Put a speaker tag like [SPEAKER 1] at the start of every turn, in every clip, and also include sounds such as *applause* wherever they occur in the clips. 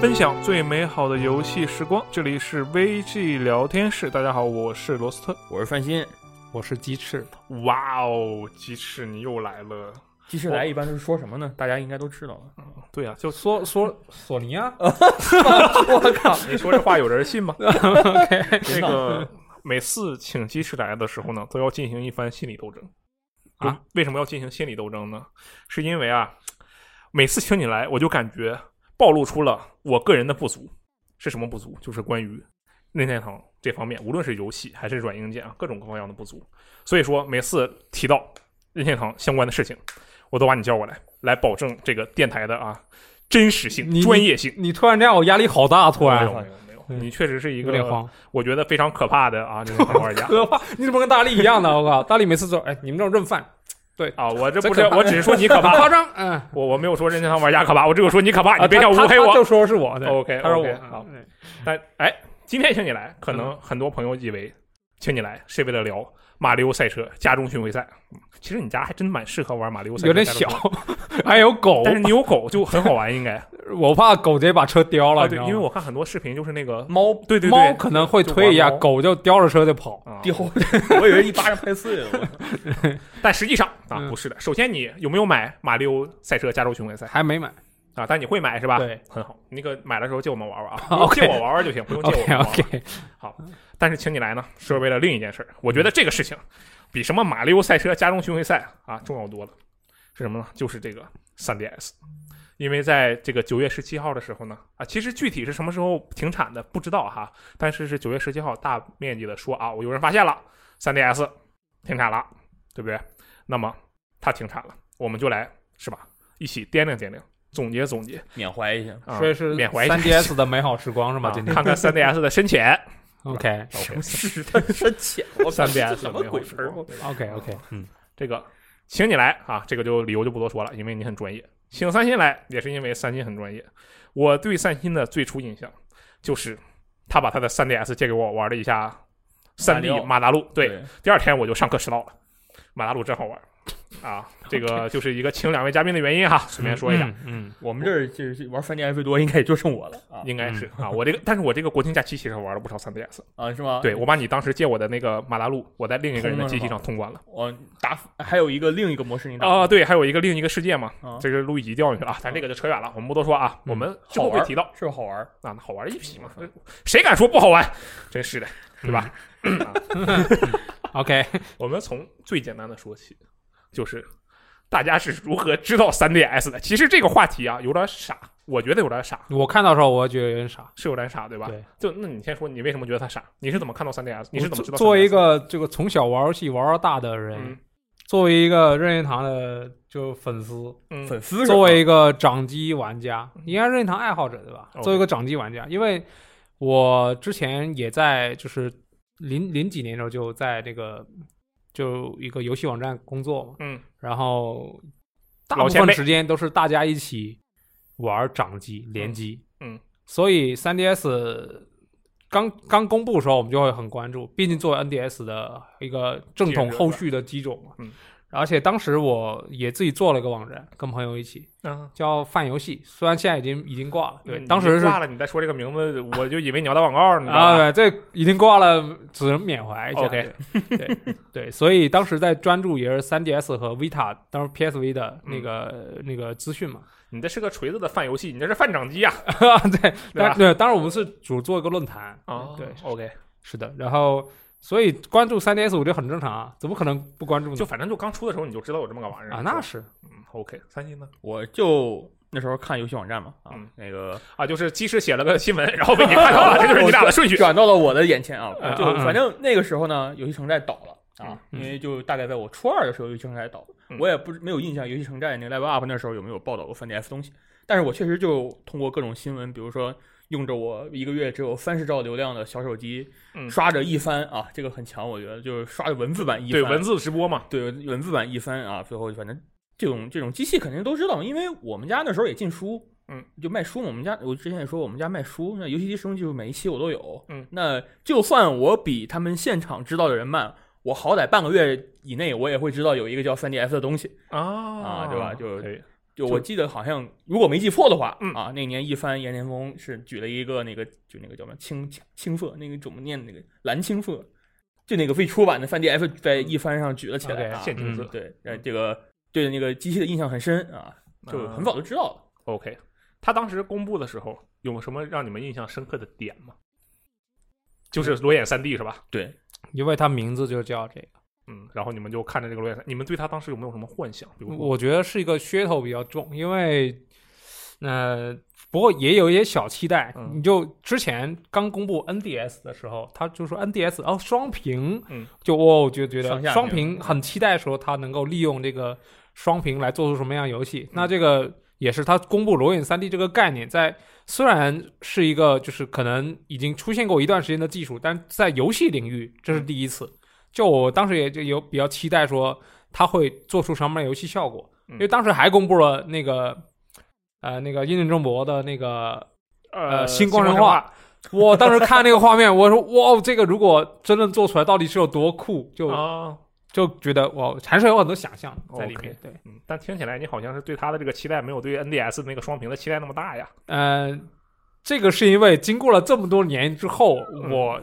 [SPEAKER 1] 分享最美好的游戏时光。这里是 VG 聊天室，大家好，我是罗斯特，
[SPEAKER 2] 我是范鑫，
[SPEAKER 3] 我是鸡翅。
[SPEAKER 1] 哇哦，鸡翅你又来了！
[SPEAKER 2] 鸡翅来一般都是说什么呢？大家应该都知道了。
[SPEAKER 1] 对呀、就 *laughs*
[SPEAKER 3] 索索索尼啊，
[SPEAKER 1] 哦
[SPEAKER 2] 我靠，
[SPEAKER 1] 你说这话有人信吗？这
[SPEAKER 3] *laughs*
[SPEAKER 2] 闹
[SPEAKER 1] 个每次请鸡翅来的时候呢，都要进行一番心理斗争
[SPEAKER 2] 啊？
[SPEAKER 1] 为什么要进行心理斗争呢？是因为啊，每次请你来，我就感觉暴露出了我个人的不足。是什么不足？就是关于任天堂这方面，无论是游戏还是软硬件啊，各种各样的不足。所以说，每次提到任天堂相关的事情，我都把你叫过来，来保证这个电台的啊真实性、
[SPEAKER 3] 你
[SPEAKER 1] 专业性。
[SPEAKER 3] 你突然这样，我压力好大，突
[SPEAKER 1] 没
[SPEAKER 3] 然
[SPEAKER 1] 有没有没有，你确实是一
[SPEAKER 3] 有
[SPEAKER 1] 个
[SPEAKER 3] 点 *laughs* 慌。
[SPEAKER 1] 我觉得非常可怕的啊，这个环玩家
[SPEAKER 3] 可怕！你怎么跟大力一样呢？我靠，大力每次说，哎，你们这种认犯
[SPEAKER 1] 啊，我这
[SPEAKER 3] 这
[SPEAKER 1] 不是
[SPEAKER 3] 可，怕
[SPEAKER 1] 我只是说你
[SPEAKER 3] *laughs*
[SPEAKER 1] 可
[SPEAKER 3] 很夸
[SPEAKER 1] 怕，
[SPEAKER 3] 张，嗯，
[SPEAKER 1] 我我没有说任天堂玩家可怕，我只有说你可怕，
[SPEAKER 3] 啊
[SPEAKER 1] 你别想
[SPEAKER 3] 他
[SPEAKER 1] 诬黑
[SPEAKER 3] 他
[SPEAKER 1] 我哦
[SPEAKER 3] 他。就说是我对
[SPEAKER 1] OK，
[SPEAKER 3] 他说我嗯
[SPEAKER 1] OK，好，但哎，今天请你来，可能很多朋友以为请你来是为了聊马里奥赛车家中巡回赛，嗯其实你家还真蛮适合玩马里奥赛车，
[SPEAKER 3] 有点小，， *laughs* 还有狗，
[SPEAKER 1] 但是你有狗就很好玩，应该
[SPEAKER 3] 我怕狗直接把车叼
[SPEAKER 1] 啊
[SPEAKER 3] 了，你
[SPEAKER 1] 对
[SPEAKER 3] 知，道吗
[SPEAKER 1] 因为我看很多视频就是那个
[SPEAKER 2] 猫
[SPEAKER 1] 对对
[SPEAKER 3] 猫 *laughs*
[SPEAKER 1] 对
[SPEAKER 3] 可能会推一下，
[SPEAKER 1] 就玩猫
[SPEAKER 3] 狗就叼着车就跑。
[SPEAKER 1] 啊
[SPEAKER 2] 丢，我以为一巴掌拍碎了。我
[SPEAKER 1] *laughs* 但实际上啊
[SPEAKER 3] 嗯
[SPEAKER 1] 不是的，首先你有没有买马里奥赛车加州巡回赛？
[SPEAKER 3] 还没买
[SPEAKER 1] 啊，但你会买是吧？
[SPEAKER 3] 对，
[SPEAKER 1] 很好。那个买的时候借我们玩玩啊，
[SPEAKER 3] 啊，OK
[SPEAKER 1] 借我玩玩就行，不用借我
[SPEAKER 3] ，OK
[SPEAKER 1] 们玩玩。 *laughs*
[SPEAKER 3] OK，
[SPEAKER 1] 但是请你来呢，是为了另一件事儿。我觉得这个事情比什么马里奥赛车、家中巡回赛啊重要多了。是什么呢？就是这个 3DS，因为在这个九月十七号的时候呢，啊，其实具体是什么时候停产的不知道哈，但是是九月十七号大面积的说啊，我有人发现了 3DS 停产了，对不对？那么它停产了，我们就来是吧，一起掂量掂量，总结总结
[SPEAKER 2] 缅怀一下，
[SPEAKER 1] 啊，
[SPEAKER 3] 所以是
[SPEAKER 1] 缅怀一下
[SPEAKER 3] 3DS 的美好时光是
[SPEAKER 1] 啊
[SPEAKER 3] 吧？今天
[SPEAKER 1] 看看 3DS 的深
[SPEAKER 2] *laughs*
[SPEAKER 1] 浅。
[SPEAKER 3] *laughs* OK
[SPEAKER 2] 是他深
[SPEAKER 1] *laughs*
[SPEAKER 2] 浅，我
[SPEAKER 1] 三 DS
[SPEAKER 2] 什么鬼词儿？我
[SPEAKER 3] OK OK，
[SPEAKER 1] *laughs* 这个，请你来啊，这个就理由就不多说了，因为你很专业。请三星来也是因为三星很专业。我对三星的最初印象就是，他把他的 3DS 借给我玩了一下
[SPEAKER 2] 马里
[SPEAKER 1] 3D
[SPEAKER 2] 奥
[SPEAKER 1] 马达路，对，，第二天我就上课迟到了。马达路真好玩啊！这
[SPEAKER 2] *laughs*
[SPEAKER 1] 个就是一个请两位嘉宾的原因哈，随便说一下。
[SPEAKER 3] 嗯，嗯，
[SPEAKER 2] 我们这儿就是玩三 DS 最多，应该也就剩我了啊
[SPEAKER 1] 应该是
[SPEAKER 2] *laughs*
[SPEAKER 1] 啊，我这个，但是我这个国庆假期其实玩了不少 3DS，
[SPEAKER 2] 啊，是吗？
[SPEAKER 1] 对我把你当时借我的那个马达路，我在另一个人的
[SPEAKER 2] 通了
[SPEAKER 1] 机器
[SPEAKER 2] 是吧
[SPEAKER 1] 上通关了。
[SPEAKER 2] 我打还有一个另一个模式，你
[SPEAKER 3] 哦
[SPEAKER 2] 打
[SPEAKER 1] 啊，对，还有一个另一个世界嘛，
[SPEAKER 2] 啊嗯
[SPEAKER 1] 这个路易吉掉进去了，啊咱这个就扯远了，我们不多说啊，我们之后
[SPEAKER 2] 好
[SPEAKER 1] 会
[SPEAKER 2] 玩
[SPEAKER 1] 提到
[SPEAKER 2] 是不是好玩？
[SPEAKER 1] 啊，那好玩一批嘛，谁敢说不好玩？真是的，对吧？啊
[SPEAKER 3] OK， *laughs*
[SPEAKER 2] 嗯
[SPEAKER 1] 我们从最简单的说起，就是大家是如何知道 3DS 的？其实这个话题啊，有点傻，我觉得有点傻，
[SPEAKER 3] 我看到的时候我觉得有点傻。
[SPEAKER 1] 是有点傻，对吧？
[SPEAKER 3] 对
[SPEAKER 1] 就那你先说，你为什么觉得它傻？你是怎么看到 3DS？你是怎么知道 3DS 的？
[SPEAKER 3] 作为一个这个从小玩游戏玩到大的人
[SPEAKER 1] 嗯，
[SPEAKER 3] 作为一个任天堂的就粉丝，
[SPEAKER 1] 嗯
[SPEAKER 2] 粉丝是吧
[SPEAKER 3] 作为一个掌机玩家，应该是任天堂爱好者对吧？
[SPEAKER 1] OK
[SPEAKER 3] 作为一个掌机玩家，因为我之前也在就是零零几年的时候就在这个就一个游戏网站工作嘛，
[SPEAKER 1] 嗯
[SPEAKER 3] 然后大
[SPEAKER 1] 老
[SPEAKER 3] 部
[SPEAKER 1] 前
[SPEAKER 3] 分
[SPEAKER 1] 辈
[SPEAKER 3] 时间都是大家一起玩掌机联机，
[SPEAKER 1] 嗯嗯
[SPEAKER 3] 所以 3DS 刚刚公布的时候，我们就会很关注，毕竟作为 NDS 的一个正统
[SPEAKER 1] 接着
[SPEAKER 3] 后续的机种嘛，
[SPEAKER 1] 嗯，
[SPEAKER 3] 而且当时我也自己做了一个网站，跟朋友一起。
[SPEAKER 1] 啊，
[SPEAKER 3] 叫泛游戏，虽然现在已经已经挂了，对，
[SPEAKER 1] 你
[SPEAKER 3] 当时是
[SPEAKER 1] 挂了，你再说这个名字，我就以为你要打广告，你知道吧？
[SPEAKER 3] 啊，对，这已经挂了，只能缅怀一下。
[SPEAKER 1] OK
[SPEAKER 3] 对对对，所以当时在专注也是 3DS 和 Vita，当时 PSV 的
[SPEAKER 1] 嗯
[SPEAKER 3] 那个、呃那个资讯
[SPEAKER 1] *laughs*
[SPEAKER 3] 嘛。
[SPEAKER 1] 你这是个锤子的泛游戏，你这是泛掌机啊！
[SPEAKER 3] 对，
[SPEAKER 1] 吧
[SPEAKER 3] 但对，当然我们是主做一个论坛，
[SPEAKER 1] 哦
[SPEAKER 3] 对，
[SPEAKER 1] ，OK，
[SPEAKER 3] 是的，然后。所以关注 3DS 我觉得很正常啊，怎么可能不关注呢？
[SPEAKER 1] 就反正就刚出的时候你就知道有这么个玩意儿
[SPEAKER 3] 啊，那是
[SPEAKER 1] 嗯 OK，三星呢？
[SPEAKER 2] 我就那时候看游戏网站嘛，啊
[SPEAKER 1] 嗯，
[SPEAKER 2] 那个
[SPEAKER 1] 啊，就是鸡翅写了个新闻，然后被你看到了，
[SPEAKER 3] *laughs*
[SPEAKER 1] 这就是你俩的顺序。
[SPEAKER 2] *laughs* 转到了我的眼前啊
[SPEAKER 1] 嗯！
[SPEAKER 2] 就
[SPEAKER 3] 嗯嗯
[SPEAKER 2] 反正那个时候呢，游戏城寨倒了啊，
[SPEAKER 3] 嗯
[SPEAKER 2] 因为就大概在我初二的时候，游戏城寨倒
[SPEAKER 1] 嗯
[SPEAKER 2] 了，我也不没有印象游戏城寨那个 Level Up 那时候有没有报道过 3DS 东西，但是我确实就通过各种新闻，比如说用着我一个月只有三十兆流量的小手机
[SPEAKER 1] 嗯，
[SPEAKER 2] 刷着一番啊，这个很强，我觉得就是刷着文字版一
[SPEAKER 1] 对
[SPEAKER 2] 番，
[SPEAKER 1] 文字直播嘛，
[SPEAKER 2] 对文字版一翻啊，最后反正这种这种机器肯定都知道，因为我们家那时候也进书，
[SPEAKER 1] 嗯，
[SPEAKER 2] 就卖书嘛。我们家我之前也说我们家卖书，那游戏机使用技术每一期我都有，
[SPEAKER 1] 嗯，
[SPEAKER 2] 那就算我比他们现场知道的人慢，我好歹半个月以内我也会知道有一个叫 3DS 的东西，
[SPEAKER 1] 啊
[SPEAKER 2] 啊对吧就
[SPEAKER 1] 对
[SPEAKER 2] 就
[SPEAKER 1] 就
[SPEAKER 2] 我记得好像如果没记错的话，
[SPEAKER 1] 嗯
[SPEAKER 2] 啊，那年一帆严田风是举了一个那个就那个叫什么青青青色那个怎么念的那个蓝青色，就那个未出版的范 DF 在一帆上举了起来
[SPEAKER 3] OK，
[SPEAKER 2] 啊，
[SPEAKER 1] 现金色
[SPEAKER 3] 嗯
[SPEAKER 2] 对，呃，这个对那个机器的印象很深啊，
[SPEAKER 1] 嗯
[SPEAKER 2] 就很早就知道了。
[SPEAKER 1] OK，他当时公布的时候有什么让你们印象深刻的点吗？就是裸眼三 D 是吧？
[SPEAKER 2] 对，
[SPEAKER 3] 因为它名字就叫这个。
[SPEAKER 1] 嗯，然后你们就看着这个裸眼三，你们对他当时有没有什么幻想？比如说
[SPEAKER 3] 我觉得是一个噱头比较重，因为，呃，不过也有一些小期待。
[SPEAKER 1] 嗯
[SPEAKER 3] 你就之前刚公布 NDS 的时候，他就说 NDS 哦双屏，
[SPEAKER 1] 嗯，
[SPEAKER 3] 就哦就觉得
[SPEAKER 2] 上下屏
[SPEAKER 3] 双屏很期待说它能够利用这个双屏来做出什么样游戏。
[SPEAKER 2] 嗯
[SPEAKER 3] 那这个也是他公布裸眼三 D 这个概念，在虽然是一个就是可能已经出现过一段时间的技术，但在游戏领域这
[SPEAKER 2] 嗯
[SPEAKER 3] 是第一次。就我当时也就有比较期待说它会做出什么样的游戏效果，
[SPEAKER 1] 嗯
[SPEAKER 3] 因为当时还公布了那个呃那个英俊中博的那个呃星光神
[SPEAKER 1] 话，
[SPEAKER 3] 话。我当时看那个画面，我说哇，这个如果真正做出来，到底是有多酷？就、
[SPEAKER 1] 啊，
[SPEAKER 3] 就觉得哇，还是有很多想象
[SPEAKER 2] 哦
[SPEAKER 3] 在里
[SPEAKER 1] OK
[SPEAKER 3] 面。对，
[SPEAKER 1] 嗯，但听起来你好像是对他的这个期待没有对 NDS 那个双屏的期待那么大呀。
[SPEAKER 3] 嗯，这个是因为经过了这么多年之后，
[SPEAKER 1] 嗯
[SPEAKER 3] 我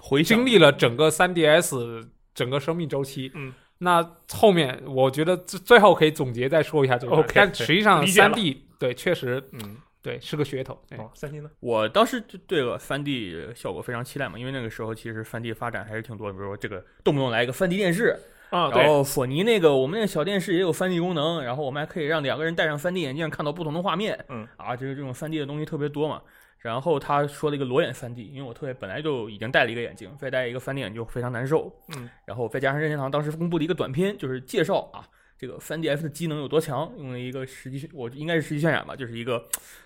[SPEAKER 2] 回想
[SPEAKER 3] 经历了整个 3DS 整个生命周期，
[SPEAKER 1] 嗯，
[SPEAKER 3] 那后面我觉得最最后可以总结再说一下这个
[SPEAKER 1] OK，
[SPEAKER 3] 但实际上
[SPEAKER 1] 理解了
[SPEAKER 3] 3D 对确实
[SPEAKER 1] 嗯，
[SPEAKER 3] 对是个噱头，对
[SPEAKER 1] 哦，三星呢？
[SPEAKER 2] 我当时就对了三 D 效果非常期待嘛，因为那个时候其实三 D 发展还是挺多的，比如说这个动不动来一个三 D 电视，
[SPEAKER 1] 啊，
[SPEAKER 2] 然
[SPEAKER 1] 对，
[SPEAKER 2] 后索尼那个我们那个小电视也有三 D 功能，然后我们还可以让两个人戴上三 D 眼镜看到不同的画面，
[SPEAKER 1] 嗯
[SPEAKER 2] 啊，就是这种三 D 的东西特别多嘛。然后他说了一个裸眼三 D，因为我特别本来就已经戴了一个眼镜，再戴一个三 D 眼镜非常难受，
[SPEAKER 1] 嗯，
[SPEAKER 2] 然后再加上任天堂当时公布的一个短片，就是介绍啊这个 3DS 的机能有多强，用了一个实际，我应该是实际渲染吧，就是一个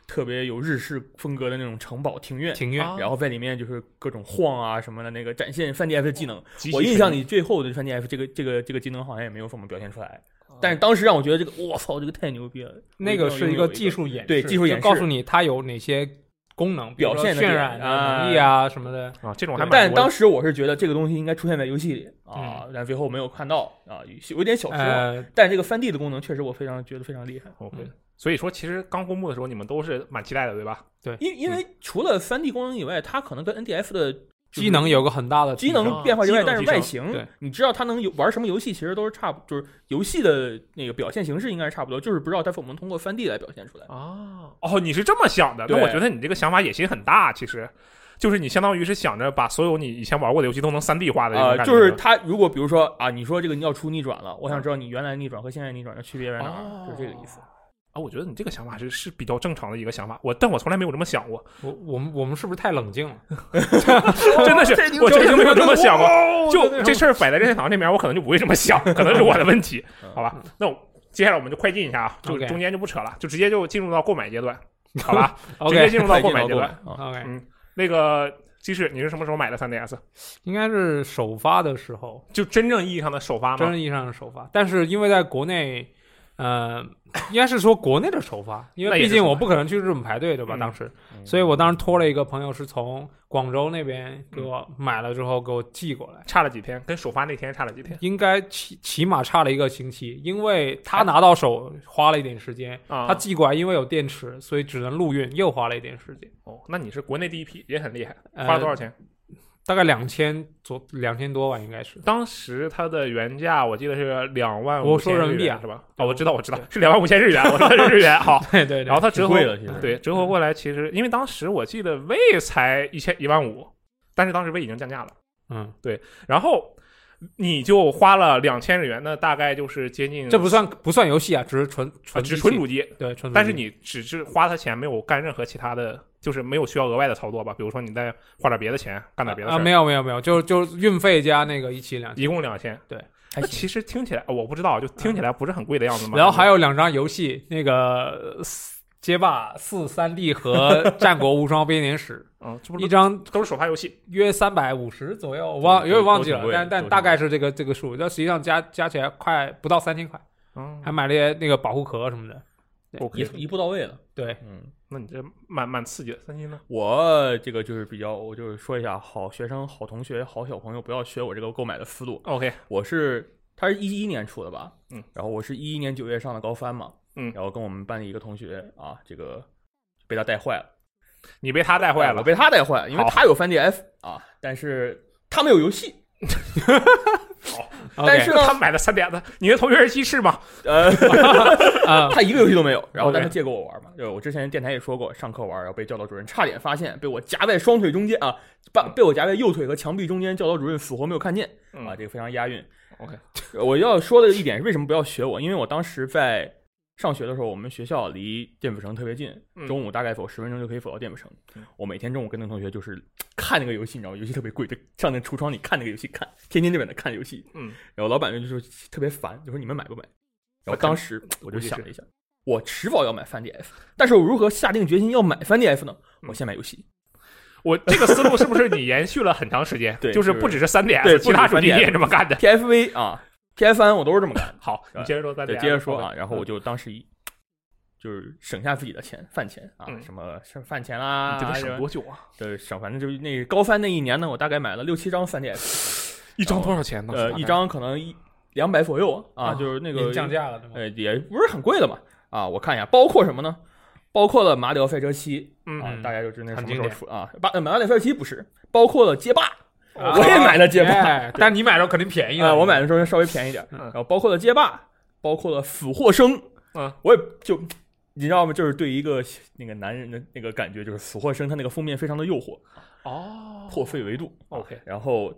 [SPEAKER 2] 特别有日式风格的那种城堡庭院，
[SPEAKER 3] 庭院
[SPEAKER 1] 啊
[SPEAKER 2] 然后在里面就是各种晃啊什么的，那个展现 3DS 的技能。
[SPEAKER 1] 极其
[SPEAKER 2] 我印象
[SPEAKER 1] 神
[SPEAKER 2] 里最后的 3DS 这个这个这个技能好像也没有什么表现出来
[SPEAKER 1] 啊，
[SPEAKER 2] 但是当时让哦我觉得这个我操，这个太牛逼了，
[SPEAKER 3] 那
[SPEAKER 2] 个
[SPEAKER 3] 个是
[SPEAKER 2] 一
[SPEAKER 3] 一个技术演示，
[SPEAKER 2] 对技术演示
[SPEAKER 3] 就告诉你它有哪些功能，比如说
[SPEAKER 2] 表现的
[SPEAKER 3] 渲
[SPEAKER 2] 点
[SPEAKER 3] 染的
[SPEAKER 2] 啊
[SPEAKER 3] 能力啊什么的。嗯
[SPEAKER 1] 啊，这种还蛮
[SPEAKER 2] 但
[SPEAKER 1] 多的
[SPEAKER 2] 当时我是觉得这个东西应该出现在游戏里啊，但最后没有看到啊，有有点小失望。
[SPEAKER 3] 呃，
[SPEAKER 2] 但这个3 D 的功能确实我非常觉得非常厉害。
[SPEAKER 1] OK，所以说其实刚公布的时候你们都是蛮期待的，对吧？
[SPEAKER 2] 因因为除了3 D 功能以外，它可能跟 NDF 的就是
[SPEAKER 3] 嗯机能有个很大的
[SPEAKER 2] 机
[SPEAKER 3] 提
[SPEAKER 2] 能
[SPEAKER 3] 升
[SPEAKER 2] 变化之外，
[SPEAKER 1] 机能
[SPEAKER 2] 但是
[SPEAKER 1] 提升
[SPEAKER 2] 外形
[SPEAKER 3] 对，
[SPEAKER 2] 你知道它能有玩什么游戏，其实都是差不，就是游戏的那个表现形式应该是差不多，就是不知道它我们通过3 D 来表现出来。
[SPEAKER 1] 啊，哦，你是这么想的？那
[SPEAKER 2] 对
[SPEAKER 1] 我觉得你这个想法野心很大，其实就是你相当于是想着把所有你以前玩过的游戏都能三 D 化的这种
[SPEAKER 2] 啊、
[SPEAKER 1] 感觉
[SPEAKER 2] 就是它如果比如说啊，你说这个你要出逆转了，我想知道你原来逆转和现在逆转的区别在哪儿，
[SPEAKER 1] 哦
[SPEAKER 2] 就是这个意思。
[SPEAKER 1] 啊，我觉得你这个想法是是比较正常的一个想法，我但我从来没有这么想过，
[SPEAKER 3] 我我们我们是不是太冷
[SPEAKER 1] *laughs*
[SPEAKER 3] 静了？
[SPEAKER 1] 真的是我真的没有这么想过。
[SPEAKER 2] 过
[SPEAKER 1] 就这事儿摆在任天堂这边，我可能就不会这么想，可能是我的问 *laughs* 题
[SPEAKER 2] 嗯，
[SPEAKER 1] 好吧？那我接下来我们就快进一下啊，就
[SPEAKER 3] OK
[SPEAKER 1] 中间就不扯了，就直接就进入到购买阶段，好 *laughs* 吧？直接
[SPEAKER 3] OK
[SPEAKER 1] 进入到购买阶段。
[SPEAKER 2] 啊，
[SPEAKER 3] OK，
[SPEAKER 1] 那个鸡翅，你是什么时候买的 3DS？
[SPEAKER 3] 应该是首发的时候，
[SPEAKER 1] 就真正意义上的首发
[SPEAKER 3] 真
[SPEAKER 1] 吗？
[SPEAKER 3] 正意义上的首发。但是因为在国内，呃，应该是说国内的首发，因
[SPEAKER 1] 那
[SPEAKER 3] 为
[SPEAKER 1] 也
[SPEAKER 3] 毕
[SPEAKER 1] 是
[SPEAKER 3] 竟
[SPEAKER 1] 首
[SPEAKER 3] 我
[SPEAKER 1] 发
[SPEAKER 3] 不可能去日本排队，对吧？
[SPEAKER 1] 嗯
[SPEAKER 3] 当时，所以我当时托了一个朋友是从广州那边给我
[SPEAKER 1] 嗯
[SPEAKER 3] 买了之后给我寄过来，
[SPEAKER 1] 差了几天，跟首发那天差了几天 *laughs*
[SPEAKER 3] 应该起起码差了一个星期，因为他拿到手花了一点时间，
[SPEAKER 1] 哎啊？
[SPEAKER 3] 他寄过来因为有电池，所以只能陆运，又花了一点时间，
[SPEAKER 1] 哦，那你是国内第一批，也很厉害，
[SPEAKER 3] 呃
[SPEAKER 1] 花了多少钱？
[SPEAKER 3] 大概两千左两千多吧，应
[SPEAKER 1] *laughs*
[SPEAKER 3] 该是。
[SPEAKER 1] 当时它的原价我记得是两万，
[SPEAKER 3] 我说人民币啊
[SPEAKER 1] 是吧？
[SPEAKER 3] 对
[SPEAKER 1] 哦，我知道，我知道
[SPEAKER 3] 对
[SPEAKER 1] 是两万五千日元，我说的是日元。 *laughs* 好，
[SPEAKER 3] 对对
[SPEAKER 1] 然后
[SPEAKER 3] 对，
[SPEAKER 1] 它折合
[SPEAKER 2] 贵了，其实。
[SPEAKER 1] 对折合过来，其实因为当时我记得 V 才一千一万五，但是当时 V 已经降价了，
[SPEAKER 3] 嗯，
[SPEAKER 1] 然后你就花了两千日元，那大概就是接近
[SPEAKER 3] 这不算不算游戏啊，只是纯
[SPEAKER 1] 嗯啊
[SPEAKER 3] 纯
[SPEAKER 1] 只
[SPEAKER 3] 机
[SPEAKER 1] 纯
[SPEAKER 3] 器
[SPEAKER 1] 主机，
[SPEAKER 3] 对纯主机，嗯
[SPEAKER 1] 但是你只是花他钱，没有干任何其他的，就是没有需要额外的操作吧？比如说你再花点别的钱，干点别的事
[SPEAKER 3] 啊
[SPEAKER 1] 儿
[SPEAKER 3] 没有没有没有，就就运费加那个一起两千，
[SPEAKER 1] 一共两千。
[SPEAKER 2] 还
[SPEAKER 1] 那
[SPEAKER 2] 行
[SPEAKER 1] 其实听起来我不知道，就听起来不是很贵的样子嘛。
[SPEAKER 3] *laughs* 嗯然后还
[SPEAKER 1] 有
[SPEAKER 3] 有两张游戏，那个呃街霸四三 D 和《战国无双编年史
[SPEAKER 1] 嗯， *laughs* 这不》，
[SPEAKER 3] 一
[SPEAKER 1] 是
[SPEAKER 3] 张
[SPEAKER 1] 都是首发游戏
[SPEAKER 3] 约三百五十左右，我忘
[SPEAKER 2] 都
[SPEAKER 3] 有点忘记
[SPEAKER 2] 都
[SPEAKER 3] 了
[SPEAKER 2] 挺，贵
[SPEAKER 3] 但
[SPEAKER 2] 都
[SPEAKER 3] 但
[SPEAKER 2] 挺
[SPEAKER 3] 大概是这个这个数，但实际上加加起来快不到三千块，
[SPEAKER 1] 嗯
[SPEAKER 3] 还买了些那个保护壳什么的。
[SPEAKER 1] OK，
[SPEAKER 2] 一一步到位了。
[SPEAKER 3] 对，
[SPEAKER 2] 嗯，
[SPEAKER 1] 那你这蛮蛮刺激的。三星呢？
[SPEAKER 2] 我这个就是比较，我就是说一下，好学生、好同学、好小朋友，不要学我这个购买的思路。
[SPEAKER 1] OK，
[SPEAKER 2] 我是它是一一年出的吧？
[SPEAKER 1] 嗯，
[SPEAKER 2] 然后我是一一年九月上的高三嘛，
[SPEAKER 1] 嗯
[SPEAKER 2] 然后跟我们班里一个同学啊，这个被他带坏了，
[SPEAKER 1] 你被他带坏了
[SPEAKER 2] 我，被他带坏了，因为
[SPEAKER 1] 好
[SPEAKER 2] 他有翻 DF 啊，但是他没有游戏，但
[SPEAKER 3] OK，
[SPEAKER 2] 是呢
[SPEAKER 1] *laughs* 他买了三点的，你的同学是鸡翅吗？
[SPEAKER 2] 呃，
[SPEAKER 3] 啊，
[SPEAKER 2] *laughs* 他一个游戏都没有，然后
[SPEAKER 1] OK
[SPEAKER 2] 但他借给我玩嘛，就是我之前电台也说过，上课玩，然后被教导主任差点发现，被我夹在双腿中间啊，把被我夹在右腿和墙壁中间，教导主任死活没有看见
[SPEAKER 1] 嗯
[SPEAKER 2] 啊，这个非常押韵。
[SPEAKER 1] OK
[SPEAKER 2] *laughs* 我要说的一点是为什么不要学我，因为我当时在上学的时候，我们学校离电子城特别近，
[SPEAKER 1] 嗯
[SPEAKER 2] 中午大概走十分钟就可以走到电子城
[SPEAKER 1] 嗯。
[SPEAKER 2] 我每天中午跟那个同学就是看那个游戏，你知道吗？游戏特别贵，就上那橱窗里看那个游戏看，天天就在那看游戏。
[SPEAKER 1] 嗯，
[SPEAKER 2] 然后老板就说特别烦，就说你们买不买？然
[SPEAKER 1] 那
[SPEAKER 2] 后
[SPEAKER 1] 啊肯
[SPEAKER 2] 当时我
[SPEAKER 1] 估
[SPEAKER 2] 就
[SPEAKER 1] 计是
[SPEAKER 2] 想了一下，我迟早要买翻 DF，但是我如何下定决心要买翻 DF 呢？
[SPEAKER 1] 嗯
[SPEAKER 2] 我先买游戏，
[SPEAKER 1] 我这个思路是不是你延续了很长时间？
[SPEAKER 2] 对
[SPEAKER 1] 就是
[SPEAKER 2] 就是
[SPEAKER 1] 不只是三点
[SPEAKER 2] 对，
[SPEAKER 1] 其他主
[SPEAKER 2] 不
[SPEAKER 1] 机
[SPEAKER 2] 止3DS
[SPEAKER 1] 你也这么干的。
[SPEAKER 2] PFV 啊，PFN 我都是这么干。 *laughs*
[SPEAKER 1] 好，嗯你接着说三
[SPEAKER 2] 啊对，
[SPEAKER 1] 点，
[SPEAKER 2] 接着说啊，然
[SPEAKER 3] 嗯
[SPEAKER 2] 后我就当时一就是省下自己的钱，饭钱啊，
[SPEAKER 1] 嗯
[SPEAKER 2] 什么省饭钱啦，
[SPEAKER 1] 你这得省
[SPEAKER 2] 什么
[SPEAKER 1] 多久啊？
[SPEAKER 2] 对省，反正就是那高三那一年呢，我大概买了六七张三 DS，
[SPEAKER 1] 一张多少钱呢？
[SPEAKER 2] 呃，一张可能一两百左右啊，
[SPEAKER 3] 啊
[SPEAKER 2] 就是那
[SPEAKER 3] 那
[SPEAKER 2] 个
[SPEAKER 3] 降价了对吗？
[SPEAKER 2] 呃，也不是很贵的嘛。啊，我看一下，包括什么呢？包括了《马里奥赛车七》
[SPEAKER 1] 嗯
[SPEAKER 2] 啊，
[SPEAKER 3] 嗯
[SPEAKER 2] 大家就知道那
[SPEAKER 3] 很
[SPEAKER 2] 什么时候
[SPEAKER 3] 经典
[SPEAKER 2] 出啊。把呃《马里奥赛车七》不是，包括了街霸
[SPEAKER 1] 呃
[SPEAKER 3] 啊
[SPEAKER 2] 我也买了街霸
[SPEAKER 3] 哎但你买的时候肯定便宜
[SPEAKER 2] 啊，
[SPEAKER 3] 了。
[SPEAKER 2] 我买的时候稍微便宜点儿，
[SPEAKER 1] 嗯
[SPEAKER 2] 然后包括了街霸，包括了死或生，
[SPEAKER 1] 嗯，
[SPEAKER 2] 我也就你知道吗？就是对一个那个男人的那个感觉，就是死或生，他那个封面非常的诱惑，啊
[SPEAKER 1] 哦
[SPEAKER 2] 破费维度。
[SPEAKER 1] ，OK，
[SPEAKER 2] 然后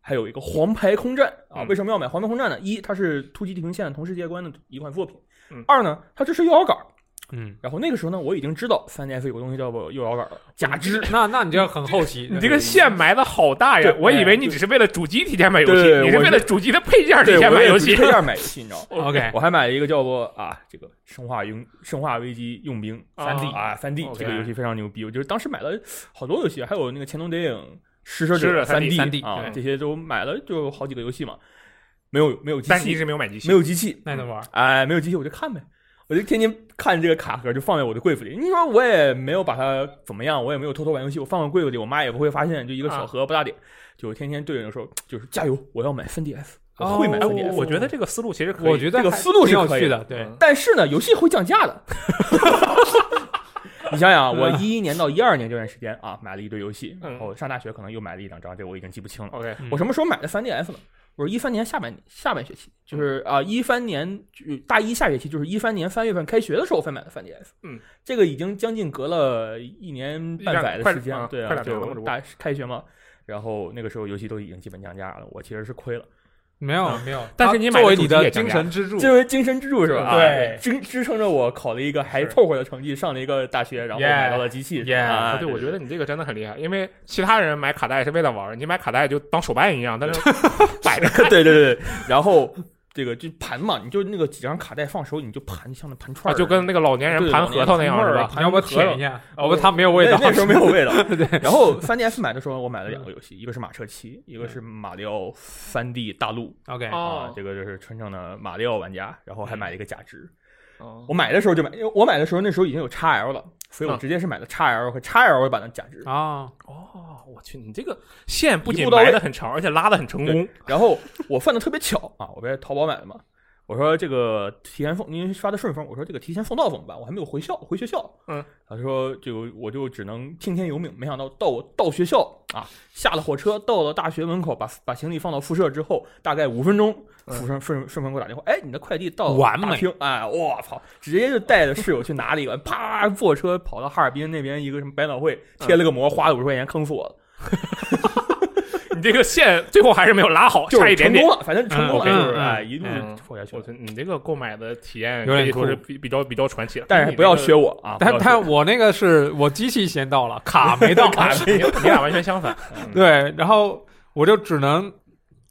[SPEAKER 2] 还有一个黄牌空战啊，
[SPEAKER 1] 嗯
[SPEAKER 2] 为什么要买黄牌空战呢？一，它是突击地平线的同世界观的一款作品；
[SPEAKER 1] 嗯
[SPEAKER 2] 二呢，它支持右摇杆儿。
[SPEAKER 3] 嗯，
[SPEAKER 2] 然后那个时候呢，我已经知道三 DS 有个东西叫做右摇杆了，假肢。
[SPEAKER 3] 那那你这很后期，
[SPEAKER 1] 嗯 *laughs* 你这个线埋的好大呀
[SPEAKER 2] 对！
[SPEAKER 1] 我以为你只是为了主机提前买游
[SPEAKER 2] 对对
[SPEAKER 1] 戏，
[SPEAKER 2] 对
[SPEAKER 1] 你是
[SPEAKER 2] 我
[SPEAKER 1] 为了主机的配件儿提
[SPEAKER 2] 对，
[SPEAKER 1] 前
[SPEAKER 2] 我
[SPEAKER 1] 买
[SPEAKER 2] 也
[SPEAKER 1] 游
[SPEAKER 2] 不
[SPEAKER 1] 戏 *laughs*
[SPEAKER 2] 是。这样买游戏，你知道吗？
[SPEAKER 1] 哎
[SPEAKER 3] OK
[SPEAKER 2] *laughs* 我还买了一个叫做啊这个生化勇生化危机佣兵
[SPEAKER 1] 啊
[SPEAKER 2] 三 D 啊三 D
[SPEAKER 1] OK
[SPEAKER 2] 这个游戏非常牛逼，我就是当时买了好多游戏，还有那个《潜龙谍影》《食蛇
[SPEAKER 1] 食
[SPEAKER 2] 者
[SPEAKER 1] 者》
[SPEAKER 2] 三
[SPEAKER 1] 3D
[SPEAKER 3] 3D
[SPEAKER 2] 啊
[SPEAKER 1] 对
[SPEAKER 2] 这些都买了，就好几个游戏嘛，没有没有机
[SPEAKER 1] 但你一
[SPEAKER 2] 器，
[SPEAKER 1] 直没有买机器
[SPEAKER 2] 没，有机器，
[SPEAKER 3] 那怎么玩？
[SPEAKER 2] 哎，没有机器我就看呗，我就天天看这个卡盒，就放在我的柜子里。你说我也没有把它怎么样，我也没有偷偷玩游戏，我放在柜子里，我妈也不会发现，就一个
[SPEAKER 1] 啊
[SPEAKER 2] 小盒不大点，就天天对着那说，就是加油，我要买 3DS，我会买
[SPEAKER 1] 哎，
[SPEAKER 3] 哦
[SPEAKER 1] 我
[SPEAKER 2] 3DS。
[SPEAKER 1] 我觉得这个思路其实可以，
[SPEAKER 3] 我觉得
[SPEAKER 2] 这个
[SPEAKER 3] 还
[SPEAKER 2] 思路是
[SPEAKER 3] 挺有
[SPEAKER 2] 可以
[SPEAKER 3] 趣的，对，
[SPEAKER 1] 嗯
[SPEAKER 2] 但是呢，游戏会降
[SPEAKER 1] *laughs*
[SPEAKER 2] 价的。你想想啊，我一一年到一二年这段时间啊，买了一堆游戏，
[SPEAKER 1] 嗯
[SPEAKER 2] 然后上大学可能又买了一两张，这我已经记不清了。
[SPEAKER 1] OK，
[SPEAKER 3] 嗯
[SPEAKER 2] 我什么时候买的 3DS 呢？我是一三年下半年下半学期，就是
[SPEAKER 1] 嗯
[SPEAKER 2] 啊一三年就大一下学期，就是一三年三月份开学的时候才买的 3DS。
[SPEAKER 1] 嗯，
[SPEAKER 2] 这个已经将近隔了一年半载的时
[SPEAKER 1] 一
[SPEAKER 2] 间
[SPEAKER 1] 两快，
[SPEAKER 2] 对
[SPEAKER 1] 快
[SPEAKER 2] 啊，
[SPEAKER 1] 两年了我
[SPEAKER 2] 就
[SPEAKER 1] 只不过
[SPEAKER 2] 大开学嘛。然后那个时候游戏都已经基本降价了，我其实是亏了，
[SPEAKER 3] 没有没有。
[SPEAKER 1] 但是你买
[SPEAKER 3] 作为
[SPEAKER 1] 的
[SPEAKER 3] 你
[SPEAKER 1] 主机
[SPEAKER 3] 的
[SPEAKER 1] 也降
[SPEAKER 3] 精
[SPEAKER 1] 价
[SPEAKER 3] 神支柱，
[SPEAKER 2] 这为精神支柱是吧？
[SPEAKER 3] 对
[SPEAKER 2] 啊支支撑着我考了一个还
[SPEAKER 1] 是
[SPEAKER 2] 凑合的成绩，上了一个大学，然后
[SPEAKER 3] Yeah
[SPEAKER 2] 买到了机器。
[SPEAKER 3] Yeah
[SPEAKER 2] 啊
[SPEAKER 1] 对，我觉
[SPEAKER 2] *laughs*
[SPEAKER 1] 得你这个真的很厉害，因为其他人买卡带是为了玩儿，你买卡带就当手办一样，但是摆着看。
[SPEAKER 2] 对对对对，然后这个就盘嘛，你就那个几张卡带放手，你就盘像那盘
[SPEAKER 1] 啊，
[SPEAKER 2] 串儿似的，
[SPEAKER 1] 就跟那个老年人
[SPEAKER 2] 对
[SPEAKER 1] 盘核桃那样是吧？
[SPEAKER 3] 你要不要舔一下？哦，不，它没有味
[SPEAKER 2] 那
[SPEAKER 3] 道。
[SPEAKER 2] 那时候没有
[SPEAKER 1] *laughs*
[SPEAKER 2] 味道。
[SPEAKER 3] *laughs*
[SPEAKER 2] 然后3 DS 买的时候，我买了两
[SPEAKER 1] 嗯
[SPEAKER 2] 个游戏，一个是马车七，一个是马里奥3 D 大陆。
[SPEAKER 3] OK，
[SPEAKER 1] 哦嗯
[SPEAKER 2] 啊，这个就是纯正的马里奥玩家，然后还买了一个假肢。
[SPEAKER 1] 哦
[SPEAKER 2] 我买的时候就买，因为我买的时候那时候已经有 XL 了，所以我
[SPEAKER 1] 嗯
[SPEAKER 2] 直接是买的 XL 和 XL 版的假肢。
[SPEAKER 3] 啊，
[SPEAKER 1] 哦，我去，你这个线不
[SPEAKER 2] 一
[SPEAKER 1] 仅
[SPEAKER 2] 步到
[SPEAKER 1] 埋
[SPEAKER 2] 位
[SPEAKER 1] 的很长，而且拉的很成功。
[SPEAKER 2] 然后我犯的特别巧啊，我在淘宝买的嘛。我说这个提前送，因为刷的顺丰，我说这个提前送到怎么办？我还没有回校，回学校。
[SPEAKER 1] 嗯，
[SPEAKER 2] 他说这个我就只能听天由命。没想到到我到学校啊，下了火车，到了大学门口，把把行李放到宿舍之后，大概五分钟，
[SPEAKER 1] 嗯
[SPEAKER 2] 宿舍顺顺丰给我打电话，哎，你的快递到
[SPEAKER 3] 完美
[SPEAKER 2] 大厅，哎，我操，直接就带着室友去拿了一个，啪，坐车跑到哈尔滨那边一个什么百脑汇，
[SPEAKER 1] 嗯
[SPEAKER 2] 贴了个膜，花了五十块钱，坑死我了。
[SPEAKER 1] 你这个线最后还是没有拉好，
[SPEAKER 2] 就
[SPEAKER 1] 哦差
[SPEAKER 2] 是
[SPEAKER 1] 一点
[SPEAKER 2] 成
[SPEAKER 1] 点
[SPEAKER 2] 功。了，反正成功了，
[SPEAKER 3] 嗯
[SPEAKER 2] 就是
[SPEAKER 3] 嗯
[SPEAKER 2] 哎，
[SPEAKER 3] 嗯
[SPEAKER 2] 一路
[SPEAKER 1] 嗯
[SPEAKER 2] 就活下去
[SPEAKER 1] 我
[SPEAKER 2] 了。
[SPEAKER 1] 去，你这个购买的体验
[SPEAKER 3] 有
[SPEAKER 1] 可
[SPEAKER 3] 点
[SPEAKER 1] 以说
[SPEAKER 3] 酷
[SPEAKER 1] 是比比较比较传奇了。
[SPEAKER 2] 但是
[SPEAKER 1] 你
[SPEAKER 2] 不要
[SPEAKER 1] 这个
[SPEAKER 2] 学我啊！
[SPEAKER 3] 但
[SPEAKER 2] 不要学，
[SPEAKER 3] 但我那个是我机器先到了，卡没到
[SPEAKER 2] 卡
[SPEAKER 1] 你你俩完全相反。嗯，
[SPEAKER 3] 对，然后我就只能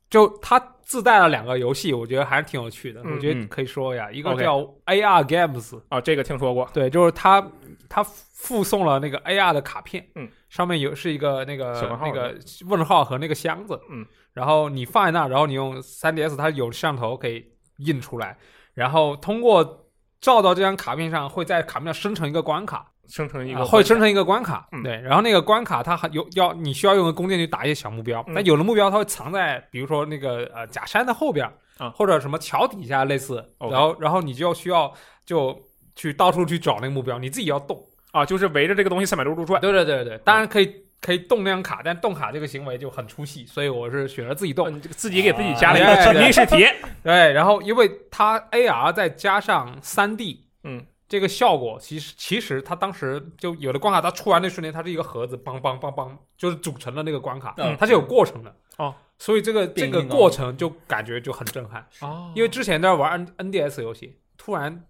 [SPEAKER 3] 就它自带了两个游戏，我觉得还是挺有趣的，
[SPEAKER 1] 嗯
[SPEAKER 3] 我觉得
[SPEAKER 2] 嗯
[SPEAKER 3] 可以说一下，一个
[SPEAKER 1] OK
[SPEAKER 3] 叫 AR Games，
[SPEAKER 1] 啊，这个听说过，
[SPEAKER 3] 对，就是它它附送了那个 AR 的卡片，
[SPEAKER 1] 嗯，
[SPEAKER 3] 上面有是一个那个
[SPEAKER 1] 小问号
[SPEAKER 3] 那个问号和那个箱子，
[SPEAKER 1] 嗯，
[SPEAKER 3] 然后你放在那儿，然后你用 3DS 它有摄像头可以印出来，然后通过。照到这张卡片上，会在卡片上生成一个关卡，
[SPEAKER 1] 生成一
[SPEAKER 3] 啊
[SPEAKER 1] 个
[SPEAKER 3] 会生成一个关卡，
[SPEAKER 1] 嗯
[SPEAKER 3] 对，然后那个关卡它还有要你需要用弓箭去打一些小目标，
[SPEAKER 1] 嗯
[SPEAKER 3] 那有的目标它会藏在比如说那个呃假山的后边，
[SPEAKER 1] 啊
[SPEAKER 3] 或者什么桥底下类似，
[SPEAKER 1] OK
[SPEAKER 3] 然后然后你就需要就去到处去找那个目标，你自己要动。
[SPEAKER 1] 啊，就是围着这个东西三百六十度转。
[SPEAKER 3] 对对对对，当然可以可以动那张卡，但动卡这个行为就很出戏，所以我是选择自己动
[SPEAKER 1] 哦。你这个自己给自己加了一个
[SPEAKER 3] 啊
[SPEAKER 1] 沉浸式体验，
[SPEAKER 3] 对，然后因为它 AR 再加上3 D，
[SPEAKER 1] 嗯，
[SPEAKER 3] 这个效果其实其实它当时就有的关卡，它出完那瞬间，它是一个盒子，梆梆梆梆，就是组成了那个关卡，
[SPEAKER 2] 嗯
[SPEAKER 3] 它是有过程的
[SPEAKER 1] 哦。
[SPEAKER 3] 所以这个这
[SPEAKER 2] 变
[SPEAKER 3] 个
[SPEAKER 2] 硬
[SPEAKER 3] 过程就感觉就很震撼，
[SPEAKER 1] 哦
[SPEAKER 3] 因为之前在玩 N NDS 游戏，突然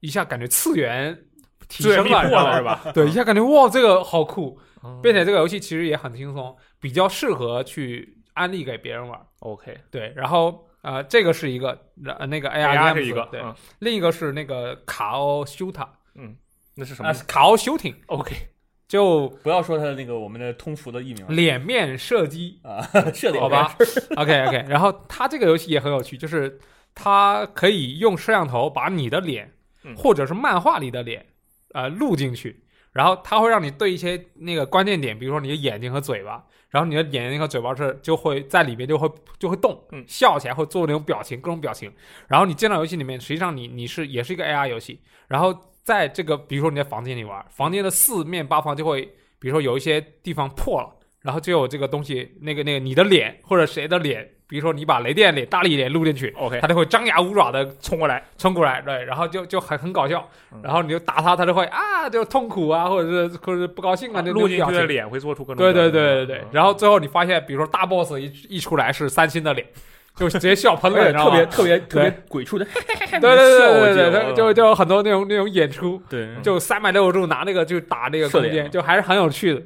[SPEAKER 3] 一下感觉次元
[SPEAKER 1] *laughs*
[SPEAKER 3] 提
[SPEAKER 1] 资源
[SPEAKER 3] 升
[SPEAKER 1] 密
[SPEAKER 3] 了，你知
[SPEAKER 1] 破
[SPEAKER 3] 道
[SPEAKER 1] 了
[SPEAKER 3] 吗
[SPEAKER 1] 是吧？
[SPEAKER 3] 对，一下感觉哇，这个好酷，
[SPEAKER 1] 嗯
[SPEAKER 3] 并且这个游戏其实也很轻松，比较适合去安利给别人玩。
[SPEAKER 1] OK，
[SPEAKER 3] 对，然后呃，这个是一个，呃，那个 AR
[SPEAKER 1] AR 是一个，
[SPEAKER 3] 对，
[SPEAKER 1] 嗯
[SPEAKER 3] 另一个是那个卡欧修塔，
[SPEAKER 1] 那是什么
[SPEAKER 3] 啊，卡欧修挺，
[SPEAKER 1] ？OK，
[SPEAKER 3] 就
[SPEAKER 2] 不要说他的那个我们的通俗的译名了
[SPEAKER 3] 脸面射击，
[SPEAKER 2] 啊， *laughs* 射点
[SPEAKER 3] 好吧 *laughs* ？OK OK，然后它这个游戏也很有趣，就是它可以用摄像头把你的脸，
[SPEAKER 1] 嗯
[SPEAKER 3] 或者是漫画里的脸，呃，录进去。然后它会让你对一些那个关键点，比如说你的眼睛和嘴巴，然后你的眼睛和嘴巴是就会在里面就会就会动，
[SPEAKER 1] 嗯
[SPEAKER 3] 笑起来会做那种表情，各种表情。然后你进到游戏里面，实际上你你是也是一个 AR 游戏，然后在这个比如说你在房间里玩，房间的四面八方就会，比如说有一些地方破了，然后就有这个东西，那个那个你的脸或者谁的脸，比如说你把雷电脸、大力脸录进去。
[SPEAKER 1] OK，
[SPEAKER 3] 他就会张牙舞爪的
[SPEAKER 1] 冲过来，
[SPEAKER 3] 冲过来，对，然后就就很很搞笑
[SPEAKER 1] 嗯，
[SPEAKER 3] 然后你就打他，他就会啊，就痛苦啊，或者是或者是不高兴啊，那
[SPEAKER 1] 录进去的
[SPEAKER 3] 脸。
[SPEAKER 1] 脸会做出各种
[SPEAKER 3] 对对
[SPEAKER 1] 表情
[SPEAKER 3] 对对对，
[SPEAKER 1] 嗯
[SPEAKER 3] 然后最后你发现，比如说大 boss 一一出来是三星的脸，就直接笑喷
[SPEAKER 2] *laughs*
[SPEAKER 3] 了，你
[SPEAKER 2] 而且
[SPEAKER 3] 知
[SPEAKER 2] 哎特
[SPEAKER 3] 道吗
[SPEAKER 2] 别特别特别鬼畜的，嘿嘿嘿嘿
[SPEAKER 3] 对对对对对
[SPEAKER 2] 笑
[SPEAKER 3] 对，就就有很多那种那种演出，
[SPEAKER 2] *laughs* 对
[SPEAKER 3] 就三百六十度拿那个就打那个
[SPEAKER 2] 嗯射
[SPEAKER 3] 空
[SPEAKER 2] 脸
[SPEAKER 3] 间，
[SPEAKER 2] 嘛
[SPEAKER 3] 就还是很有趣的。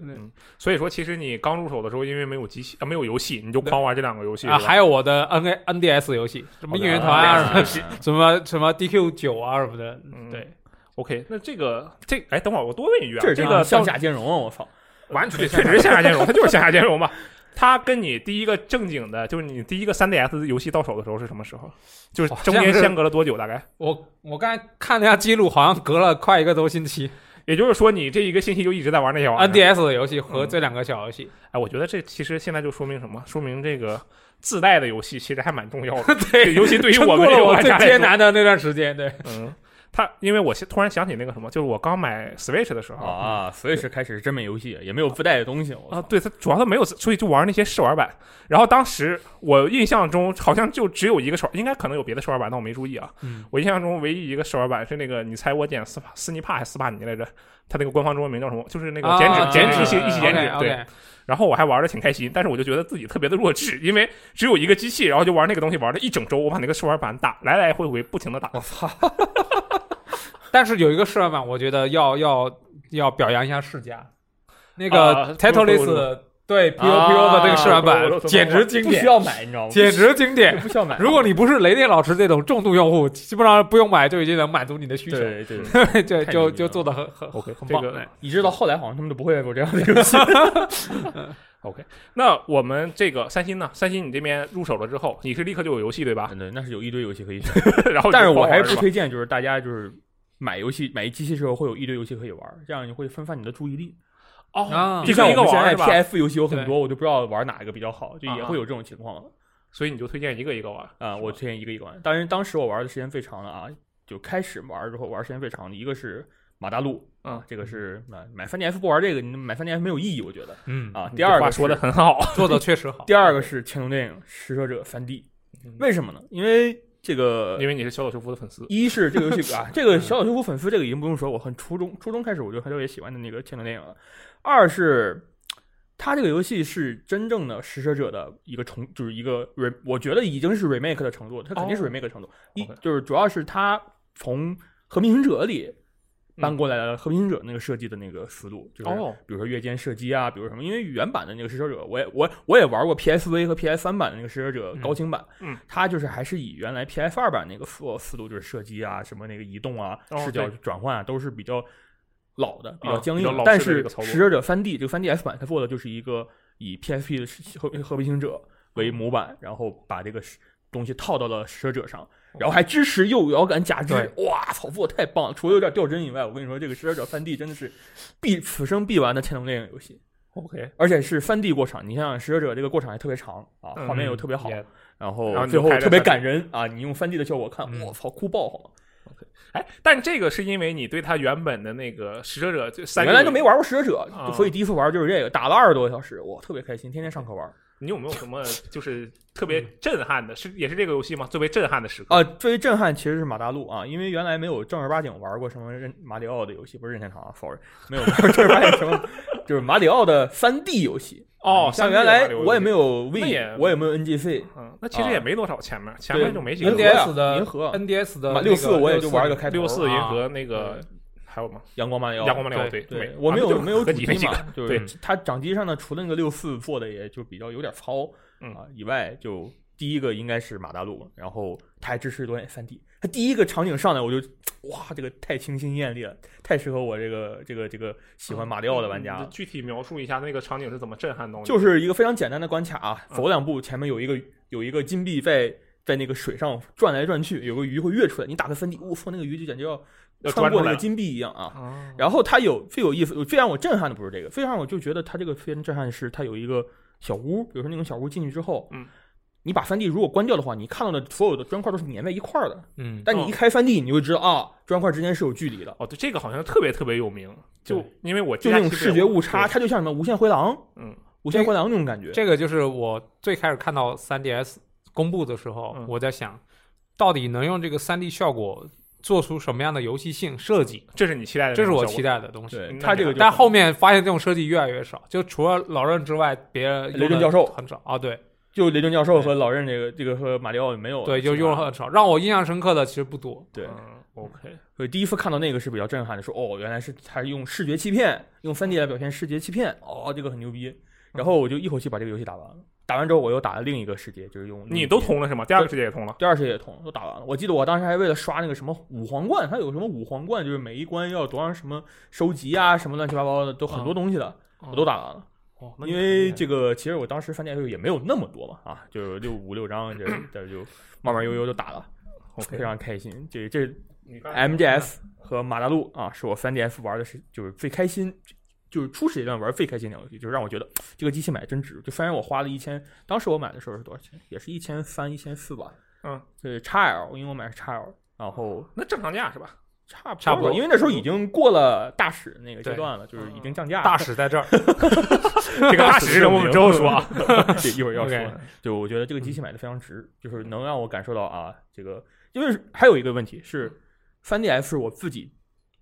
[SPEAKER 1] 所以说，其实你刚入手的时候，因为没有机器啊，没有游戏，你就狂玩这两个游戏
[SPEAKER 3] 啊，
[SPEAKER 1] 是吧
[SPEAKER 3] 还有我的 N A N D S 游戏，什么应援团啊，
[SPEAKER 2] 啊
[SPEAKER 3] 什么什么 D Q 九啊什么的，
[SPEAKER 1] 嗯
[SPEAKER 3] 对，
[SPEAKER 1] OK，那这个这哎，等会儿我多问一句啊，
[SPEAKER 2] 这
[SPEAKER 1] 这
[SPEAKER 2] 是
[SPEAKER 1] 个
[SPEAKER 2] 向
[SPEAKER 1] 到
[SPEAKER 2] 下兼容，啊我操！
[SPEAKER 3] 完全
[SPEAKER 1] 对，确实是向下兼容，它就是向下兼容嘛。它跟你第一个正经的，就是你第一个 3DS 游戏到手的时候是什么时候？就是
[SPEAKER 3] 哇
[SPEAKER 1] 中
[SPEAKER 3] 这样
[SPEAKER 1] 间
[SPEAKER 3] 是
[SPEAKER 1] 相隔了多久？大概，
[SPEAKER 3] 我我刚才看了一下记录，好像隔了快一个多星期
[SPEAKER 1] 也就是说，你这一个星期就一直在玩那些玩意儿
[SPEAKER 3] N D S 的游戏和
[SPEAKER 1] 嗯
[SPEAKER 3] 这两个小游戏，
[SPEAKER 1] 哎，我觉得这其实现在就说明什么？说明这个自带的游戏其实还蛮重要的，
[SPEAKER 3] *laughs* 对，
[SPEAKER 1] 尤其对于
[SPEAKER 3] 撑
[SPEAKER 1] 哎我
[SPEAKER 3] 过
[SPEAKER 1] 们这
[SPEAKER 3] 了
[SPEAKER 1] 种
[SPEAKER 3] 我
[SPEAKER 1] 玩
[SPEAKER 3] 最
[SPEAKER 1] 家来
[SPEAKER 3] 艰
[SPEAKER 1] 说。
[SPEAKER 3] 难的那段时间，对。
[SPEAKER 1] 嗯，它因为我现突然想起那个什么，就是我刚买 Switch 的时候
[SPEAKER 2] 啊，所以是开始是真没游戏，也没有自带的东西，我
[SPEAKER 1] 啊，
[SPEAKER 2] 操！
[SPEAKER 1] 对，它主要它没有，所以就玩那些试玩版。然后当时我印象中好像就只有一个手，应该可能有别的试玩版，但我没注意啊。
[SPEAKER 3] 嗯
[SPEAKER 1] 我印象中唯一一个试玩版是那个，你猜我点斯帕斯尼帕还是斯帕尼来着？它那个官方中文名叫什么？就是那个减脂、
[SPEAKER 3] 啊
[SPEAKER 1] 减脂一
[SPEAKER 2] 啊
[SPEAKER 1] 起一起减脂
[SPEAKER 3] OK，OK
[SPEAKER 1] 对。然后我还玩的挺开心，但是我就觉得自己特别的弱智，因为只有一个机器，然后就玩那个东西玩了一整周，我把那个试玩版打来来回回不停的打。
[SPEAKER 3] 但是有一个试玩版，我觉得要要要表扬一下世嘉，那
[SPEAKER 1] 啊
[SPEAKER 3] 个 Titleist 对 P O P O 的这个试玩
[SPEAKER 1] 啊
[SPEAKER 3] 版
[SPEAKER 1] 我都
[SPEAKER 3] 简直经
[SPEAKER 2] 不需
[SPEAKER 3] 典，
[SPEAKER 2] 要买，你知道吗？
[SPEAKER 3] 简直经典。
[SPEAKER 2] 不需要买。啊
[SPEAKER 3] 如果你不是雷电老师这种重度用户，基本上不用买就已经能满足你的需求，
[SPEAKER 2] 对
[SPEAKER 3] 对， *laughs*
[SPEAKER 2] 对， *laughs*
[SPEAKER 3] 就
[SPEAKER 2] 太
[SPEAKER 3] 就
[SPEAKER 2] 牛逼
[SPEAKER 3] 就
[SPEAKER 2] 了
[SPEAKER 3] 做的很很
[SPEAKER 1] OK，
[SPEAKER 3] 很
[SPEAKER 1] 这
[SPEAKER 3] 棒。
[SPEAKER 1] 个
[SPEAKER 2] 以致到后来好像他们都不会做这样的游戏。
[SPEAKER 1] OK。那我们这个三星呢？三星你这边入手了之后，你是立刻就有游戏对吧？
[SPEAKER 2] *laughs* 对，那是有一堆游戏可以选，
[SPEAKER 1] *laughs* 然后你就
[SPEAKER 2] 嗯但是
[SPEAKER 1] 狂
[SPEAKER 2] 我
[SPEAKER 1] 玩
[SPEAKER 2] 还是
[SPEAKER 1] 吧
[SPEAKER 2] 不推荐，就是大家就是买游戏买一机器之后会有一堆游戏可以玩，这样你会分散你的注意力。
[SPEAKER 1] 哦
[SPEAKER 3] 啊，
[SPEAKER 1] 一
[SPEAKER 2] 就像
[SPEAKER 1] 个一
[SPEAKER 2] 我
[SPEAKER 1] 个
[SPEAKER 2] 们现
[SPEAKER 1] 玩
[SPEAKER 2] 在
[SPEAKER 1] 是吧？
[SPEAKER 2] TF 游戏有很
[SPEAKER 3] 对
[SPEAKER 2] 多，我就不知道玩哪一个比较好，就也
[SPEAKER 1] 啊
[SPEAKER 2] 会有这种情况了。
[SPEAKER 1] 所以你就推荐一个一个玩。
[SPEAKER 2] 啊，我推荐一个一个玩。当然，当时我玩的时间最长的啊，就开始玩之后玩时间最长的，一个是马大陆
[SPEAKER 1] 嗯
[SPEAKER 2] 啊，这个是买买三 DS 不玩这个，你买三 DS 没有意义，我觉得
[SPEAKER 3] 嗯，
[SPEAKER 2] 啊。
[SPEAKER 1] 你
[SPEAKER 2] 第
[SPEAKER 1] 这
[SPEAKER 2] 二
[SPEAKER 1] 话
[SPEAKER 2] 个
[SPEAKER 1] 说的
[SPEAKER 2] 是
[SPEAKER 1] 很好，
[SPEAKER 3] 做的确实好。
[SPEAKER 2] 第二个是乾隆电影《食蛇者三 D
[SPEAKER 1] 嗯》，
[SPEAKER 2] 为什么呢？因为这个
[SPEAKER 1] 因为你是小岛秀夫的粉
[SPEAKER 2] *laughs*
[SPEAKER 1] 丝。
[SPEAKER 2] 一是这个游戏啊，这个
[SPEAKER 1] 嗯
[SPEAKER 2] 小岛秀夫粉丝这个已经不用说，我很初中初中开始我就特别喜欢的那个《天龙电影》了。二是它这个游戏是真正的《食蛇者》的一个重，就是一个 re，我觉得已经是 remake 的程度，它肯定是
[SPEAKER 1] 哦
[SPEAKER 2] remake 的程度。一
[SPEAKER 1] OK
[SPEAKER 2] 就是主要是它从《和平行者》里搬过来了，《和平行者》那个设计的那个思路，就是
[SPEAKER 1] 嗯哦
[SPEAKER 2] 比如说月间射击啊，比如什么，因为原版的那个《食蛇者》，我也我我也玩过 PSV 和 PS 三版的那个《食蛇者》高清版，
[SPEAKER 1] 嗯嗯
[SPEAKER 2] 它就是还是以原来 PS 二版那个思思路，就是射击啊，什么那个移动啊、
[SPEAKER 1] 哦
[SPEAKER 2] 视角
[SPEAKER 1] 对
[SPEAKER 2] 转换啊，都是比较老的、比较
[SPEAKER 1] 啊
[SPEAKER 2] 僵
[SPEAKER 1] 比
[SPEAKER 2] 硬
[SPEAKER 1] 较
[SPEAKER 2] 的。
[SPEAKER 1] 老
[SPEAKER 2] 但
[SPEAKER 1] 式的这
[SPEAKER 2] 是
[SPEAKER 1] 个操
[SPEAKER 2] 《
[SPEAKER 1] 作
[SPEAKER 2] 食蛇者三 D》这个三 DS 版，它做的就是一个以 PSP 的和和平行者
[SPEAKER 1] 嗯
[SPEAKER 2] 为模板，然后把这个是东西套到了《食蛇者》
[SPEAKER 1] 哦
[SPEAKER 2] 上。然后还支持右摇杆假肢，哇操，做的太棒了！除了有点掉帧以外，我跟你说，这个《食蛇者三 D》真的是必此生必玩的《天龙电影》游戏。
[SPEAKER 1] OK，
[SPEAKER 2] 而且是翻地过场。你想想，《使者者》这个过场还特别长啊，画
[SPEAKER 3] 嗯
[SPEAKER 2] 面又特别好，
[SPEAKER 1] 嗯也
[SPEAKER 2] 然
[SPEAKER 1] 然后
[SPEAKER 2] 后
[SPEAKER 1] 你
[SPEAKER 2] 最
[SPEAKER 1] 就
[SPEAKER 2] 后
[SPEAKER 1] 开着
[SPEAKER 2] 特别
[SPEAKER 1] 它
[SPEAKER 2] 感人啊！你用翻地的效果看，
[SPEAKER 1] 嗯
[SPEAKER 2] 我操，哭爆好吗？
[SPEAKER 1] 哎，但这个是因为你对他原本的那个使者者这三个
[SPEAKER 2] 原来就没玩过《使者者
[SPEAKER 1] 啊》，
[SPEAKER 2] 所以第一次玩就是这个，打了二十多个小时，我特别开心，天天上课玩。
[SPEAKER 1] 你有没有什么就是特别震撼的？是也是这个游戏吗？最为震撼的时刻
[SPEAKER 2] 啊，最震撼其实是马大陆啊，因为原来没有正儿八经玩过什么任马里奥的游戏，不是任天堂啊，sorry，没有玩过正儿八经什么， *laughs* 就是马里奥的三 D 游
[SPEAKER 3] 啊
[SPEAKER 2] 戏。
[SPEAKER 1] 哦，
[SPEAKER 2] 像
[SPEAKER 1] 3D 的
[SPEAKER 2] 原来
[SPEAKER 1] 马里奥
[SPEAKER 2] 我
[SPEAKER 1] 游
[SPEAKER 2] 也
[SPEAKER 1] 戏
[SPEAKER 2] 没有
[SPEAKER 1] 那也
[SPEAKER 2] V，我也没有 NGC，
[SPEAKER 1] 嗯，那其实
[SPEAKER 2] 啊
[SPEAKER 1] 也没多少，前面前面就没几个
[SPEAKER 2] 对银河呀
[SPEAKER 3] NDS 的
[SPEAKER 2] 银河
[SPEAKER 3] NDS 的那
[SPEAKER 2] 马
[SPEAKER 3] 个
[SPEAKER 2] 六四我也就玩个
[SPEAKER 3] 64
[SPEAKER 2] 开头。
[SPEAKER 1] 呃六四银
[SPEAKER 3] 啊
[SPEAKER 1] 河那个还有吗？
[SPEAKER 2] 阳光马里奥，
[SPEAKER 1] 阳光马里奥
[SPEAKER 3] 对
[SPEAKER 1] 对
[SPEAKER 2] 对，我没有没有主
[SPEAKER 1] 几那
[SPEAKER 2] 机
[SPEAKER 1] 几
[SPEAKER 2] 嘛
[SPEAKER 1] 个，
[SPEAKER 2] 就
[SPEAKER 1] 对
[SPEAKER 2] 是它掌机上呢，除了那个六四做的也就比较有点糙
[SPEAKER 1] 嗯
[SPEAKER 2] 啊以外，就第一个应该是马大陆，然后它还支持裸眼三 D。它第一个场景上来我就哇，这个太清新艳丽了，太适合我这个这个这个喜欢马里奥的玩家
[SPEAKER 1] 嗯
[SPEAKER 2] 了。
[SPEAKER 1] 具体描述一下那个场景是怎么震撼到你？
[SPEAKER 2] 就是一个非常简单的关卡、啊，
[SPEAKER 1] 嗯
[SPEAKER 2] 走两步，前面有一个有一个金币在在那个水上转来转去，有个鱼会跃出来，你打开三 D，我操，那个鱼就简直要
[SPEAKER 1] 要
[SPEAKER 2] 穿
[SPEAKER 1] 钻出来
[SPEAKER 2] 过那个
[SPEAKER 1] 了
[SPEAKER 2] 金币一样啊！
[SPEAKER 1] 啊，
[SPEAKER 2] 然后它有最有意思，最让我震撼的不是这个，最让我就觉得它这个非常震撼是它有一个小屋，比如说那种小屋进去之后，
[SPEAKER 1] 嗯，
[SPEAKER 2] 你把三 D 如果关掉的话，你看到的所有的砖块都是粘在一块儿的，
[SPEAKER 3] 嗯，
[SPEAKER 2] 但你一开三 D，你就会知道啊，砖块之间是有距离的，
[SPEAKER 1] 哦，对，这个好像特别特别有名，就
[SPEAKER 2] 对
[SPEAKER 1] 因为我
[SPEAKER 2] 就那种视觉误差，
[SPEAKER 1] 对
[SPEAKER 2] 它就像什么无限回廊，
[SPEAKER 1] 嗯，
[SPEAKER 2] 无限回廊那种感觉。
[SPEAKER 3] 这个就是我最开始看到 3DS 公布的时候，
[SPEAKER 1] 嗯
[SPEAKER 3] 我在想，到底能用这个 3D 效果做出什么样的游戏性设计？
[SPEAKER 1] 这是你期待
[SPEAKER 2] 哎
[SPEAKER 1] 的，
[SPEAKER 3] 这是我期。待的东西。
[SPEAKER 2] 对
[SPEAKER 1] 嗯
[SPEAKER 2] 它这个就
[SPEAKER 3] 但后面发现这种设计越来越少，就除了老任之外，别人
[SPEAKER 2] 雷震教授
[SPEAKER 3] 很少啊，对
[SPEAKER 2] 就雷震教授和老任这个这个和马里奥也没有
[SPEAKER 3] 对，就用了很少。让我印象深刻的其实不多，
[SPEAKER 2] 对，
[SPEAKER 1] 嗯，OK，
[SPEAKER 2] 所以第一次看到那个是比较震撼的，说哦，原来是他用视觉欺骗，用三 D 来表现视觉欺骗，哦，这个很牛逼。然后我就一口气把这个游戏打完了，打完之后我又打了另一个世界，就是用
[SPEAKER 1] 你都，通了是吗？第二个世界也通了，
[SPEAKER 2] 第二世界也通了，都打完了。我记得我当时还为了刷那个什么五皇冠，它有什么五皇冠，就是每一关要多少什么收集啊，什么乱七八糟的，都很多东西的，我都打完了。
[SPEAKER 1] 哦，嗯那你
[SPEAKER 2] 因为这个其实我当时翻 D 也没有那么多嘛，啊，就六五六张，这这就慢慢悠悠就打了，非
[SPEAKER 1] OK，
[SPEAKER 2] 常开心。这这
[SPEAKER 1] 你刚才
[SPEAKER 2] MGS 和马大陆啊，是我 3DS 玩的是就是最开心，就是初始阶段玩最开心的游戏，就是让我觉得这个机器买真值。就虽然我花了一千，当时我买的时候是多少钱？也是一千三、一千四吧。
[SPEAKER 1] 嗯，
[SPEAKER 2] 对，XL，因为我买的是 XL，然后
[SPEAKER 1] 那正常价是吧？
[SPEAKER 2] 差
[SPEAKER 3] 差不
[SPEAKER 2] 不
[SPEAKER 3] 多
[SPEAKER 2] 因为那时候已经过了大使那个阶
[SPEAKER 3] 对
[SPEAKER 2] 段了，就是已经降价了。
[SPEAKER 3] 大使在这儿，
[SPEAKER 1] *laughs* 这个大使人我们之后说啊。
[SPEAKER 2] *laughs* 这一会儿要说
[SPEAKER 3] OK。
[SPEAKER 2] 就我觉得这个机器买的非常值，就是能让我感受到啊，这个因为还有一个问题
[SPEAKER 1] 嗯
[SPEAKER 2] 是，3DS 是我自己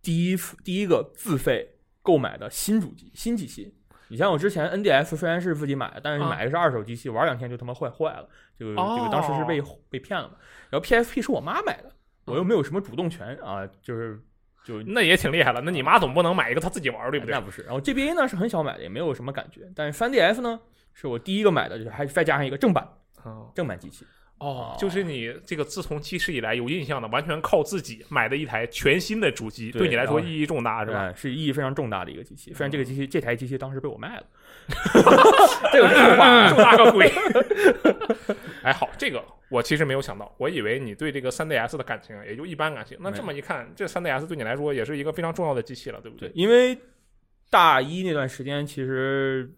[SPEAKER 2] 第一次第一个自费购买的新主机新机器。你像我之前 NDS 虽然是自己买的，但是
[SPEAKER 1] 啊
[SPEAKER 2] 买的是二手机器，玩两天就他妈坏坏了。这个
[SPEAKER 1] 哦
[SPEAKER 2] 这个当时是被被骗了嘛。然后 PSP 是我妈买的，我又没有什么主动权啊，就是就
[SPEAKER 1] 那也挺厉害了。那你妈总不能买一个她自己玩儿对不对
[SPEAKER 2] 那？不是。然后 GBA 呢是很小买的，也没有什么感觉。但是 3DS 呢是我第一个买的，就是还再加上一个正版
[SPEAKER 1] 哦
[SPEAKER 2] 正版机器。
[SPEAKER 1] 哦，就是你这个自从记事以来有印象的，完全靠自己买的一台全新的主机，
[SPEAKER 2] 对
[SPEAKER 1] 对你来说
[SPEAKER 2] 然后
[SPEAKER 1] 意义重大是吧？
[SPEAKER 2] 嗯是意义非常重大的一个机器。虽然这个机器，
[SPEAKER 1] 哦
[SPEAKER 2] 这台机器当时被我卖了， *laughs* 这个是
[SPEAKER 1] *laughs*
[SPEAKER 2] 后话。
[SPEAKER 1] 重大个鬼！哎，好，这个我其实没有想到，我以为你对这个 3DS 的感情啊也就一般感情。那这么一看，这 3DS 对你来说也是一个非常重要的机器了，对不
[SPEAKER 2] 对，？因为大一那段时间，其实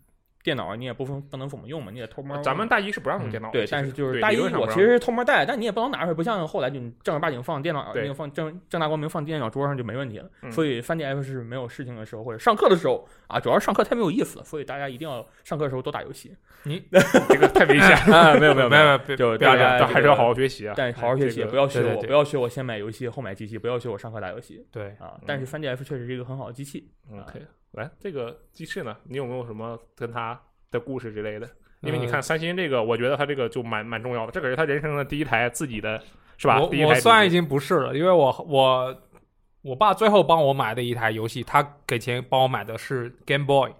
[SPEAKER 2] 电脑你也不分不能怎么用嘛，你也偷摸玩。
[SPEAKER 1] 咱们大一是不让用
[SPEAKER 3] 哦
[SPEAKER 1] 电脑的，
[SPEAKER 2] 嗯对，
[SPEAKER 1] 其实
[SPEAKER 2] 但是就是
[SPEAKER 1] 对
[SPEAKER 2] 大一
[SPEAKER 1] 理论上
[SPEAKER 2] 我
[SPEAKER 1] 不
[SPEAKER 2] 其
[SPEAKER 1] 让
[SPEAKER 2] 实是偷摸带，但你也不能拿出来，不像后来就你正儿八经放电脑，
[SPEAKER 1] 对
[SPEAKER 2] 那个放正正大光明放电脑桌上就没问题了。
[SPEAKER 1] 嗯
[SPEAKER 2] 所以 3DS 是没有事情的时候或者上课的时候啊，主要是上课太没有意思了，所以大家一定要上课的时候多打游戏。
[SPEAKER 1] 这个太危险了，
[SPEAKER 2] *laughs* 啊，没有没
[SPEAKER 3] 没
[SPEAKER 2] 有
[SPEAKER 3] 有没有，别
[SPEAKER 1] *laughs*
[SPEAKER 2] 就
[SPEAKER 1] 不要这样，
[SPEAKER 2] 大家
[SPEAKER 1] 但还是要好好学习啊。
[SPEAKER 2] 但好好学习，
[SPEAKER 1] 这个
[SPEAKER 2] 不要学
[SPEAKER 3] 对对
[SPEAKER 2] 我，
[SPEAKER 3] 对
[SPEAKER 2] 不要学我先买游戏后买机器，不要学我上课打游戏
[SPEAKER 3] 对，嗯
[SPEAKER 2] 啊。但是 3DS 确实是一个很好的机器，
[SPEAKER 1] OK，来啊这个鸡翅呢，你有没有什么跟他的故事之类的？因为你看三星这个，我觉得他这个就蛮蛮重要的，这可是他人生的第一台自己的，是吧？
[SPEAKER 3] 我
[SPEAKER 1] 第一台
[SPEAKER 3] 我
[SPEAKER 1] 主机
[SPEAKER 3] 虽然已经不是了，因为我我我爸最后帮我买的一台游戏，他给钱帮我买的是 Game Boy。嗯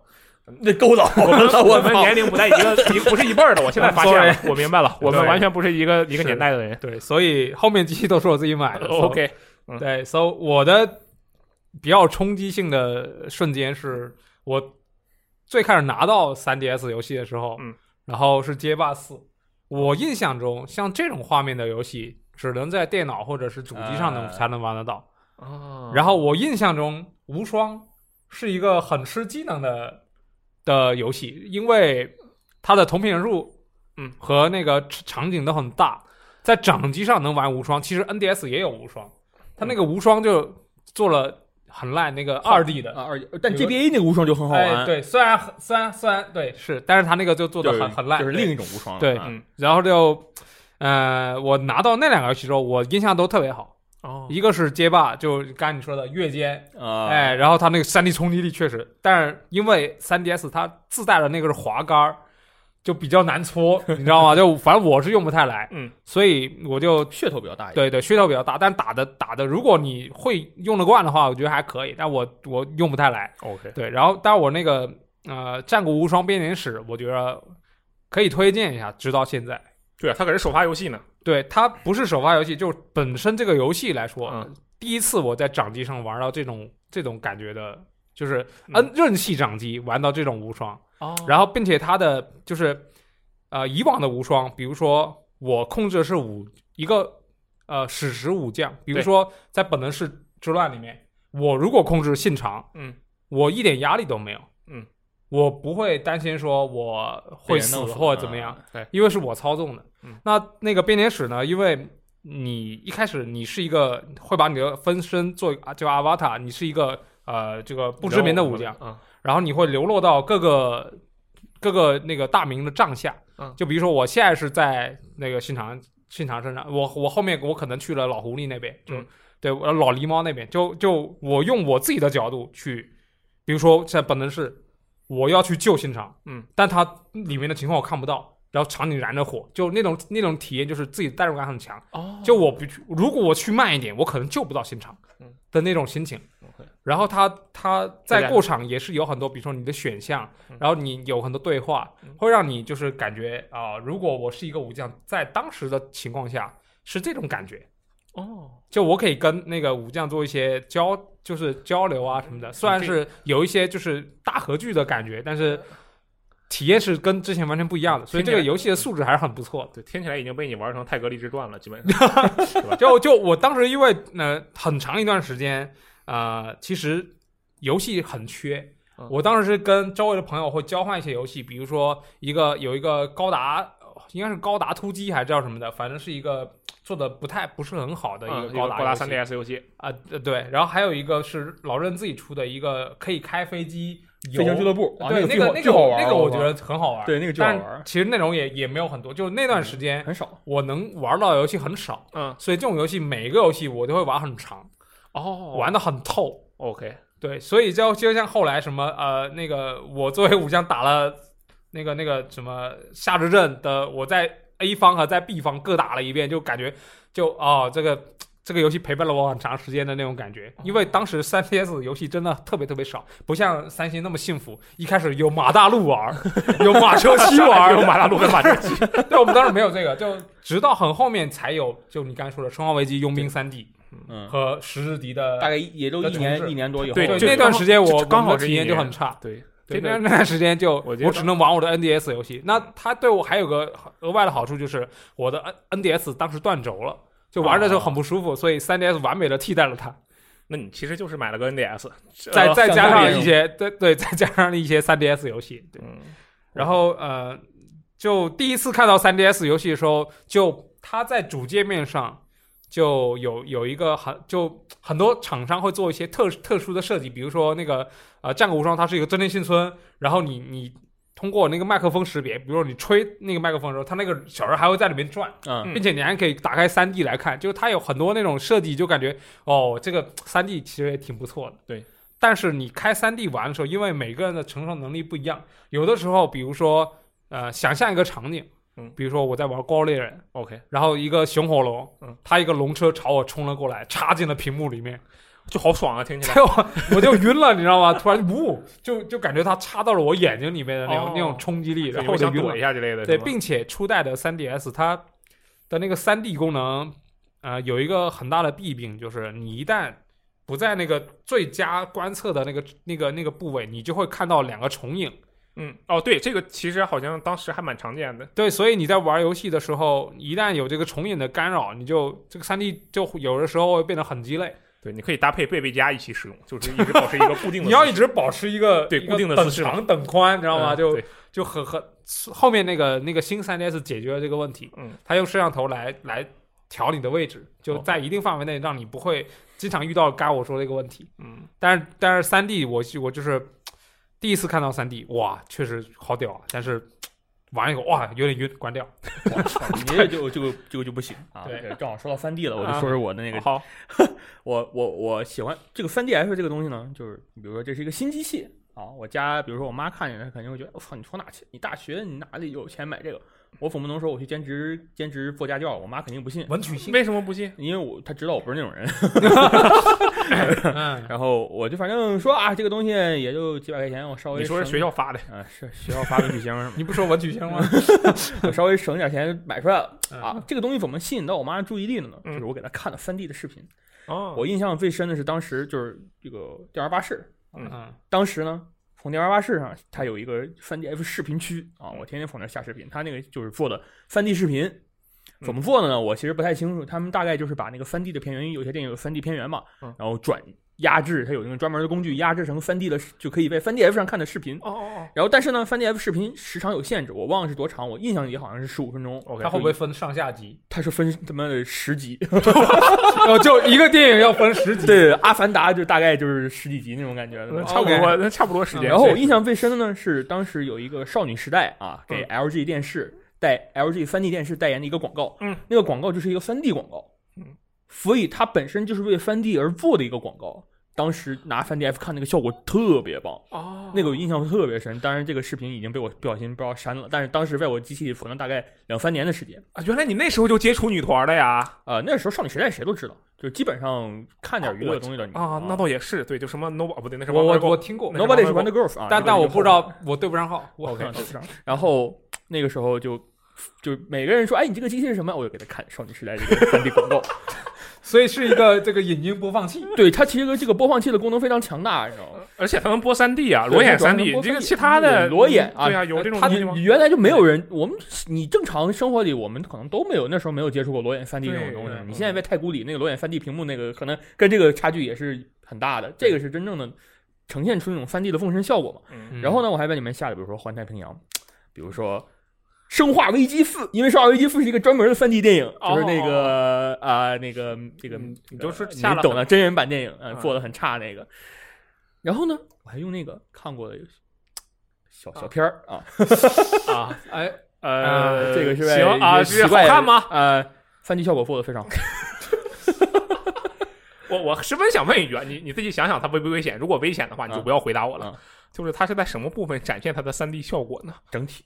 [SPEAKER 2] 那勾到 *laughs* 我们了，
[SPEAKER 1] 我们年龄不在一个一不是一辈儿的，我现在发现了，我明白了，我们
[SPEAKER 3] 对
[SPEAKER 1] 完全不是一个一个
[SPEAKER 3] 是
[SPEAKER 1] 年代的人。
[SPEAKER 3] 对，所以后面机器都是我自己买的。so-
[SPEAKER 1] *laughs* OK，嗯
[SPEAKER 3] 对，so 我的比较冲击性的瞬间是我最开始拿到 3DS 游戏的时候，
[SPEAKER 1] 嗯，
[SPEAKER 3] 然后是街霸四。我印象中，像这种画面的游戏，只能在电脑或者是主机上能、
[SPEAKER 2] 啊
[SPEAKER 3] 才能玩得到。
[SPEAKER 1] 哦
[SPEAKER 3] 然后我印象中，无双是一个很吃机能的的游戏，因为它的同屏人数，
[SPEAKER 1] 嗯，
[SPEAKER 3] 和那个场景都很大，在掌机上能玩无双，其实 NDS 也有无双，它那个无双就做了很烂那个二 D 的。
[SPEAKER 2] 啊二，但 GBA 那个无双就很好玩，
[SPEAKER 3] 哎，对，虽然很虽然虽然对是，但是它那个就做的
[SPEAKER 2] 就是，
[SPEAKER 3] 很很烂，
[SPEAKER 2] 就是
[SPEAKER 3] 对
[SPEAKER 2] 另一种无双了。
[SPEAKER 3] 对
[SPEAKER 2] 啊
[SPEAKER 1] 嗯
[SPEAKER 3] 然后就，呃，我拿到那两个游戏之后，我印象都特别好。
[SPEAKER 1] 哦，
[SPEAKER 3] 一个是街霸，就刚才你说的越街，
[SPEAKER 2] 啊，
[SPEAKER 3] 哎，然后它那个三 D 冲击力确实，但是因为三 DS 它自带的那个是滑杆儿，就比较难搓，你知道吗？就反正我是用不太来，
[SPEAKER 1] 嗯，
[SPEAKER 3] 所以我就
[SPEAKER 2] 噱头比较大一点。
[SPEAKER 3] 对对噱头比较大，但打的打的，如果你会用得惯的话，我觉得还可以，但我我用不太来。
[SPEAKER 1] ，OK，
[SPEAKER 3] 对，然后但我那个呃《战国无双编年史》，我觉得可以推荐一下，直到现在。
[SPEAKER 1] 对啊，它可是首发游戏呢，
[SPEAKER 3] 对，它不是首发游戏，就本身这个游戏来说，
[SPEAKER 1] 嗯
[SPEAKER 3] 第一次我在掌机上玩到这种这种感觉的，就是
[SPEAKER 1] 嗯
[SPEAKER 3] 嗯任系掌机玩到这种无双，
[SPEAKER 1] 哦
[SPEAKER 3] 然后并且它的就是呃以往的无双，比如说我控制的是武一个呃史实武将，比如
[SPEAKER 1] 对
[SPEAKER 3] 说在本能寺之乱里面，我如果控制信长，
[SPEAKER 1] 嗯，
[SPEAKER 3] 我一点压力都没有，
[SPEAKER 1] 嗯，
[SPEAKER 3] 我不会担心说我
[SPEAKER 2] 被
[SPEAKER 3] 会
[SPEAKER 2] 人
[SPEAKER 3] 死
[SPEAKER 2] 弄死
[SPEAKER 3] 或者怎么样，
[SPEAKER 2] 啊
[SPEAKER 3] 因为是我操纵的。
[SPEAKER 1] 嗯
[SPEAKER 3] 那那个编年史呢？因为你一开始你是一个会把你的分身做啊就阿瓦塔，你是一个呃这个不知名的武将，
[SPEAKER 1] 啊，
[SPEAKER 3] 然后你会流落到各个各个那个大名的帐下。
[SPEAKER 1] 嗯
[SPEAKER 3] 就比如说我现在是在那个信长信长身上，我我后面我可能去了老狐狸那边，就、
[SPEAKER 1] 嗯
[SPEAKER 3] 对我老狸猫那边，就就我用我自己的角度去，比如说在本能是我要去救信长，
[SPEAKER 1] 嗯，
[SPEAKER 3] 但它里面的情况我看不到。然后场景燃着火，就那种那种体验，就是自己代入感很强。
[SPEAKER 1] 哦
[SPEAKER 3] 就我不去，如果我去慢一点，我可能救不到现场
[SPEAKER 1] 嗯
[SPEAKER 3] 的那种心情。
[SPEAKER 1] OK
[SPEAKER 3] 然后他他
[SPEAKER 1] 再
[SPEAKER 3] 在
[SPEAKER 1] 加
[SPEAKER 3] 过场也是有很多，比如说你的选项
[SPEAKER 1] 嗯，
[SPEAKER 3] 然后你有很多对话
[SPEAKER 1] 嗯，
[SPEAKER 3] 会让你就是感觉啊、如果我是一个武将，在当时的情况下是这种感觉，
[SPEAKER 1] 哦，
[SPEAKER 3] 就我可以跟那个武将做一些交，就是交流啊什
[SPEAKER 1] 嗯
[SPEAKER 3] 么的。虽然是有一些就是大合剧的感觉，但是
[SPEAKER 1] 嗯
[SPEAKER 3] 体验是跟之前完全不一样的。所以这个
[SPEAKER 1] 听起来
[SPEAKER 3] 游戏的素质还是很不错的。
[SPEAKER 1] 对，听起来已经被你玩成泰格利之传了，基本上
[SPEAKER 3] *laughs* 就就我当时因为呃很长一段时间，呃，其实游戏很缺
[SPEAKER 1] 嗯。
[SPEAKER 3] 我当时是跟周围的朋友会交换一些游戏，比如说一个有一个高达，应该是高达突击还是叫什么的，反正是一个做的不太不是很好的啊一
[SPEAKER 1] 嗯
[SPEAKER 3] 个
[SPEAKER 1] 一
[SPEAKER 3] 高
[SPEAKER 1] 个
[SPEAKER 3] 达
[SPEAKER 1] 高达
[SPEAKER 3] 游戏
[SPEAKER 1] 三 DS 游戏，
[SPEAKER 3] 啊、呃对，然后还有一个是老任自己出的一个可以开飞机游
[SPEAKER 2] 飞行俱乐部，啊
[SPEAKER 3] 对
[SPEAKER 2] 那
[SPEAKER 3] 那个那
[SPEAKER 2] 最好玩，
[SPEAKER 3] 那个我觉得很好玩，
[SPEAKER 2] 对那个最好
[SPEAKER 3] 但
[SPEAKER 2] 玩，嗯
[SPEAKER 3] 其实内容也也没有很多，就是那段时间
[SPEAKER 2] 很少。
[SPEAKER 3] 我能玩到的游戏很少，
[SPEAKER 1] 嗯，
[SPEAKER 3] 所以这种游戏每一个游戏我都会玩很长，
[SPEAKER 1] 哦
[SPEAKER 3] 玩的很透。
[SPEAKER 1] OK，
[SPEAKER 3] 对，所以就就像后来什么呃那个我作为武将打了那个那个什么夏之阵的，我在 A 方和在 B 方各打了一遍，就感觉就哦这个。这个游戏陪伴了我很长时间的那种感觉，
[SPEAKER 1] 哦
[SPEAKER 3] 因为当时3 DS 游戏真的特别特别少，不像三星那么幸福。一开始有马大陆玩，有马车
[SPEAKER 1] *laughs*
[SPEAKER 3] 七玩，
[SPEAKER 1] 有马大陆跟马车骑，
[SPEAKER 3] 对，我们当时没有这个，就直到很后面才有，就你刚才说的《生化危机》、佣兵三 D
[SPEAKER 2] 嗯，
[SPEAKER 3] 和十日敌
[SPEAKER 2] 大
[SPEAKER 3] 的。
[SPEAKER 2] 概一也就
[SPEAKER 3] 的
[SPEAKER 2] 一年
[SPEAKER 3] 重置
[SPEAKER 2] 一年多以后
[SPEAKER 1] 对
[SPEAKER 2] 了。
[SPEAKER 1] 就
[SPEAKER 3] 那段时间
[SPEAKER 1] 就
[SPEAKER 3] 我
[SPEAKER 1] 刚好
[SPEAKER 3] 我们
[SPEAKER 1] 是
[SPEAKER 3] 的
[SPEAKER 1] 一
[SPEAKER 3] 体验就
[SPEAKER 1] 年
[SPEAKER 3] 很差。
[SPEAKER 1] 对，
[SPEAKER 3] 啊对，
[SPEAKER 1] 这
[SPEAKER 3] 那
[SPEAKER 1] 个
[SPEAKER 3] 那段时间就
[SPEAKER 1] *laughs* 我觉得
[SPEAKER 3] 我只能玩我的 NDS 游戏。那它对我还有个额外的好处就是，我的 N NDS 当时断轴了，就玩的
[SPEAKER 1] 哦
[SPEAKER 3] 时候很不舒服，所以 3DS 完美的替代了它。
[SPEAKER 1] 那你其实就是买了个 NDS，
[SPEAKER 3] 再
[SPEAKER 1] 呃
[SPEAKER 3] 再加
[SPEAKER 2] 像
[SPEAKER 3] 上
[SPEAKER 2] 这
[SPEAKER 3] 一些，对对，再加上一些 3DS 游戏，对。
[SPEAKER 1] 嗯
[SPEAKER 3] 然后呃，就第一次看到 3DS 游戏的时候，就它在主界面上就有有一个很就很多厂商会做一些特特殊的设计，比如说那个呃《战国无双》，它是一个真人新村，然后你你。通过那个麦克风识别，比如说你吹那个麦克风的时候，它那个小人还会在里面转，
[SPEAKER 2] 嗯，
[SPEAKER 3] *laughs*
[SPEAKER 1] 嗯
[SPEAKER 3] 并且你还可以打开3 D 来看，就是它有很多那种设计，就感觉哦，这个3 D 其实也挺不错的。
[SPEAKER 1] 对，
[SPEAKER 3] 但是你开3 D 玩的时候，因为每个人的承受能力不一样，有的时候，比如说呃，想象一个场景，
[SPEAKER 1] 嗯
[SPEAKER 3] 比如说我在玩《光猎人》，
[SPEAKER 1] OK，
[SPEAKER 3] 然后一个熊火龙，
[SPEAKER 1] 嗯，
[SPEAKER 3] 它一个龙车朝我冲了过来，插进了屏幕里面，
[SPEAKER 1] 就好爽啊，听起来。
[SPEAKER 3] 对我我就晕了，你知道吗？突然呜，就就感觉它插到了我眼睛里面的那种、
[SPEAKER 1] 哦
[SPEAKER 3] 那种冲击力，
[SPEAKER 1] 然
[SPEAKER 3] *laughs* 然
[SPEAKER 1] 后
[SPEAKER 3] 后我就
[SPEAKER 1] 想
[SPEAKER 3] 晕了
[SPEAKER 1] 躲一。下之类的，
[SPEAKER 3] 对，
[SPEAKER 1] 是吗
[SPEAKER 3] 并且初代的 3DS 它的那个 3D 功能，呃，有一个很大的弊病，就是你一旦不在那个最佳观测的那个那个那个部位，你就会看到两个重影。
[SPEAKER 1] 嗯，哦，对，这个其实好像当时还蛮常见的，
[SPEAKER 3] 对，所以你在玩游戏的时候，一旦有这个重影的干扰，你就这个 3D 就会有的时候会变得很鸡肋。
[SPEAKER 1] 对，你可以搭配贝贝加一起使用，就是一直保持一个固定的姿势。
[SPEAKER 3] 你要一直保持一个
[SPEAKER 1] 对
[SPEAKER 3] 一个
[SPEAKER 1] 固定的
[SPEAKER 3] 等
[SPEAKER 1] 姿势
[SPEAKER 3] 长等宽，你知
[SPEAKER 1] 知
[SPEAKER 3] 道吗？就就很很后面那个那个新 3DS 解决了这个问题，
[SPEAKER 1] 嗯，
[SPEAKER 3] 它用摄像头来来调你的位置，就在一定范围内让你不会经常遇到刚才我说的这个问题。
[SPEAKER 1] 嗯，
[SPEAKER 3] 但是但是3 D 我就我就是第一次看到3 D，哇，确实好屌啊！但是玩一个哇有点晕，关 *coughs* 掉。
[SPEAKER 2] 你这就就就就不行啊！
[SPEAKER 3] 对，
[SPEAKER 2] 正好说到三 D 了，我
[SPEAKER 3] 啊
[SPEAKER 2] 就说说我的那个，
[SPEAKER 3] 好，
[SPEAKER 2] *laughs* 我我我喜欢这个三 DS 这个东西呢，就是比如说这是一个新机器啊，我家比如说我妈看见，她肯定会觉得，我、操，你从哪去？你大学你哪里有钱买这个？我总不能说我去兼职兼职做家教，我妈肯定不信，
[SPEAKER 3] 文曲星，
[SPEAKER 1] 为什么不信？
[SPEAKER 2] 因为我她知道我不是那种人。 *laughs*
[SPEAKER 3] 嗯，
[SPEAKER 2] 然后我就反正说啊，这个东西也就几百块钱，我稍微
[SPEAKER 1] 你说是
[SPEAKER 2] 省
[SPEAKER 1] 学校发的，
[SPEAKER 2] 啊，是学校发文具箱是吗？
[SPEAKER 3] 你不说文曲星吗？
[SPEAKER 2] 我稍微省点钱买出来了
[SPEAKER 3] 嗯
[SPEAKER 2] 啊。这个东西怎么吸引到我妈注意力的呢？
[SPEAKER 1] 嗯
[SPEAKER 2] 就是我给她看了三 D 的视频。
[SPEAKER 1] 哦，
[SPEAKER 2] 我印象最深的是当时就是这个电玩巴士，
[SPEAKER 3] 嗯，
[SPEAKER 2] 当时呢。从电玩巴士上，它有一个 3DF 视频区
[SPEAKER 1] 嗯
[SPEAKER 2] 啊，我天天从那儿下视频。它那个就是做的 3D 视频，
[SPEAKER 1] 嗯
[SPEAKER 2] 怎么做的呢？我其实不太清楚。他们大概就是把那个 3D 的片源，因为有些电影有 3D 片源嘛
[SPEAKER 1] 嗯，
[SPEAKER 2] 然后转压制，它有那个专门的工具压制成 3D 的，就可以在 3DF 上看的视频。
[SPEAKER 1] 哦哦
[SPEAKER 2] 然后，但是呢，3DF 视频时长有限制，我忘了是多长，我印象里好像是十五分钟。
[SPEAKER 1] OK
[SPEAKER 3] 它会不会分上下集？
[SPEAKER 2] 它是分他妈的十集？ *laughs*
[SPEAKER 3] 哦，就一个电影要分十集。
[SPEAKER 2] 对，《阿凡达》就大概就是十几集那种感觉
[SPEAKER 1] 哦，
[SPEAKER 2] 的。
[SPEAKER 1] 差不多，那差不多时间。
[SPEAKER 2] 嗯然后我
[SPEAKER 1] 对
[SPEAKER 2] 印象最深的呢是当时有一个少女时代啊，给
[SPEAKER 1] 嗯
[SPEAKER 2] LG 电视代 LG 3D 电视代言的一个广告，
[SPEAKER 1] 嗯，
[SPEAKER 2] 那个广告就是一个 3D 广告，
[SPEAKER 1] 嗯，
[SPEAKER 2] 所以它本身就是为 3D 而做的一个广告。当时拿 3DF 看那个效果特别棒，
[SPEAKER 3] 哦
[SPEAKER 2] 那个我印象特别深。当然，这个视频已经被我不小心不知道删了，但是当时在我机器里存了大概两三年的时间。
[SPEAKER 1] 啊，原来你那时候就接触女团了呀？
[SPEAKER 2] 啊，那时候少女时代谁都知道，就是基本上看点娱乐的东西的你
[SPEAKER 1] 啊，那倒也是，对，就什么 no 不对，那是
[SPEAKER 3] 我我
[SPEAKER 1] 王二
[SPEAKER 3] 我
[SPEAKER 1] 狗
[SPEAKER 3] 听过
[SPEAKER 1] 那，
[SPEAKER 2] Nobody
[SPEAKER 1] 是
[SPEAKER 2] is
[SPEAKER 1] 王
[SPEAKER 2] Wonder Girls 啊，
[SPEAKER 3] 但
[SPEAKER 2] 这个
[SPEAKER 3] 但
[SPEAKER 2] 就
[SPEAKER 3] 我
[SPEAKER 2] 是
[SPEAKER 3] 不知道，我对不上号。我 *laughs*
[SPEAKER 2] OK，都知道。然后那个时候就就每个人说，哎，你这个机器是什么？我就给他看少女时代这个 *laughs* 3D 广告。
[SPEAKER 3] 所以是一个这个影音播放器。
[SPEAKER 2] 对，它其实这个播放器的功能非常强大，你知道吗？
[SPEAKER 1] 而且它能播三 D 啊，裸眼
[SPEAKER 2] 主要
[SPEAKER 1] 三
[SPEAKER 2] 能
[SPEAKER 1] D，
[SPEAKER 2] 播
[SPEAKER 1] 这个
[SPEAKER 2] 3D
[SPEAKER 1] 其他的
[SPEAKER 2] 裸眼啊
[SPEAKER 1] 对啊，有这种
[SPEAKER 2] 它
[SPEAKER 1] 东西吗？
[SPEAKER 2] 原来就没有人，我们你正常生活里，我们可能都没有，那时候没有接触过裸眼 3D
[SPEAKER 1] 对
[SPEAKER 2] 这种东西
[SPEAKER 1] 对。嗯
[SPEAKER 2] 你现在在太古里那个裸眼 3D 屏幕，那个可能跟这个差距也是很大的。这个是真正的呈现出那种 3D 的纵深效果嘛？
[SPEAKER 3] *laughs*
[SPEAKER 1] 嗯
[SPEAKER 2] 然后
[SPEAKER 3] 呢？
[SPEAKER 2] 呢，我还在里面下了，比如说《环太平洋》，比如说《生化危机四》，因为《生化危机四》是一个专门的3 D 电影，就是那个啊、那个这个
[SPEAKER 1] 哦
[SPEAKER 2] 呃
[SPEAKER 1] 嗯你
[SPEAKER 2] 你
[SPEAKER 1] 就是下了
[SPEAKER 2] 懂的真人版电影，嗯、
[SPEAKER 1] 嗯
[SPEAKER 2] 做的很差那个。然后呢，我还用那个看过的小小片儿啊，
[SPEAKER 3] 啊，哎，
[SPEAKER 1] 呃，
[SPEAKER 2] 这个是
[SPEAKER 1] 行啊，
[SPEAKER 2] 奇
[SPEAKER 1] 这好
[SPEAKER 2] 怪
[SPEAKER 1] 看吗？？
[SPEAKER 2] 呃，3 D 效果做的非常好。
[SPEAKER 1] 我我十分想问一句啊，你你自己想想它危不危险？如果危险的话，你就
[SPEAKER 2] 嗯
[SPEAKER 1] 不要回答我了
[SPEAKER 2] 嗯。
[SPEAKER 1] 就是它是在什么部分展现它的三 D 效果呢？
[SPEAKER 2] 整体，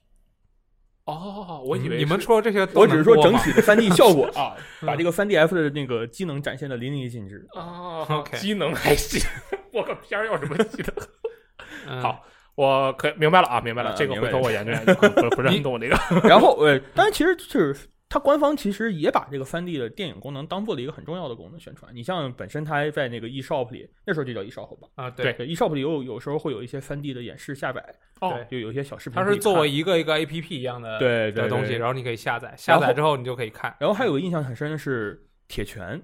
[SPEAKER 1] 哦，我以为
[SPEAKER 3] 你们
[SPEAKER 1] 是
[SPEAKER 3] 说这些，
[SPEAKER 2] 我只是说整。体的3 D 效
[SPEAKER 1] *laughs*
[SPEAKER 2] 果啊，把这个3 DF 的那个机能展现的淋漓尽致。
[SPEAKER 1] 哦
[SPEAKER 3] OK
[SPEAKER 1] 机能还行，我个片儿要什么技能？ *laughs*
[SPEAKER 3] 嗯
[SPEAKER 1] 好我可明白了啊，明白了，
[SPEAKER 2] 嗯
[SPEAKER 1] 这个
[SPEAKER 2] 明
[SPEAKER 1] 回
[SPEAKER 2] 白
[SPEAKER 1] 头
[SPEAKER 2] 了
[SPEAKER 1] 我研究研究，不不是很
[SPEAKER 3] 你
[SPEAKER 1] 懂这个。 *laughs*
[SPEAKER 3] *laughs*
[SPEAKER 2] 然后呃，当然其实就是它官方其实也把这个3 D 的电影功能当做了一个很重要的功能宣传。你像本身它在那个 eShop 里，那时候就叫 eShop 吧，
[SPEAKER 3] 啊，
[SPEAKER 1] 对
[SPEAKER 3] 对，
[SPEAKER 2] 对 eShop 里有有时候会有一些3 D 的演示下载，
[SPEAKER 1] 哦，
[SPEAKER 2] 就有一些小视频可
[SPEAKER 3] 它
[SPEAKER 2] 以看。
[SPEAKER 3] 是作为一个一个 A P P 一样的
[SPEAKER 2] 对对
[SPEAKER 3] 的东西，
[SPEAKER 2] 对
[SPEAKER 3] 然后你可以下载，下载之后你就可以看。
[SPEAKER 2] 然后还有印象很深的是铁拳，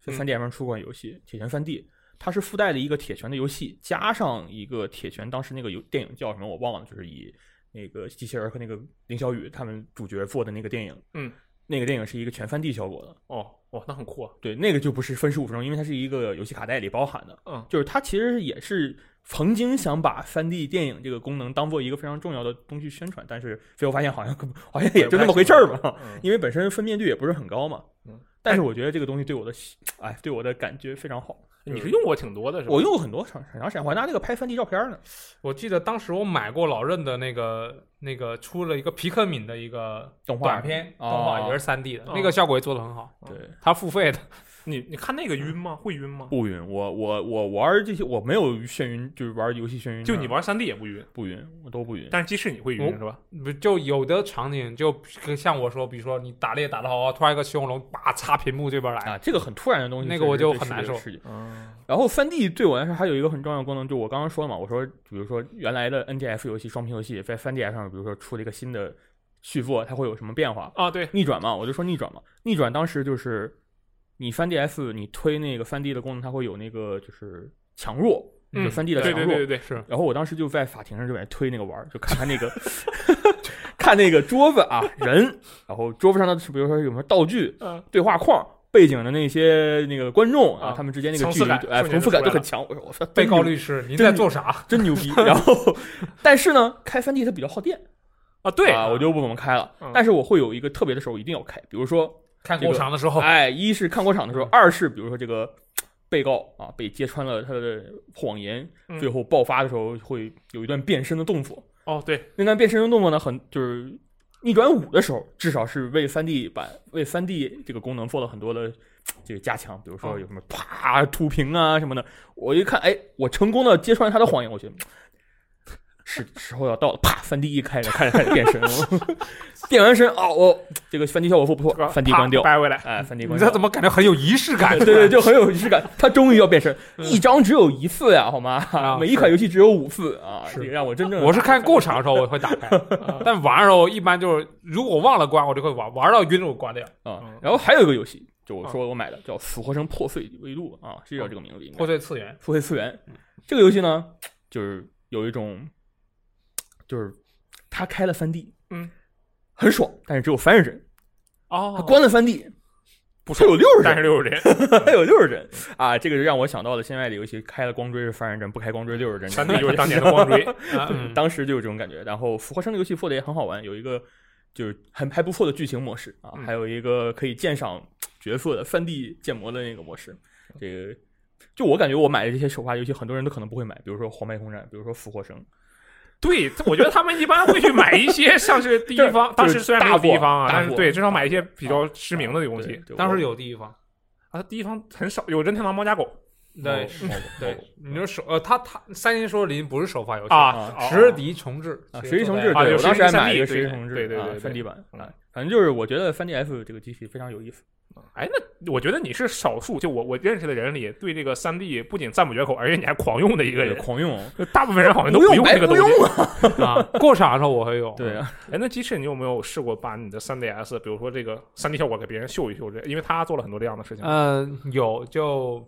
[SPEAKER 2] 是
[SPEAKER 1] 嗯
[SPEAKER 2] 3 D 上出过的游戏，铁拳3 D。它是附带了一个铁拳的游戏，加上一个铁拳当时那个游电影叫什么我忘了，就是以那个机器人和那个林小雨他们主角做的那个电影，
[SPEAKER 1] 嗯，
[SPEAKER 2] 那个电影是一个全3 D 效果的，
[SPEAKER 1] 哦，哇，那很酷
[SPEAKER 2] *laughs*
[SPEAKER 1] 啊。
[SPEAKER 2] 对，那个就不是分十五分钟，因为它是一个游戏卡带里包含的。
[SPEAKER 1] 嗯，
[SPEAKER 2] 就是它其实也是曾经想把3 D 电影这个功能当做一个非常重要的东西宣传，但是最后发现好像好像也就那么回事儿嘛，
[SPEAKER 1] 嗯
[SPEAKER 2] 因为本身分辨率也不是很高嘛
[SPEAKER 1] 嗯。
[SPEAKER 2] 但是我觉得这个东西对我的喜，哎，对我的感觉非常好。
[SPEAKER 1] 你是用过挺多的，是吧？
[SPEAKER 2] 嗯我用过很多长很长时间，我还拿这个拍3 D 照片呢。
[SPEAKER 3] 我记得当时我买过老任的那个那个出了一个皮克敏的一个
[SPEAKER 2] 动画
[SPEAKER 3] 短片嗯动画，
[SPEAKER 2] 哦
[SPEAKER 3] 也是三 D 的
[SPEAKER 1] 哦，
[SPEAKER 3] 那个效果也做的很好，
[SPEAKER 2] 对，
[SPEAKER 3] 它付费的。
[SPEAKER 1] 你你看那个晕吗？会晕吗？
[SPEAKER 2] 不晕，我我我玩这些我没有眩晕，就是玩游戏眩晕症。啊哦
[SPEAKER 1] 就你玩三 D 也不晕，
[SPEAKER 2] 不晕，我都不晕。
[SPEAKER 1] 但是鸡翅你会晕
[SPEAKER 3] 我
[SPEAKER 1] 是吧？
[SPEAKER 3] 不就有的场景就像我说，比如说你打猎打得好好，突然一个熊火龙叭插屏幕这边来，
[SPEAKER 2] 啊，这个很突然的东西，
[SPEAKER 3] 那个我就
[SPEAKER 2] 确实对
[SPEAKER 3] 很难
[SPEAKER 2] 视觉
[SPEAKER 3] 受
[SPEAKER 2] 视觉
[SPEAKER 1] 嗯，
[SPEAKER 2] 然后3 D 对我来说还有一个很重要的功能，就我刚刚说了嘛，我说比如说原来的 NDF 游戏双屏游戏在 3DS 上，比如说出了一个新的续作，它会有什么变化？
[SPEAKER 1] 啊，对，
[SPEAKER 2] 逆转嘛，我就说逆转嘛，逆转当时就是你 3DS 你推那个 3D 的功能，它会有那个就是强弱，
[SPEAKER 1] 嗯
[SPEAKER 2] 就 3D 的强
[SPEAKER 1] 对
[SPEAKER 2] 弱。
[SPEAKER 1] 对对对对，
[SPEAKER 3] 是
[SPEAKER 2] 然后我当时就在法庭上就在那推那个玩儿，就看他
[SPEAKER 1] *laughs*
[SPEAKER 2] 那个看那个桌子啊人，然后桌子上的比如说有什么道具、
[SPEAKER 1] 嗯
[SPEAKER 2] 对话框、背景的那些那个观众啊，
[SPEAKER 1] 啊
[SPEAKER 2] 他们之间那个
[SPEAKER 1] 层
[SPEAKER 2] 距
[SPEAKER 1] 次
[SPEAKER 2] 离
[SPEAKER 1] 感
[SPEAKER 2] 就，哎，
[SPEAKER 1] 瞬
[SPEAKER 2] 重
[SPEAKER 1] 间就
[SPEAKER 2] 复感
[SPEAKER 1] 出
[SPEAKER 2] 就
[SPEAKER 1] 来
[SPEAKER 2] 很
[SPEAKER 1] 了
[SPEAKER 2] 强。哎呦我操，
[SPEAKER 3] 被告
[SPEAKER 2] 真牛
[SPEAKER 3] 律师，您
[SPEAKER 2] 真
[SPEAKER 3] 在
[SPEAKER 2] 牛
[SPEAKER 3] 做啥？
[SPEAKER 2] 真牛逼。然后，但是呢，开 3D 它比较耗电
[SPEAKER 1] 啊，对
[SPEAKER 2] 啊，我就不怎么开了
[SPEAKER 1] 嗯。
[SPEAKER 2] 但是我会有一个特别的时候一定要开，比如说
[SPEAKER 3] 看
[SPEAKER 2] 这个
[SPEAKER 3] 过场的
[SPEAKER 1] 哦
[SPEAKER 3] 时候，
[SPEAKER 2] 哎，一是看过场的
[SPEAKER 1] 嗯
[SPEAKER 2] 时候，二是比如说这个被告啊被揭穿了他的谎言，
[SPEAKER 1] 嗯
[SPEAKER 2] 最后爆发的时候会有一段变身的动作。
[SPEAKER 1] 哦对，
[SPEAKER 2] 那段变身的动作呢，很就是逆转五的时候，至少是为三 D 版为三 D 这个功能做了很多的这个加强，比如说
[SPEAKER 1] 哦
[SPEAKER 2] 有什么啪吐屏啊什么的。我一看，哎，我成功的揭穿他的谎言，我觉得。时时候要到了，啪！三 D 一开，开始开始变身， *laughs* 变完身哦，我这个三 D 效果不不错，三 D
[SPEAKER 1] 啪
[SPEAKER 2] 关掉，
[SPEAKER 1] 掰回来，
[SPEAKER 2] 哎，三 D
[SPEAKER 3] 你
[SPEAKER 2] 关
[SPEAKER 3] 这
[SPEAKER 2] 掉
[SPEAKER 3] 怎。么感觉很有仪式感？
[SPEAKER 2] *laughs* 对对，就很有仪式感。他终于要变身，
[SPEAKER 1] 嗯
[SPEAKER 2] 一张只有一次呀，好吗
[SPEAKER 3] 啊？
[SPEAKER 2] *laughs* 每一款游戏只有五次啊，
[SPEAKER 3] 是
[SPEAKER 2] 这个让我真正
[SPEAKER 3] 我是看过场的时候我会打 *laughs* 开，但玩的时候一般就是如果忘了关，我就会玩，玩到晕了我关掉。
[SPEAKER 2] 啊
[SPEAKER 1] 嗯。
[SPEAKER 2] 然后还有一个游戏，就我说我买的叫《死活生破碎维度》
[SPEAKER 1] 嗯
[SPEAKER 2] 啊，是叫这个名字应该
[SPEAKER 3] 破。碎次元，
[SPEAKER 2] 破碎次元这个游戏呢，就是有一种，就是他开了三 D，
[SPEAKER 1] 嗯，
[SPEAKER 2] 很爽，但是只有三十帧。他
[SPEAKER 1] 哦，
[SPEAKER 2] 关了三 D，不是有六十
[SPEAKER 1] 但是
[SPEAKER 2] *laughs* 帧，
[SPEAKER 1] 六十帧，
[SPEAKER 2] 他有六十帧啊！这个就让我想到了现在的游戏，开了光追是三十帧，不开光追六十帧。
[SPEAKER 1] 三 D 就是当年的光
[SPEAKER 2] *laughs*
[SPEAKER 1] 追，
[SPEAKER 3] 啊嗯
[SPEAKER 2] 当时就有这种感觉。然后《腐化生》的游戏做的也很好玩，有一个就是很还不错的剧情模式啊，
[SPEAKER 1] 嗯
[SPEAKER 2] 还有一个可以鉴赏角色的三 D 建模的那个模式。
[SPEAKER 1] 嗯
[SPEAKER 2] 这个就我感觉我买的这些手滑游戏，很多人都可能不会买，比如说《黄白空战》，比如说《复活生》，
[SPEAKER 1] 对，我觉得他们一般会去买一些像是第一
[SPEAKER 2] *laughs*
[SPEAKER 1] 方，当时虽然没有第一方啊，
[SPEAKER 2] 大货啊
[SPEAKER 1] 但是对，至少买一些比较知名的东西
[SPEAKER 2] 对。就
[SPEAKER 3] 当时
[SPEAKER 2] 我
[SPEAKER 3] 有第一方，
[SPEAKER 1] 啊，第一方很少有任天堂猫家狗
[SPEAKER 3] 对
[SPEAKER 2] 我我
[SPEAKER 3] 对，你说首呃，他他三星说林不是首发游戏，
[SPEAKER 1] 啊，哦
[SPEAKER 3] 石敌重置
[SPEAKER 2] 啊，实际重置，
[SPEAKER 1] 啊
[SPEAKER 2] 对
[SPEAKER 1] 有
[SPEAKER 2] 我当时
[SPEAKER 1] 实
[SPEAKER 2] 还
[SPEAKER 1] 际
[SPEAKER 2] 买了
[SPEAKER 1] 3D
[SPEAKER 2] 一个实际重置，
[SPEAKER 1] 对对对
[SPEAKER 2] 啊
[SPEAKER 1] 对对
[SPEAKER 2] 3D 版
[SPEAKER 1] 嗯
[SPEAKER 2] 啊，反正就是我觉得 3DS 这个机器非常有意思。
[SPEAKER 1] 哎，那我觉得你是少数，就我我认识的人里，对这个三 D 不仅赞不绝口，而且你还狂用的一个
[SPEAKER 2] 对，
[SPEAKER 1] 人。
[SPEAKER 2] 狂用，
[SPEAKER 1] 就大部分人好像都
[SPEAKER 2] 不
[SPEAKER 1] 用
[SPEAKER 2] 白
[SPEAKER 1] 这个
[SPEAKER 2] 不
[SPEAKER 1] 东西
[SPEAKER 2] 用。啊，
[SPEAKER 3] 啊，过场的时候我会用，
[SPEAKER 2] 对啊，
[SPEAKER 1] *laughs* 哎，那鸡翅，你有没有试过把你的三 DS，比如说这个三 D 效果给别人秀一秀？这因为他做了很多这样的
[SPEAKER 2] 呃
[SPEAKER 1] 事情。
[SPEAKER 3] 嗯，有就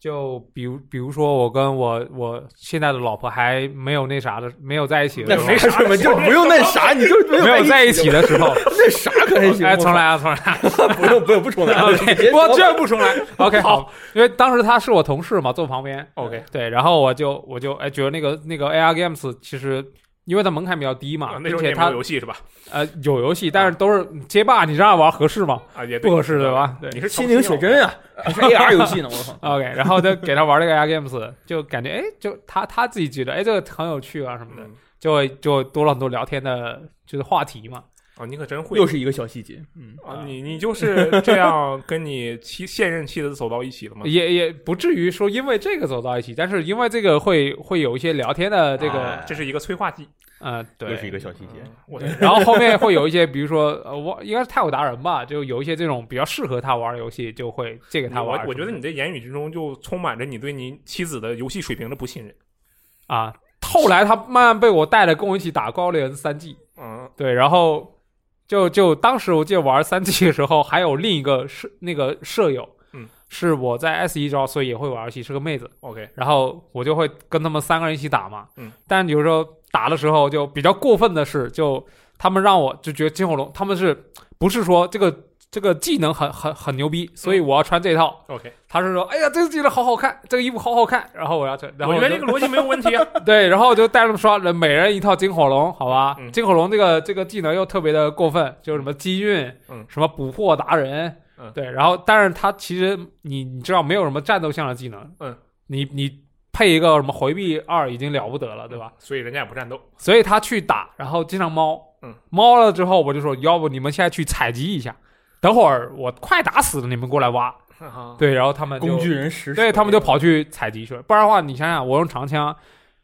[SPEAKER 3] 就比如比如说我跟我我现在的老婆还没有那啥的，没有在一起的
[SPEAKER 1] 那
[SPEAKER 3] 时
[SPEAKER 1] 没，啥
[SPEAKER 3] 候
[SPEAKER 2] 什么就不用那啥，你就没
[SPEAKER 3] *laughs* 没有在一
[SPEAKER 2] 起
[SPEAKER 3] 起的时候，
[SPEAKER 2] 那啥可还
[SPEAKER 3] *laughs*
[SPEAKER 2] 行？
[SPEAKER 3] 哎，
[SPEAKER 2] 我
[SPEAKER 3] 重来啊，重来啊
[SPEAKER 2] *laughs* 不用不用
[SPEAKER 3] *laughs*
[SPEAKER 2] 不重来了，
[SPEAKER 3] ，OK，我居然不重 *laughs* 来，OK，好，因为当时他是我同事嘛，坐旁边，
[SPEAKER 1] OK，
[SPEAKER 3] 对，然后我就我就哎觉得那个那个 AR games 其实。因为它门槛比较低嘛，
[SPEAKER 1] 啊那时
[SPEAKER 3] 并
[SPEAKER 1] 候你
[SPEAKER 3] 且
[SPEAKER 1] 也没有
[SPEAKER 3] 它
[SPEAKER 1] 游戏是吧？
[SPEAKER 3] 呃有游戏，但是都是街霸，你这样玩合适吗？
[SPEAKER 1] 啊，也对
[SPEAKER 3] 不合适，对？吧？对
[SPEAKER 1] 你是
[SPEAKER 2] 心灵写真啊，还 *laughs* 是 AR 游戏呢？我操！
[SPEAKER 3] OK，然后就给他玩这个 AR games，就感觉哎，就他他自己觉得哎，这个很有趣啊什么的，
[SPEAKER 1] 嗯
[SPEAKER 3] 就会就多了很多聊天的，就是话题嘛。
[SPEAKER 1] 啊，你可真会
[SPEAKER 2] 又是一个小细节，嗯
[SPEAKER 1] 啊！你你就是这样跟你妻现任妻子走到一起了吗？
[SPEAKER 3] 也也不至于说因为这个走到一起，但是因为这个会会有一些聊天的这个
[SPEAKER 2] 哎
[SPEAKER 1] 这是一个催化剂。
[SPEAKER 3] 呃
[SPEAKER 2] 又是
[SPEAKER 1] *laughs*
[SPEAKER 3] 对，
[SPEAKER 2] 一个小细节。
[SPEAKER 1] 嗯我
[SPEAKER 3] 对然后后面会有一些比如说呃我应该是泰国达人吧，就有一些这种比较适合他玩的游戏，就会借给他玩
[SPEAKER 1] 我我觉得
[SPEAKER 3] 什么
[SPEAKER 1] 你的言语之中就充满着你对你妻子的游戏水平的不信任。
[SPEAKER 3] 的啊。后来他慢慢被我带着跟我一起打高联三 G，
[SPEAKER 1] 嗯，
[SPEAKER 3] 对，然后就就当时我记得玩三 G 的时候，还有另一个舍那个舍友，
[SPEAKER 1] 嗯，
[SPEAKER 3] 是我在 S 一招，所以也会玩游戏，是个妹子，
[SPEAKER 1] OK，
[SPEAKER 3] 然后我就会跟他们三个人一起打嘛，
[SPEAKER 1] 嗯，
[SPEAKER 3] 但有时候打的时候就比较过分的是，就他们让我就觉得金火龙他们是不是说这个这个技能很很很牛逼，所以
[SPEAKER 1] 嗯
[SPEAKER 3] 我要穿这套，
[SPEAKER 1] OK，
[SPEAKER 3] 他是说，哎呀，这个技能好好看，这个衣服好好看，然后我要穿，然后
[SPEAKER 1] 我觉得这
[SPEAKER 3] 就
[SPEAKER 1] 个逻辑没有问题啊。
[SPEAKER 3] 对，然后我就带他们刷，每人一套金火龙，好吧？
[SPEAKER 1] 嗯
[SPEAKER 3] 金火龙这个这个技能又特别的过分，就是什么机运，
[SPEAKER 1] 嗯
[SPEAKER 3] 什么捕获达人，
[SPEAKER 1] 嗯
[SPEAKER 3] 对。然后，但是他其实你你知道没有什么战斗项的技能，
[SPEAKER 1] 嗯，
[SPEAKER 3] 你你配一个什么回避二已经了不得了，对吧？
[SPEAKER 1] 所以人家也不
[SPEAKER 3] *laughs*
[SPEAKER 1] 战斗。
[SPEAKER 3] 所以他去打，然后经常猫，
[SPEAKER 1] 嗯，
[SPEAKER 3] 猫了之后我就说，要不你们现在去采集一下，等会儿我快打死了，你们过来挖。
[SPEAKER 1] 啊，
[SPEAKER 3] 对，然后他们就
[SPEAKER 2] 工具人实时，
[SPEAKER 3] 对他们就跑去采集去了。不然的话，你想想，我用长枪，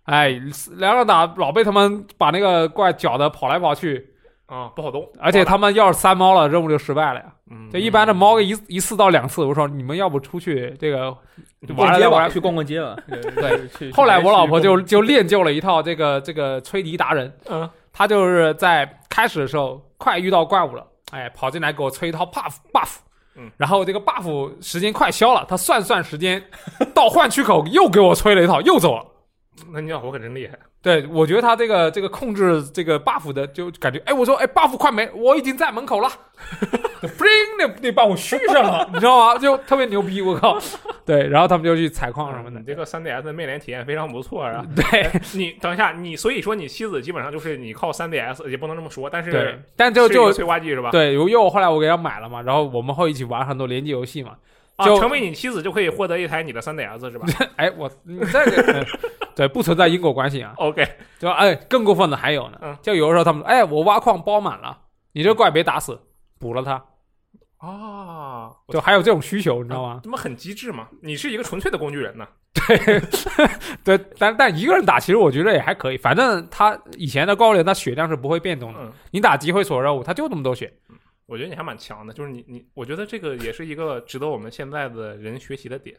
[SPEAKER 3] 哎，两两打老被他们把那个怪搅得跑来跑去，
[SPEAKER 1] 啊，不好动。
[SPEAKER 3] 而且他们要是三猫了，任务就失败了呀。
[SPEAKER 1] 嗯
[SPEAKER 3] 就一般的猫个一一次到两次，我说你们要不出去这个
[SPEAKER 2] 去
[SPEAKER 3] 玩
[SPEAKER 2] 逛
[SPEAKER 3] 了
[SPEAKER 2] 街
[SPEAKER 3] 再 *laughs*
[SPEAKER 2] 吧，
[SPEAKER 3] 玩。
[SPEAKER 2] 去逛逛街吧。 *laughs* 对，去
[SPEAKER 3] 后来我老婆就
[SPEAKER 2] 去
[SPEAKER 3] 就练就了一套这个这个吹笛达人，
[SPEAKER 1] 嗯，
[SPEAKER 3] 她就是在开始的时候快遇到怪物了，哎，跑进来给我吹一套 buff buff，
[SPEAKER 1] 嗯
[SPEAKER 3] 然后这个 buff 时间快消了，他算算时间，到换取口又给我催了一套，又走了。
[SPEAKER 1] 那你老婆可真厉害，
[SPEAKER 3] 对，我觉得他这个这个控制这个 buff 的，就感觉，哎，我说，哎，buff 快没，我已经在门口了 *laughs* ，bling，那那把我续上了，你知道吗？就特别牛逼，我靠！对，然后他们就去采矿什么的
[SPEAKER 1] 嗯你。这个 3DS 的魅联体验非常不错啊。
[SPEAKER 3] 对
[SPEAKER 1] *laughs* 你等一下，你所以说你妻子基本上就是你靠 3DS 也不能这么说，但是
[SPEAKER 3] 对，但
[SPEAKER 1] 是
[SPEAKER 3] 就
[SPEAKER 1] 一个
[SPEAKER 3] 就
[SPEAKER 1] 催化剂是吧？
[SPEAKER 3] 对，因为我后来我给他买了嘛，然后我们会一起玩很多联机游戏嘛。 *laughs*
[SPEAKER 1] 啊，
[SPEAKER 3] 就
[SPEAKER 1] 成为你妻子就可以获得一台你的 3DS 是
[SPEAKER 3] *laughs*
[SPEAKER 1] 吧
[SPEAKER 3] 哎，我你这个、 *laughs* 嗯对不存在因果关系啊，
[SPEAKER 1] ？OK，
[SPEAKER 3] 对吧？哎，更过分的还有呢
[SPEAKER 1] 嗯，
[SPEAKER 3] 就有的时候他们说，哎，我挖矿包满了，你这怪别打死，补了它，
[SPEAKER 1] 啊，我
[SPEAKER 3] 就还有这种需求，你知道吗？ *laughs*
[SPEAKER 1] 他妈很机智嘛！你是一个纯粹的工具人呐。
[SPEAKER 3] 对，但但一个人打其实我觉得也还可以，反正他以前的高连他血量是不会变动的，
[SPEAKER 1] 嗯，
[SPEAKER 3] 你打集会所任务他就那么多血，
[SPEAKER 1] 我觉得你还蛮强的，就是你你，我觉得这个也是一个值得我们现在的人学习的
[SPEAKER 3] *laughs*
[SPEAKER 1] 点。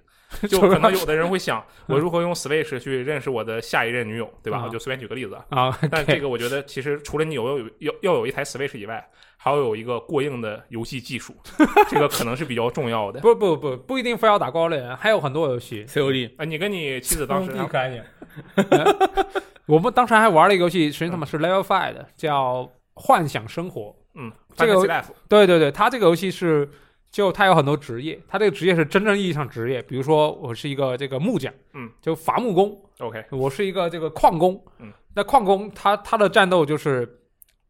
[SPEAKER 1] 就可能有的人会想，
[SPEAKER 3] 嗯
[SPEAKER 1] 我如何用 Switch 去认识我的下一任
[SPEAKER 3] *laughs*
[SPEAKER 1] 女友，对吧？
[SPEAKER 3] 啊
[SPEAKER 1] 我就随便举个例子啊。
[SPEAKER 3] 啊，
[SPEAKER 1] 但这个我觉得，其实除了你有有要要有一台 Switch 以外，还要有一个过硬的游戏技
[SPEAKER 3] *laughs*
[SPEAKER 1] 术，这个可能是比较重要的。
[SPEAKER 3] 不不不不一定非要打高连，还有很多游戏。
[SPEAKER 2] COD
[SPEAKER 1] 啊，你跟你妻子当时
[SPEAKER 2] 避开你，
[SPEAKER 3] *laughs* 我们当时还玩了一个游戏，实际上他们是 Level Five 的，叫《幻想生活》。
[SPEAKER 1] 嗯，
[SPEAKER 3] 这个
[SPEAKER 1] Fantasy Life
[SPEAKER 3] 对对对，它这个游戏是，就它有很多职业，它这个职业是真正意义上职业，比如说我是一个这个木匠，
[SPEAKER 1] 嗯，
[SPEAKER 3] 就伐木工，
[SPEAKER 1] OK，
[SPEAKER 3] 我是一个这个矿工，
[SPEAKER 1] 嗯，
[SPEAKER 3] 那矿工他他的战斗就是，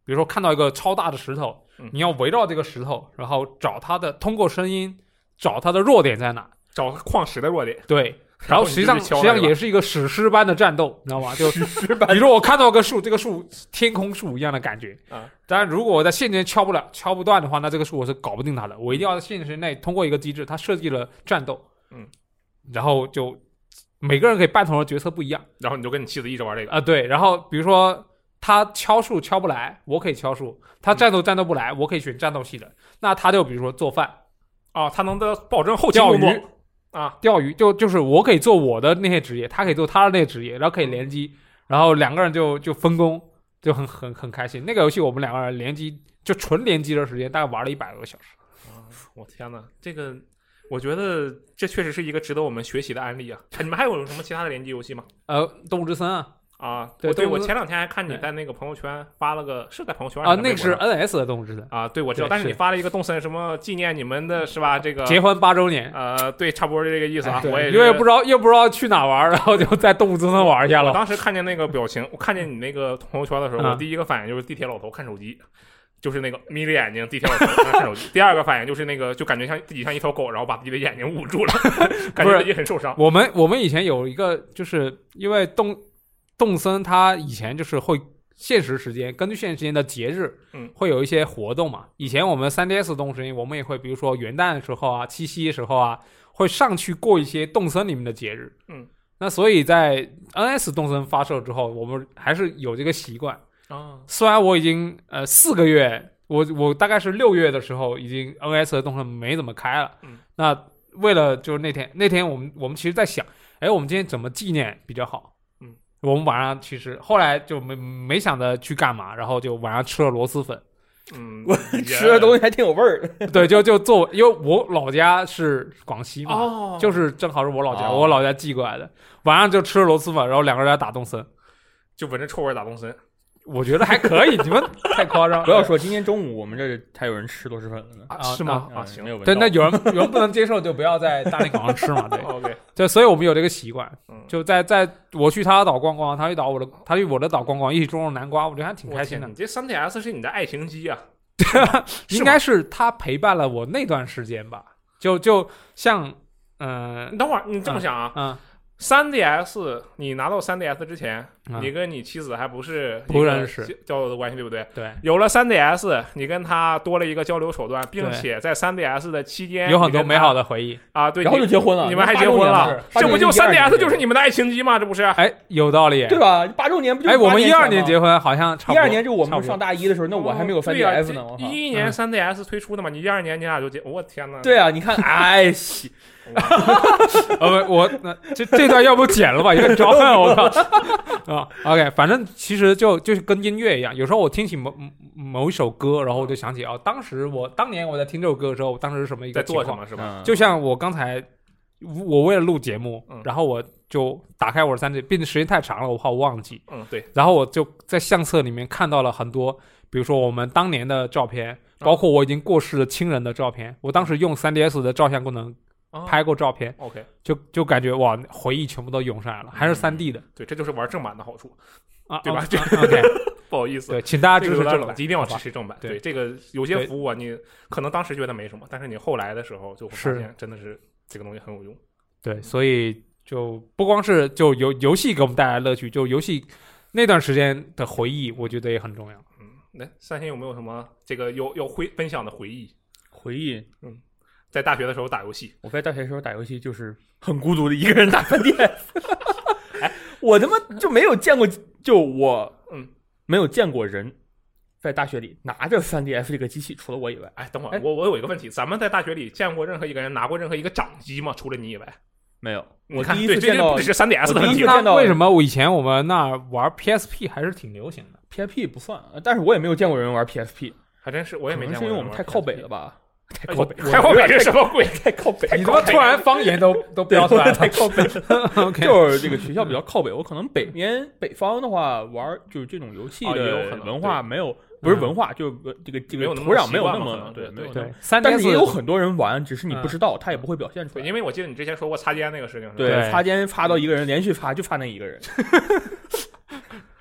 [SPEAKER 3] 比如说看到一个超大的石头，
[SPEAKER 1] 嗯
[SPEAKER 3] 你要围绕这个石头，然后找它的，通过声音找它的弱点在哪，
[SPEAKER 1] 找矿石的弱点，
[SPEAKER 3] 对。然后
[SPEAKER 1] 你
[SPEAKER 3] 实际
[SPEAKER 1] 就
[SPEAKER 3] 上
[SPEAKER 1] 去
[SPEAKER 3] 实
[SPEAKER 1] 敲它
[SPEAKER 3] 际上
[SPEAKER 1] 是吧
[SPEAKER 3] 也是一个史诗般的战斗，你知道
[SPEAKER 1] *laughs*
[SPEAKER 3] 吗？就比如说我看到个树，这个树天空树一样的感觉
[SPEAKER 1] 啊。
[SPEAKER 3] 当然，如果我在现阶敲不了、敲不断的话，那这个树我是搞不定它的。我一定要在现实内通过一个机制，它设计了战斗，
[SPEAKER 1] 嗯，
[SPEAKER 3] 然后就每个人可以扮同的角色不一样。
[SPEAKER 1] 然后你就跟你妻子一直玩这个，
[SPEAKER 3] 啊，对，然后比如说他敲树敲不来，我可以敲树；他战斗战斗不来，我可以选战斗系的。那他就比如说做饭、
[SPEAKER 1] 啊，他能得保证后期
[SPEAKER 3] 钓
[SPEAKER 1] 工
[SPEAKER 3] 鱼
[SPEAKER 1] 作啊，
[SPEAKER 3] 钓鱼，就就是我可以做我的那些职业，他可以做他的那些职业，然后可以联机，然后两个人就就分工，就很很很开心。那个游戏我们两个人联机，就纯联机的时间大概玩了一百个小时。
[SPEAKER 1] 我天呐，这个我觉得这确实是一个值得我们学习的案例啊！哎你们还有什么其他的联机游戏吗？
[SPEAKER 3] 呃，动物之森啊，
[SPEAKER 1] 啊，
[SPEAKER 3] 对
[SPEAKER 1] 我对
[SPEAKER 3] 动物
[SPEAKER 1] 我
[SPEAKER 3] 森
[SPEAKER 1] 前两天还看你在那个朋友圈发了个，是在朋友圈
[SPEAKER 3] 啊，
[SPEAKER 1] 还在
[SPEAKER 3] 那
[SPEAKER 1] 微
[SPEAKER 3] 个
[SPEAKER 1] 博
[SPEAKER 3] 是
[SPEAKER 1] 上
[SPEAKER 3] NS 的动物之森，
[SPEAKER 1] 啊，对我知道，
[SPEAKER 3] 对
[SPEAKER 1] 但是你
[SPEAKER 3] 是啊
[SPEAKER 1] 发了一个动森什么纪念你们的是吧？这个
[SPEAKER 3] 结婚八周年。
[SPEAKER 1] 呃，对，差不多是这个意思啊
[SPEAKER 3] 哎。对
[SPEAKER 1] 我也
[SPEAKER 3] 因为
[SPEAKER 1] 是
[SPEAKER 3] 不知道又不知道去哪玩，然后就在动物之森玩一下
[SPEAKER 1] 我
[SPEAKER 3] 了。
[SPEAKER 1] 当时看见那个表情，我看见你那个朋友圈的时候，
[SPEAKER 3] 嗯
[SPEAKER 1] 我第一个反应就是地铁老头看手机，就是那个眯着眼睛地铁老头看手机。 *laughs* 第二个反应就是那个，就感觉像自己像一条狗，然后把自己的眼睛捂住了， *laughs* 感觉自己很受伤。
[SPEAKER 3] 我们我们以前有一个，就是因为动动森他以前就是会限时时间，根据限时时间的节日，
[SPEAKER 1] 嗯，
[SPEAKER 3] 会有一些活动嘛。以前我们三 DS 动时间，我们也会，比如说元旦的时候啊、七夕的时候啊，会上去过一些动森里面的节日。
[SPEAKER 1] 嗯，
[SPEAKER 3] 那所以在 NS 动森发售之后，我们还是有这个习惯。
[SPEAKER 1] 啊，
[SPEAKER 3] 虽然我已经呃四个月，我我大概是六月的时候已经 NS 的动森没怎么开了。
[SPEAKER 1] 嗯，
[SPEAKER 3] 那为了就是那天那天我们我们其实在想，哎，我们今天怎么纪念比较好？
[SPEAKER 1] 嗯，
[SPEAKER 3] 我们晚上其实后来就没没想着去干嘛，然后就晚上吃了螺蛳粉。 *laughs*
[SPEAKER 1] 嗯，
[SPEAKER 2] 我
[SPEAKER 1] 也
[SPEAKER 2] *laughs* 吃的东西还挺有味儿的。
[SPEAKER 3] 对，就就做，因为我老家是广西嘛，
[SPEAKER 1] 哦，
[SPEAKER 3] 就是正好是我老家，
[SPEAKER 2] 哦
[SPEAKER 3] 我老家寄过来的。晚上就吃了螺蛳粉，然后两个人在打动森，
[SPEAKER 1] 就闻着臭味儿打动森。
[SPEAKER 3] 我觉得还可以，你们太夸张了。
[SPEAKER 1] *laughs*
[SPEAKER 2] 不要说今天中午我们这还有人吃螺蛳粉了呢。嗯
[SPEAKER 3] 啊，是吗？
[SPEAKER 1] 啊行
[SPEAKER 2] 没有闻
[SPEAKER 3] 对，
[SPEAKER 2] 到
[SPEAKER 3] 那有人有人不能接受，就不要在大连港上吃
[SPEAKER 1] *laughs*
[SPEAKER 3] 嘛。对，
[SPEAKER 1] 哦 OK，
[SPEAKER 3] 对，所以我们有这个习惯，
[SPEAKER 1] 嗯，
[SPEAKER 3] 就在在我去他的岛逛逛，他去岛我的，他去我的岛逛逛，一起种种南瓜，我觉得还挺
[SPEAKER 1] 我
[SPEAKER 3] 开心
[SPEAKER 1] 天，
[SPEAKER 3] 的
[SPEAKER 1] 你。这三 DS 是你的爱情机啊！是吗
[SPEAKER 3] 应该是他陪伴了我那段时间吧，就就像嗯
[SPEAKER 1] 你等会儿，你这么想啊？
[SPEAKER 3] 嗯
[SPEAKER 1] 三 DS，你拿到三 DS 之前，
[SPEAKER 3] 嗯
[SPEAKER 1] 你跟你妻子还不是一个
[SPEAKER 3] 不认识
[SPEAKER 1] 交友的关系，对不对？
[SPEAKER 3] 对，
[SPEAKER 1] 有了 3DS，你跟他多了一个交流手段，并
[SPEAKER 3] 对
[SPEAKER 1] 且在 3DS 的期间
[SPEAKER 3] 有很多美好
[SPEAKER 1] 的
[SPEAKER 3] 的回忆。
[SPEAKER 1] 啊，对，
[SPEAKER 2] 然后
[SPEAKER 1] 你
[SPEAKER 2] 就结婚了，
[SPEAKER 1] 你们还
[SPEAKER 2] 八
[SPEAKER 1] 结
[SPEAKER 2] 周
[SPEAKER 1] 婚
[SPEAKER 2] 年
[SPEAKER 1] 了，这
[SPEAKER 2] 八周
[SPEAKER 1] 不
[SPEAKER 2] 年
[SPEAKER 1] 就
[SPEAKER 2] 一二年
[SPEAKER 1] 3DS
[SPEAKER 2] 结
[SPEAKER 1] 就是
[SPEAKER 2] 婚
[SPEAKER 1] 你们的爱情机吗？这不是？
[SPEAKER 3] 哎，有道理。
[SPEAKER 2] 对吧？八周年不就
[SPEAKER 3] 哎，我
[SPEAKER 2] 八
[SPEAKER 3] 们一
[SPEAKER 2] 前
[SPEAKER 3] 二年
[SPEAKER 2] 吗
[SPEAKER 3] 结婚，好像差不
[SPEAKER 2] 一
[SPEAKER 3] 多。
[SPEAKER 2] 二年就我
[SPEAKER 3] 差
[SPEAKER 2] 们
[SPEAKER 3] 不多
[SPEAKER 2] 上大一的时候，那我还没有三
[SPEAKER 1] 哦对呀
[SPEAKER 2] DS 呢，我靠！
[SPEAKER 1] 一一年
[SPEAKER 3] 嗯
[SPEAKER 1] 3DS 推出的嘛，你一二年你俩就结，我天呐！
[SPEAKER 2] 对啊，你看，哎，西
[SPEAKER 3] 呃，不我那这这段要不剪了吧，有点招恨，我靠啊！OK，反正其实就就是跟音乐一样，有时候我听起某某一首歌，然后我就想起啊，当时我当年我在听这首歌的时候，我当时是什么一
[SPEAKER 1] 在
[SPEAKER 3] 个情
[SPEAKER 1] 做
[SPEAKER 3] 况？
[SPEAKER 1] 什么是吧？
[SPEAKER 2] 嗯
[SPEAKER 3] 就像我刚才，我为了录节目，
[SPEAKER 1] 嗯
[SPEAKER 3] 然后我就打开我的三 D，毕竟时间太长了，我怕我忘记。
[SPEAKER 1] 嗯，对，
[SPEAKER 3] 然后我就在相册里面看到了很多，比如说我们当年的照片，包括我已经过世的亲人的照片。我当时用 3DS 的照相功能
[SPEAKER 1] 啊
[SPEAKER 3] 拍过照片，
[SPEAKER 1] OK，
[SPEAKER 3] 就就感觉哇，回忆全部都涌上来了，还是 3D 的
[SPEAKER 1] 对，这就是玩正版的好处，
[SPEAKER 3] 啊，
[SPEAKER 1] 嗯对 *laughs* 吧
[SPEAKER 3] 啊啊 OK，
[SPEAKER 1] 不好意思。
[SPEAKER 3] 对，请大家
[SPEAKER 1] 这个
[SPEAKER 3] 支
[SPEAKER 1] 有
[SPEAKER 3] 持
[SPEAKER 1] 点
[SPEAKER 3] 正
[SPEAKER 1] 冷
[SPEAKER 3] 版，
[SPEAKER 1] 一定要支
[SPEAKER 3] 好吧
[SPEAKER 1] 持正版。
[SPEAKER 3] 对
[SPEAKER 1] 对这个有些
[SPEAKER 3] 对
[SPEAKER 1] 服务啊，你可能当时觉得没什么，但是你后来的时候就会发
[SPEAKER 3] 是
[SPEAKER 1] 现，真的是这个东西很有用。
[SPEAKER 3] 对，所以就不光是就游游戏给我们带来乐趣，就游戏那段时间的回忆，我觉得也很重要。
[SPEAKER 1] 嗯，那三星有没有什么这个有有回分享的回忆？
[SPEAKER 2] 回忆，
[SPEAKER 1] 在大学的时候打游戏，
[SPEAKER 2] 我在大学的时候打游戏就是很孤独的一个人打三 DS，哎，我他妈就没有见过，就我
[SPEAKER 1] 嗯
[SPEAKER 2] 没有见过人在大学里拿着三 DS 这个机器，除了我以外
[SPEAKER 1] 哎，等会
[SPEAKER 2] 哎
[SPEAKER 1] 儿我我有一个问题，咱们在大学里见过任何一个人拿过任何一个掌机吗？除了你以外，
[SPEAKER 2] 没有。
[SPEAKER 1] 我看
[SPEAKER 2] 第一
[SPEAKER 1] 对，
[SPEAKER 2] 次
[SPEAKER 1] 这
[SPEAKER 2] 见
[SPEAKER 1] 就
[SPEAKER 2] 到
[SPEAKER 1] 不只是三 DS 的
[SPEAKER 2] 我第
[SPEAKER 1] 问
[SPEAKER 2] 一
[SPEAKER 1] 题
[SPEAKER 2] 次
[SPEAKER 1] 了。
[SPEAKER 2] 见到
[SPEAKER 3] 那为什么我以前我们那玩 PSP 还是挺流行的？
[SPEAKER 2] PSP 不算，但是我也没有见过有人玩 PSP，
[SPEAKER 1] 还真是，我
[SPEAKER 2] 可
[SPEAKER 1] 也没
[SPEAKER 2] 能
[SPEAKER 1] 见过。
[SPEAKER 2] 是因为我们太靠北了，吧？
[SPEAKER 1] *laughs* 太
[SPEAKER 3] 靠
[SPEAKER 1] 靠
[SPEAKER 3] 北
[SPEAKER 1] 北，太靠北是什么鬼？
[SPEAKER 2] 太靠北，
[SPEAKER 3] 你他妈突然方言都都
[SPEAKER 2] 对，
[SPEAKER 3] 飙出来
[SPEAKER 2] 太
[SPEAKER 3] 了。
[SPEAKER 2] 靠北了。
[SPEAKER 3] *laughs* OK，
[SPEAKER 2] 就是这个学校比较靠北，我可能北面北方的话，玩儿就是这种游戏
[SPEAKER 1] 哦也有
[SPEAKER 2] 的
[SPEAKER 1] 可能
[SPEAKER 2] 文化没有，不是
[SPEAKER 3] 嗯
[SPEAKER 2] 文化，就是文这个这
[SPEAKER 1] 没有
[SPEAKER 2] 个
[SPEAKER 1] 那么
[SPEAKER 2] 土壤没
[SPEAKER 1] 习
[SPEAKER 2] 有那
[SPEAKER 1] 惯嘛可
[SPEAKER 2] 么
[SPEAKER 1] 能对
[SPEAKER 2] 没有那么
[SPEAKER 3] 对，三 DS
[SPEAKER 2] 但是也有很多人玩，嗯只是你不知道，他也不会表现出来。
[SPEAKER 1] 因为我记得你之前说过擦肩那个事情，是吧
[SPEAKER 3] 对
[SPEAKER 2] 擦肩擦到一个人，连续擦就擦那一个人，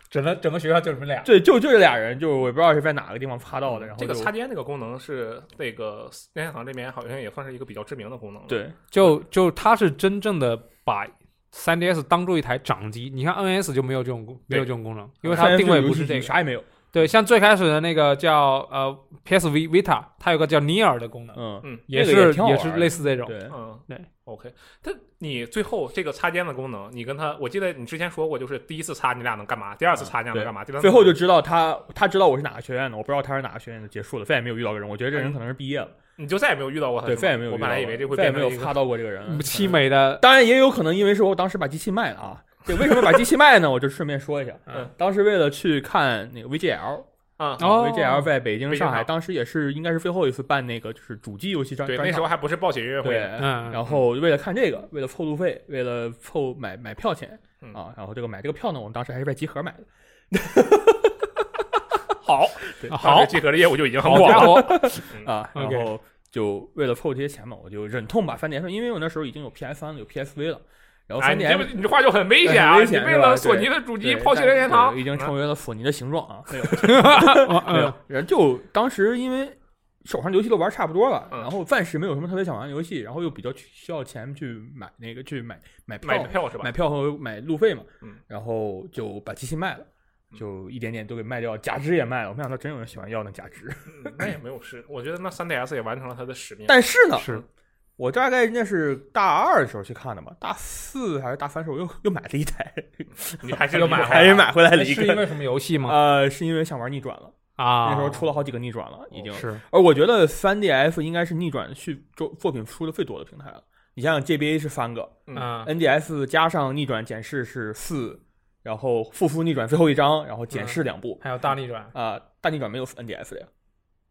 [SPEAKER 3] 整个整个学校就你们俩。
[SPEAKER 2] *laughs* 对，就就这俩人，就是我也不知道是在哪个地方擦到的，然后
[SPEAKER 1] 这个
[SPEAKER 2] 就
[SPEAKER 1] 擦肩这个功能是那个任天堂这边好像也算是一个比较知名的功能了。
[SPEAKER 2] 对
[SPEAKER 3] 就就它是真正的把 3DS 当做一台掌机，你看 NS 就没有这种功没有这种功
[SPEAKER 2] 嗯
[SPEAKER 3] 能，因为它定位不是这个。
[SPEAKER 2] 啥也没有，
[SPEAKER 3] 对，像最开始的那个叫呃 PSV Vita，它有个叫尼尔的功能，
[SPEAKER 2] 嗯，
[SPEAKER 1] 嗯，
[SPEAKER 2] 那个
[SPEAKER 3] 是
[SPEAKER 2] 也
[SPEAKER 3] 也
[SPEAKER 2] 挺好玩的
[SPEAKER 3] 是类似这种。
[SPEAKER 2] 对，
[SPEAKER 1] 嗯，
[SPEAKER 3] 对
[SPEAKER 1] ，OK。但你最后这个擦肩的功能，你跟他，我记得你之前说过，就是第一次擦你俩能干嘛，第二次擦你俩能干嘛，第三次
[SPEAKER 2] 最后就知道他他知道我是哪个学院的，我不知道他是哪个学院的，结束了，再也没有遇到个人，我觉得这人可能是毕业了，
[SPEAKER 1] 你就再也没有遇到过他，
[SPEAKER 2] 对，
[SPEAKER 1] 是吗
[SPEAKER 2] 再也没有遇
[SPEAKER 1] 我
[SPEAKER 2] 到过，
[SPEAKER 1] 本来以为这会
[SPEAKER 2] 再也
[SPEAKER 1] 变成
[SPEAKER 2] 没有
[SPEAKER 1] 一个
[SPEAKER 2] 擦到过这个嗯
[SPEAKER 3] *laughs*
[SPEAKER 2] 人，
[SPEAKER 3] 凄美的，
[SPEAKER 2] 当然也有可能因为是我当时把机器卖了啊。对，为什么把机器卖呢？我就顺便说一下，
[SPEAKER 1] 嗯，
[SPEAKER 2] 当时为了去看那个 VGL，
[SPEAKER 1] 啊。
[SPEAKER 3] 哦
[SPEAKER 2] VGL 在北京、
[SPEAKER 1] 北京
[SPEAKER 2] 上海，
[SPEAKER 1] 上
[SPEAKER 2] 当时也是应该是最后一次办那个就是主机游戏专
[SPEAKER 1] 对，
[SPEAKER 2] 专
[SPEAKER 1] 那时
[SPEAKER 2] 场
[SPEAKER 1] 候还不是暴雪音乐
[SPEAKER 2] 对
[SPEAKER 1] 会，，
[SPEAKER 3] 嗯，
[SPEAKER 2] 然后为了看这个，为了凑路费，为了凑买买票钱
[SPEAKER 1] 嗯
[SPEAKER 2] 啊，然后这个买这个票呢，我们当时还是在集合买的，
[SPEAKER 1] 好，
[SPEAKER 3] 啊
[SPEAKER 1] 当
[SPEAKER 3] 好
[SPEAKER 1] 时，集合的业务就已经很
[SPEAKER 3] 好
[SPEAKER 1] 广
[SPEAKER 3] 家
[SPEAKER 1] 了。
[SPEAKER 3] 伙，
[SPEAKER 2] 啊，
[SPEAKER 1] 嗯
[SPEAKER 2] 然
[SPEAKER 3] OK
[SPEAKER 2] 后就为了凑这些钱嘛，我就忍痛把三 DS，因为我那时候已经有 PS 3了，有 PSV 了，然后
[SPEAKER 1] 哎，
[SPEAKER 2] 三
[SPEAKER 1] 你
[SPEAKER 2] DS
[SPEAKER 1] 这不你这话就很危险啊！
[SPEAKER 2] 很危险
[SPEAKER 1] 你为
[SPEAKER 2] 是吧
[SPEAKER 1] 了索尼的主机抛弃任天堂，
[SPEAKER 2] 对已经成
[SPEAKER 1] 为
[SPEAKER 2] 为了索尼的形状啊，没有。没有
[SPEAKER 3] 嗯，
[SPEAKER 2] 人就当时因为手上游戏都玩差不多了，
[SPEAKER 1] 嗯
[SPEAKER 2] 然后暂时没有什么特别想玩的游戏，然后又比较需要钱去买那个去买买票
[SPEAKER 1] 买票是吧
[SPEAKER 2] 买？票和买路费嘛，
[SPEAKER 1] 嗯
[SPEAKER 2] 然后就把机器卖了。
[SPEAKER 1] 嗯
[SPEAKER 2] 就一点点都给卖掉，假肢也卖了。我没想到真有人喜欢要那假肢，
[SPEAKER 1] 嗯那也没有事，我觉得那 3DS 也完成了它的使命。
[SPEAKER 2] 但是呢， *laughs*
[SPEAKER 3] 是
[SPEAKER 2] 我大概那是大二的时候去看的嘛，大四还是大三时候又又买了一台，
[SPEAKER 1] 你还是
[SPEAKER 3] 又买
[SPEAKER 1] 离
[SPEAKER 3] 了
[SPEAKER 1] 不开
[SPEAKER 2] 还是买回来了一
[SPEAKER 3] 哎是因
[SPEAKER 2] 个。
[SPEAKER 3] 为什么游戏吗？
[SPEAKER 2] 呃，是因为想玩逆转了，
[SPEAKER 3] 啊，哦
[SPEAKER 2] 那时候出了好几个逆转了，已经。
[SPEAKER 3] 是
[SPEAKER 2] 而我觉得三 DF 应该是逆转续作作品出的最多的平台了。你想想，GBA 是三个
[SPEAKER 3] 嗯，
[SPEAKER 2] ，NDS 加上逆转检视是四，然后复苏逆转最后一章，然后检视两部
[SPEAKER 3] 还有大逆转
[SPEAKER 2] 啊、大逆转没有 NDS 的呀，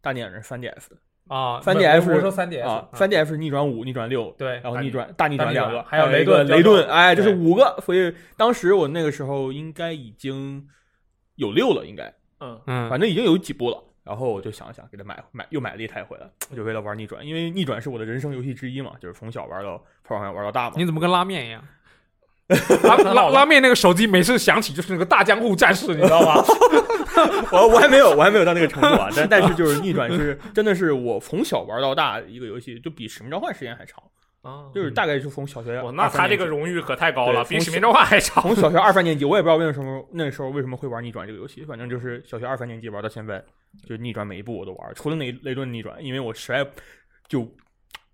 [SPEAKER 2] 大逆转是三 DS 的
[SPEAKER 3] 啊，
[SPEAKER 2] 3DS
[SPEAKER 3] 我我说三 DS
[SPEAKER 2] 啊，三 DS 是逆转五、逆转六，
[SPEAKER 3] 对
[SPEAKER 2] 然后
[SPEAKER 1] 大逆
[SPEAKER 2] 逆转大逆转
[SPEAKER 3] 大逆转
[SPEAKER 2] 两个，
[SPEAKER 3] 还有
[SPEAKER 2] 一
[SPEAKER 3] 雷
[SPEAKER 2] 个
[SPEAKER 3] 顿
[SPEAKER 2] 雷
[SPEAKER 3] 交
[SPEAKER 2] 顿，
[SPEAKER 3] 锋
[SPEAKER 2] 哎，这是
[SPEAKER 3] 对
[SPEAKER 2] 五个，所以当时我那个时候应该已经有六了，应该
[SPEAKER 1] 嗯，
[SPEAKER 3] 嗯，
[SPEAKER 2] 反正已经有几部了。然后我就想想，给他买买又买了一台回来，就为了玩逆转，因为逆转是我的人生游戏之一嘛，就是从小玩到泡泡玩到大嘛。
[SPEAKER 3] 你怎么跟拉面一
[SPEAKER 2] *laughs*
[SPEAKER 3] 样？拉拉拉面那个手机每次响起就是那个大江户战士，你知道
[SPEAKER 2] *laughs*
[SPEAKER 3] 吗？
[SPEAKER 2] 我我还没有我还没有到那个程度啊，但但是就是逆转是真的是我从小玩到大一个游戏，就比使命召唤时间还长，
[SPEAKER 1] 啊
[SPEAKER 3] 嗯
[SPEAKER 2] 就是大概就从小学
[SPEAKER 1] 我
[SPEAKER 2] 23
[SPEAKER 1] 那他这个
[SPEAKER 2] 年级
[SPEAKER 1] 荣誉可太高了，
[SPEAKER 2] 对
[SPEAKER 1] 比《使命召唤》还长。
[SPEAKER 2] 从小学二三年级，我也不知道为什么那时候为什么会玩逆转这个游戏，反正就是小学二三年级玩到现在，就是逆转每一部我都玩，除了那雷顿逆转，因为我实在就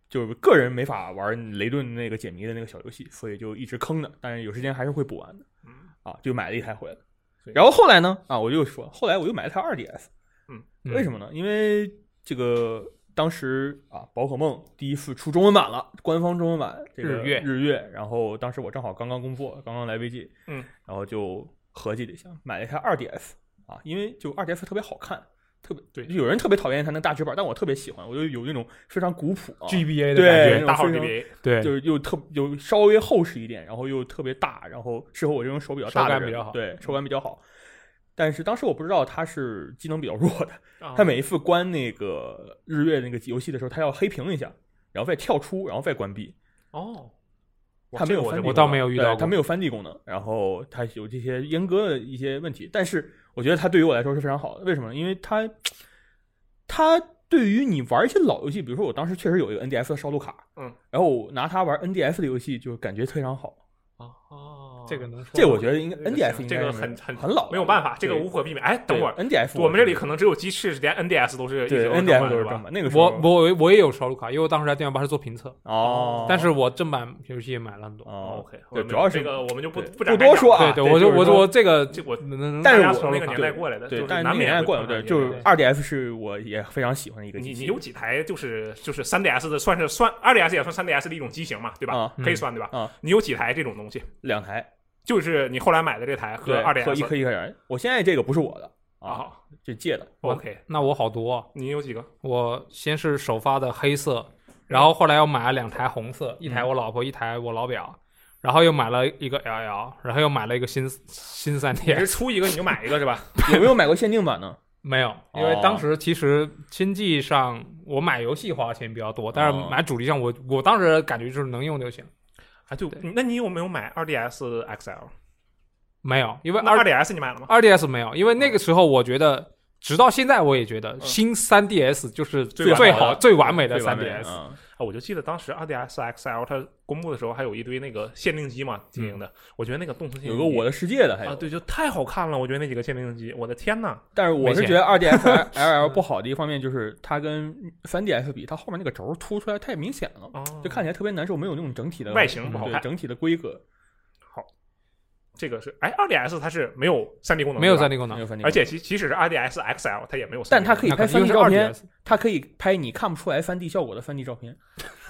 [SPEAKER 2] 就是个人没法玩雷顿那个解谜的那个小游戏，所以就一直坑的，但是有时间还是会补完的
[SPEAKER 1] 嗯，
[SPEAKER 2] 啊，就买了一台回来
[SPEAKER 1] 对。
[SPEAKER 2] 然后后来呢？啊，我又说，后来我又买了台二 DS，
[SPEAKER 1] 嗯
[SPEAKER 2] 为什么呢？因为这个当时啊，宝可梦第一次出中文版了，官方中文版这个
[SPEAKER 3] 日月
[SPEAKER 2] 日月。然后当时我正好刚刚工作，刚刚来 VG，
[SPEAKER 1] 嗯，
[SPEAKER 2] 然后就合计了一下，买了一台二 DS 啊，因为就二 DS 特别好看，特别
[SPEAKER 1] 对
[SPEAKER 2] 有人特别讨厌它那大直板，但我特别喜欢，我就有那种非常古朴啊，
[SPEAKER 3] GBA 的
[SPEAKER 2] 对
[SPEAKER 3] 感
[SPEAKER 2] 那
[SPEAKER 3] 觉，
[SPEAKER 2] 种
[SPEAKER 1] 大号
[SPEAKER 2] 非常
[SPEAKER 1] GBA，
[SPEAKER 3] 对，
[SPEAKER 2] 就是又特有稍微厚实一点，然后又特别大，然后适合我这种手比较大
[SPEAKER 3] 手
[SPEAKER 2] 的
[SPEAKER 3] 感
[SPEAKER 2] 人，
[SPEAKER 3] 比较好嗯
[SPEAKER 2] 对，手感比较好。但是当时我不知道它是机能比较弱的，
[SPEAKER 1] 啊
[SPEAKER 2] 它每一次关那个日月那个游戏的时候，它要黑屏一下，然后再跳出，然后再关闭。
[SPEAKER 1] 哦，哇
[SPEAKER 2] 它没
[SPEAKER 1] 这
[SPEAKER 2] 有
[SPEAKER 1] 个我
[SPEAKER 2] 翻
[SPEAKER 1] 就
[SPEAKER 2] 译
[SPEAKER 1] 不
[SPEAKER 3] 我
[SPEAKER 1] 知道
[SPEAKER 3] 倒没有遇
[SPEAKER 2] 对
[SPEAKER 3] 到，
[SPEAKER 2] 它
[SPEAKER 3] 过
[SPEAKER 2] 没。有翻地功能，然后它有这些阉割的一些问题，但是我觉得它对于我来说是非常好的。为什么呢？因为它，它对于你玩一些老游戏，比如说我当时确实有一个 NDS 的烧录卡，
[SPEAKER 1] 嗯，
[SPEAKER 2] 然后我拿它玩 NDS 的游戏，就感觉非常好。
[SPEAKER 1] 哦，
[SPEAKER 3] 这个能说
[SPEAKER 2] 这我
[SPEAKER 3] 得
[SPEAKER 2] 觉得应该
[SPEAKER 1] 这个
[SPEAKER 2] NDS 应
[SPEAKER 1] 这
[SPEAKER 2] 该
[SPEAKER 1] 个
[SPEAKER 2] 是
[SPEAKER 1] 很很
[SPEAKER 2] 很老了，
[SPEAKER 1] 没有办法，这个
[SPEAKER 2] 对
[SPEAKER 1] 无可避免。哎，等
[SPEAKER 2] 对
[SPEAKER 1] 会儿，
[SPEAKER 2] NDS
[SPEAKER 1] 我们这里可能只有鸡翅，连 NDS 都是一直
[SPEAKER 2] 对
[SPEAKER 1] 都正版
[SPEAKER 2] NDS 都是
[SPEAKER 1] 吧
[SPEAKER 2] 正版，那个时候
[SPEAKER 3] 我我我也有烧录卡，因为我当时在电玩吧是做评测，
[SPEAKER 2] 哦，
[SPEAKER 3] 但是我正版游戏也买了很多。
[SPEAKER 2] 哦
[SPEAKER 1] OK，
[SPEAKER 2] 对，
[SPEAKER 1] 我们
[SPEAKER 2] 主要是
[SPEAKER 1] 这个我们就不
[SPEAKER 2] 对
[SPEAKER 1] 不
[SPEAKER 2] 不
[SPEAKER 1] 展开
[SPEAKER 2] 多说
[SPEAKER 1] 讲
[SPEAKER 2] 啊。
[SPEAKER 3] 对我
[SPEAKER 2] 就
[SPEAKER 3] 就是我
[SPEAKER 2] 说
[SPEAKER 3] 我这个
[SPEAKER 1] 这我
[SPEAKER 3] 能能
[SPEAKER 2] 但是
[SPEAKER 1] 大家
[SPEAKER 2] 我
[SPEAKER 1] 从那个年代
[SPEAKER 2] 对
[SPEAKER 1] 过来的，
[SPEAKER 2] 对
[SPEAKER 1] 就，
[SPEAKER 2] 但是那
[SPEAKER 1] 难
[SPEAKER 2] 个
[SPEAKER 1] 免
[SPEAKER 2] 年代
[SPEAKER 1] 会
[SPEAKER 2] 过来，
[SPEAKER 1] 碰到一
[SPEAKER 2] 对，
[SPEAKER 1] 些
[SPEAKER 2] 就
[SPEAKER 1] 东
[SPEAKER 2] 是
[SPEAKER 1] 西
[SPEAKER 2] 2DS 是我也非常喜欢的一个
[SPEAKER 1] 你
[SPEAKER 2] 机器，
[SPEAKER 1] 你有几台就是就是三 DS 的，算是算二 DS 也算三 DS 的一种机型嘛，对吧？
[SPEAKER 2] 啊
[SPEAKER 1] 可以算对吧？
[SPEAKER 2] 啊
[SPEAKER 1] 你有几台这种东西？
[SPEAKER 2] 两台
[SPEAKER 1] 就是你后来买的这台和
[SPEAKER 2] 对
[SPEAKER 1] 二
[SPEAKER 2] 和一
[SPEAKER 1] DS
[SPEAKER 2] 颗一颗人，我现在这个不是我的啊，
[SPEAKER 1] 啊
[SPEAKER 2] 这借的，
[SPEAKER 3] 我
[SPEAKER 1] ，OK，
[SPEAKER 3] 那我好多啊，
[SPEAKER 1] 你有几个？
[SPEAKER 3] 我先是首发的黑色，然后后来又买了两台红色，一台
[SPEAKER 2] 嗯
[SPEAKER 3] 我老婆，一台我老表，然后又买了一个 LL，然后又买了一个新新三
[SPEAKER 1] 你是
[SPEAKER 3] DS，
[SPEAKER 1] 出一个你就买一个是吧？
[SPEAKER 2] 有没有买过限定版呢？
[SPEAKER 3] 没有，
[SPEAKER 2] 哦
[SPEAKER 3] 因为当时其实经济上我买游戏花的钱比较多，但
[SPEAKER 2] 哦
[SPEAKER 3] 是买主机上我我当时感觉就是能用就行，
[SPEAKER 1] 啊，就
[SPEAKER 3] 对
[SPEAKER 1] 那你有没有买二 DS XL？
[SPEAKER 3] 没有，因为
[SPEAKER 1] 那
[SPEAKER 3] 二
[SPEAKER 1] 二 DS 你买了吗？
[SPEAKER 3] 二 DS 没有，因为那个时候我觉得，直到现在我也觉
[SPEAKER 2] 嗯
[SPEAKER 3] 得新三 DS 就
[SPEAKER 1] *laughs*
[SPEAKER 3] 是
[SPEAKER 1] 最
[SPEAKER 3] 最
[SPEAKER 2] 好
[SPEAKER 3] 好、
[SPEAKER 2] 的
[SPEAKER 3] 最完美的
[SPEAKER 2] 最
[SPEAKER 3] 三
[SPEAKER 2] 完美的
[SPEAKER 3] DS。
[SPEAKER 2] 嗯
[SPEAKER 1] 啊，我就记得当时二 DS XL 它公布的时候还有一堆那个限定机嘛，经营的，我觉得那个动森限
[SPEAKER 2] 嗯有
[SPEAKER 1] 定
[SPEAKER 2] 个
[SPEAKER 1] 机
[SPEAKER 2] 我的世界的还
[SPEAKER 1] 啊，
[SPEAKER 2] 有，
[SPEAKER 1] 对，就太好看了，我觉得那几个限定机，我的天呐！
[SPEAKER 2] 但是我是
[SPEAKER 3] 没
[SPEAKER 2] 觉
[SPEAKER 1] *laughs*
[SPEAKER 2] 得 2DS LL 不好的一方面就是它跟 3DS 比，它后面那个轴凸出来太明显了，
[SPEAKER 1] 哦，
[SPEAKER 2] 就看起来特别难受，没有那种整体的
[SPEAKER 1] 外形不好
[SPEAKER 2] 对
[SPEAKER 1] 看，
[SPEAKER 2] 整体的规格
[SPEAKER 1] 这个是哎，二 DS 它是没有三 D
[SPEAKER 2] 嗯
[SPEAKER 1] 功能，
[SPEAKER 3] 没有
[SPEAKER 1] 对吧
[SPEAKER 3] 3 D 功
[SPEAKER 2] 没
[SPEAKER 3] 能，
[SPEAKER 2] 有翻地
[SPEAKER 1] 而且其即使是 RDS XL，它也没有 3D 功能，
[SPEAKER 2] 但它可以
[SPEAKER 3] 那
[SPEAKER 2] 拍
[SPEAKER 3] 可能又
[SPEAKER 2] 3D
[SPEAKER 3] 是
[SPEAKER 2] 照片
[SPEAKER 3] 2DS，
[SPEAKER 2] 它可以拍你看不出来 3D 效果的 3D 照片，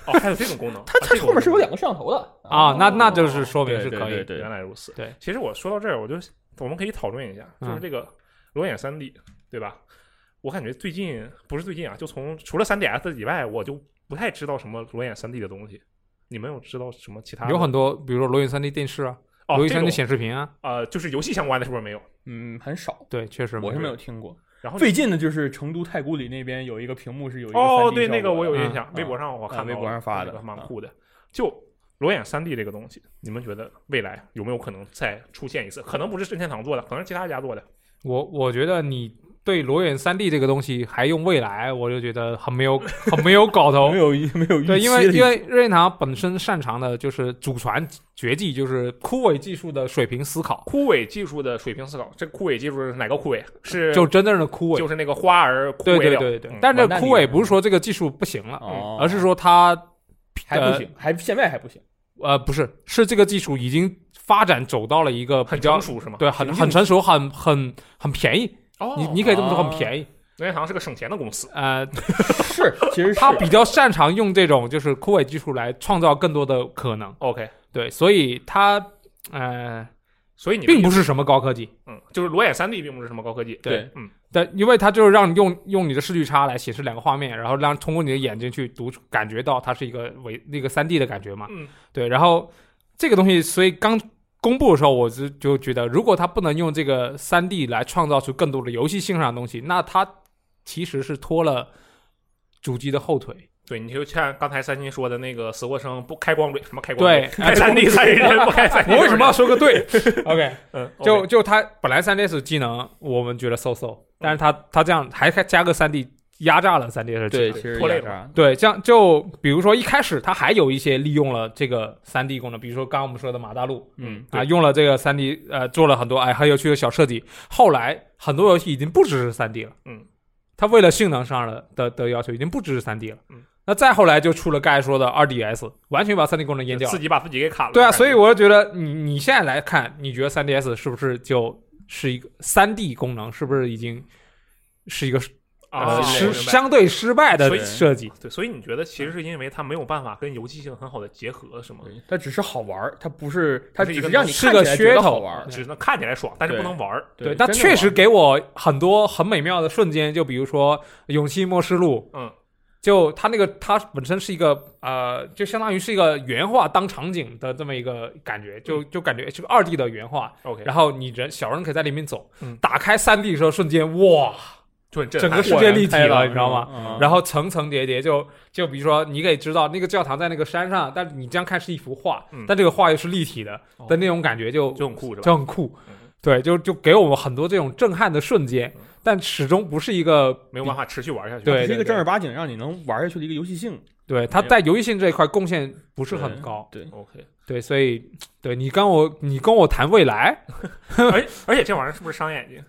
[SPEAKER 1] 哦，还有这种功能，
[SPEAKER 2] *laughs* 它它
[SPEAKER 1] 这个
[SPEAKER 2] 后面是有
[SPEAKER 1] 我
[SPEAKER 2] 两个摄像头的
[SPEAKER 3] 啊，那那就是说明
[SPEAKER 2] 哦对
[SPEAKER 3] 是可
[SPEAKER 2] 对
[SPEAKER 3] 以。
[SPEAKER 2] 对
[SPEAKER 1] 原来如此。
[SPEAKER 3] 对，
[SPEAKER 1] 其实我说到这儿，我就我们可以讨论一下，就是
[SPEAKER 3] 嗯
[SPEAKER 1] 这个裸眼三 D，对吧？我感觉最近不是最近啊，就从除了三 DS 以外，我就不太知道什么裸眼三 D 的东西。你们有知道什么其他的？
[SPEAKER 3] 有很多，比如说裸眼 3D 电视啊，
[SPEAKER 1] 哦，
[SPEAKER 3] 裸眼
[SPEAKER 1] 这
[SPEAKER 3] 3D
[SPEAKER 1] 种
[SPEAKER 3] 显示屏啊，
[SPEAKER 1] 呃，就是游戏相关的，是不是没有？
[SPEAKER 2] 嗯，很少，
[SPEAKER 3] 对，确实
[SPEAKER 2] 我是
[SPEAKER 3] 有
[SPEAKER 2] 没有听过。
[SPEAKER 1] 然后
[SPEAKER 2] 最近的就是成都太古里那边有一个屏幕是有一个
[SPEAKER 1] 哦，
[SPEAKER 2] 3D
[SPEAKER 1] 对，
[SPEAKER 2] 效
[SPEAKER 1] 那个
[SPEAKER 2] 果
[SPEAKER 1] 我
[SPEAKER 2] 的
[SPEAKER 1] 有
[SPEAKER 3] 啊
[SPEAKER 1] 印象，嗯微
[SPEAKER 2] 啊
[SPEAKER 1] 博上我看
[SPEAKER 2] 啊
[SPEAKER 1] 到
[SPEAKER 2] 微博上发
[SPEAKER 1] 那
[SPEAKER 2] 的
[SPEAKER 1] 个蛮
[SPEAKER 2] 啊
[SPEAKER 1] 酷的。嗯就裸眼三 D 这个东西，你们觉得未来有没有可能再出现一次？可能不是任天堂做的，可能是其他家做的。
[SPEAKER 3] 我我觉得你对裸眼 3D 这个东西还用未来，我就觉得很没有很没有搞头
[SPEAKER 2] 没。有一没有预
[SPEAKER 3] 对，因
[SPEAKER 2] 期
[SPEAKER 3] 为
[SPEAKER 2] 的
[SPEAKER 3] 因为任天堂本身擅长的就是祖传绝技，就是枯萎技术的水平思考，
[SPEAKER 1] 枯萎技术的水平思考，这枯萎技术是哪个枯萎？啊是
[SPEAKER 3] 就真正的枯萎。
[SPEAKER 1] 就是那个花儿枯
[SPEAKER 3] 对
[SPEAKER 1] 萎
[SPEAKER 3] 对
[SPEAKER 1] 掉。
[SPEAKER 3] 对对
[SPEAKER 1] 嗯，
[SPEAKER 3] 但这
[SPEAKER 2] 完蛋
[SPEAKER 3] 枯
[SPEAKER 2] 了
[SPEAKER 3] 萎不是说这个技术不行了，
[SPEAKER 2] 哦，
[SPEAKER 3] 而是说它
[SPEAKER 2] 还不行，还现在还不行，
[SPEAKER 3] 呃不是是这个技术已经发展走到了一个比
[SPEAKER 1] 很
[SPEAKER 3] 较
[SPEAKER 1] 成熟是吗？
[SPEAKER 3] 对很
[SPEAKER 2] 成熟
[SPEAKER 3] 很成熟，很很很便宜。
[SPEAKER 1] 哦
[SPEAKER 3] 你你可以这么说，
[SPEAKER 2] 哦
[SPEAKER 1] *laughs*
[SPEAKER 3] 很便宜。
[SPEAKER 1] 任天堂是个省钱的公司。
[SPEAKER 3] 呃，
[SPEAKER 2] 是其实
[SPEAKER 3] *laughs*
[SPEAKER 2] 是
[SPEAKER 3] 他比较擅长用这种就是枯萎技术来创造更多的可能。
[SPEAKER 1] OK，
[SPEAKER 3] 对，所以它呃
[SPEAKER 1] 所以你
[SPEAKER 3] 并不
[SPEAKER 1] 是
[SPEAKER 3] 是什么高科技。
[SPEAKER 1] 嗯，就是裸眼三 D 并不是什么高科技。
[SPEAKER 2] 对
[SPEAKER 1] 嗯，
[SPEAKER 3] 但因为它就是让你用用你的视距差来显示两个画面，然后让通过你的眼睛去读出感觉到它是一个为那个三 D 的感觉嘛。
[SPEAKER 1] 嗯，
[SPEAKER 3] 对，然后这个东西，所以刚公布的时候，我就就觉得，如果它不能用这个三 D 来创造出更多的游戏性上的东西，那它其实是拖了主机的后腿。
[SPEAKER 1] 对，你就像刚才三星说的那个死活生不开光蕊，什么开光
[SPEAKER 3] 对
[SPEAKER 1] 蕊，，开三 D 三 *laughs* 人不开三 D。
[SPEAKER 3] 我 *laughs* 为什么要说个对 *laughs* ？OK，
[SPEAKER 1] 嗯，
[SPEAKER 3] 就就它本来三 DS 技能我们觉得 so so，但是它它这样还加个三 D 压榨了三 DS 技能
[SPEAKER 2] 对，。其实
[SPEAKER 1] 拖累
[SPEAKER 2] 也是
[SPEAKER 1] 了
[SPEAKER 2] 啊
[SPEAKER 3] 对，这样就比如说一开始它还有一些利用了这个三 D 功能，比如说刚刚我们说的马大陆，
[SPEAKER 2] 嗯
[SPEAKER 3] 啊，用了这个三 D，呃，做了很多哎很有趣的小设计。后来很多游戏已经不支持三 D 了，
[SPEAKER 1] 嗯，
[SPEAKER 3] 它为了性能上的的的要求已经不支持三 D 了，
[SPEAKER 1] 嗯，
[SPEAKER 3] 那再后来就出了刚才说的二 DS，完全把三 D 功能
[SPEAKER 1] 就
[SPEAKER 3] 阉掉
[SPEAKER 1] 自
[SPEAKER 3] 了。
[SPEAKER 1] 己把自己给砍了？
[SPEAKER 3] 对啊，
[SPEAKER 1] 感觉
[SPEAKER 3] 所以我就觉得你你现在来看，你觉得三 DS 是不是就是一个三 D 功能是不是已经是一个
[SPEAKER 1] 啊
[SPEAKER 3] 呃
[SPEAKER 2] 是
[SPEAKER 3] 失
[SPEAKER 2] 明白
[SPEAKER 3] 相对失败
[SPEAKER 1] 所
[SPEAKER 3] 的
[SPEAKER 1] 以
[SPEAKER 3] 设计。
[SPEAKER 1] 对，所以你觉得其实是因为它没有办法跟游戏性很好的结合，是吗？
[SPEAKER 3] 嗯
[SPEAKER 2] 对它只是好玩儿，它不是，它
[SPEAKER 1] 是
[SPEAKER 2] 只
[SPEAKER 1] 一个
[SPEAKER 2] 是让你
[SPEAKER 3] 是
[SPEAKER 2] 看
[SPEAKER 3] 个
[SPEAKER 2] 起来觉
[SPEAKER 3] 噱
[SPEAKER 2] 得
[SPEAKER 3] 头
[SPEAKER 2] 好玩儿。
[SPEAKER 1] 啊只能看起来爽，但是不能玩儿。
[SPEAKER 3] 对，但
[SPEAKER 2] 真的
[SPEAKER 3] 确
[SPEAKER 2] 玩
[SPEAKER 3] 实
[SPEAKER 2] 儿
[SPEAKER 3] 给我很多很美妙的瞬间，就比如说《勇气末世录》，
[SPEAKER 1] 嗯，
[SPEAKER 3] 就它那个它本身是一个呃，就相当于是一个原画当场景的这么一个感觉，就就感觉是个二 D 的原画，
[SPEAKER 1] OK，
[SPEAKER 3] 然后你人小人可以在里面走
[SPEAKER 1] 嗯，
[SPEAKER 3] 打开三 D 的时候瞬间哇，
[SPEAKER 1] 就很震
[SPEAKER 3] 整
[SPEAKER 1] 撼
[SPEAKER 3] 个世
[SPEAKER 2] 豁
[SPEAKER 3] 界
[SPEAKER 2] 然
[SPEAKER 3] 立体
[SPEAKER 2] 开
[SPEAKER 3] 了
[SPEAKER 2] 朗
[SPEAKER 3] 你知道
[SPEAKER 2] 是
[SPEAKER 3] 吗
[SPEAKER 2] 吧嗯
[SPEAKER 3] 然后层层叠叠就，就比如说，你可以知道那个教堂在那个山上，但是你这样看是一幅画，
[SPEAKER 1] 嗯
[SPEAKER 3] 但这个画又是立体的
[SPEAKER 1] 哦
[SPEAKER 3] 的那种感觉就
[SPEAKER 1] 就很酷，是吧？
[SPEAKER 3] 就很酷
[SPEAKER 1] 嗯。
[SPEAKER 3] 对，就就给我们很多这种震撼的瞬间
[SPEAKER 1] 嗯，
[SPEAKER 3] 但始终不是一个
[SPEAKER 1] 没有办法持续玩下去。
[SPEAKER 3] 对
[SPEAKER 2] 它是一个正儿八经让你能玩下去的一个游戏性，
[SPEAKER 3] 对它
[SPEAKER 1] 没有
[SPEAKER 3] 在游戏性这一块贡献不
[SPEAKER 2] 不
[SPEAKER 3] 是很高。。
[SPEAKER 2] 对，
[SPEAKER 1] OK，
[SPEAKER 3] 对，所以对你跟我你跟我谈未来，
[SPEAKER 1] 而而且这玩意儿是不是伤眼睛？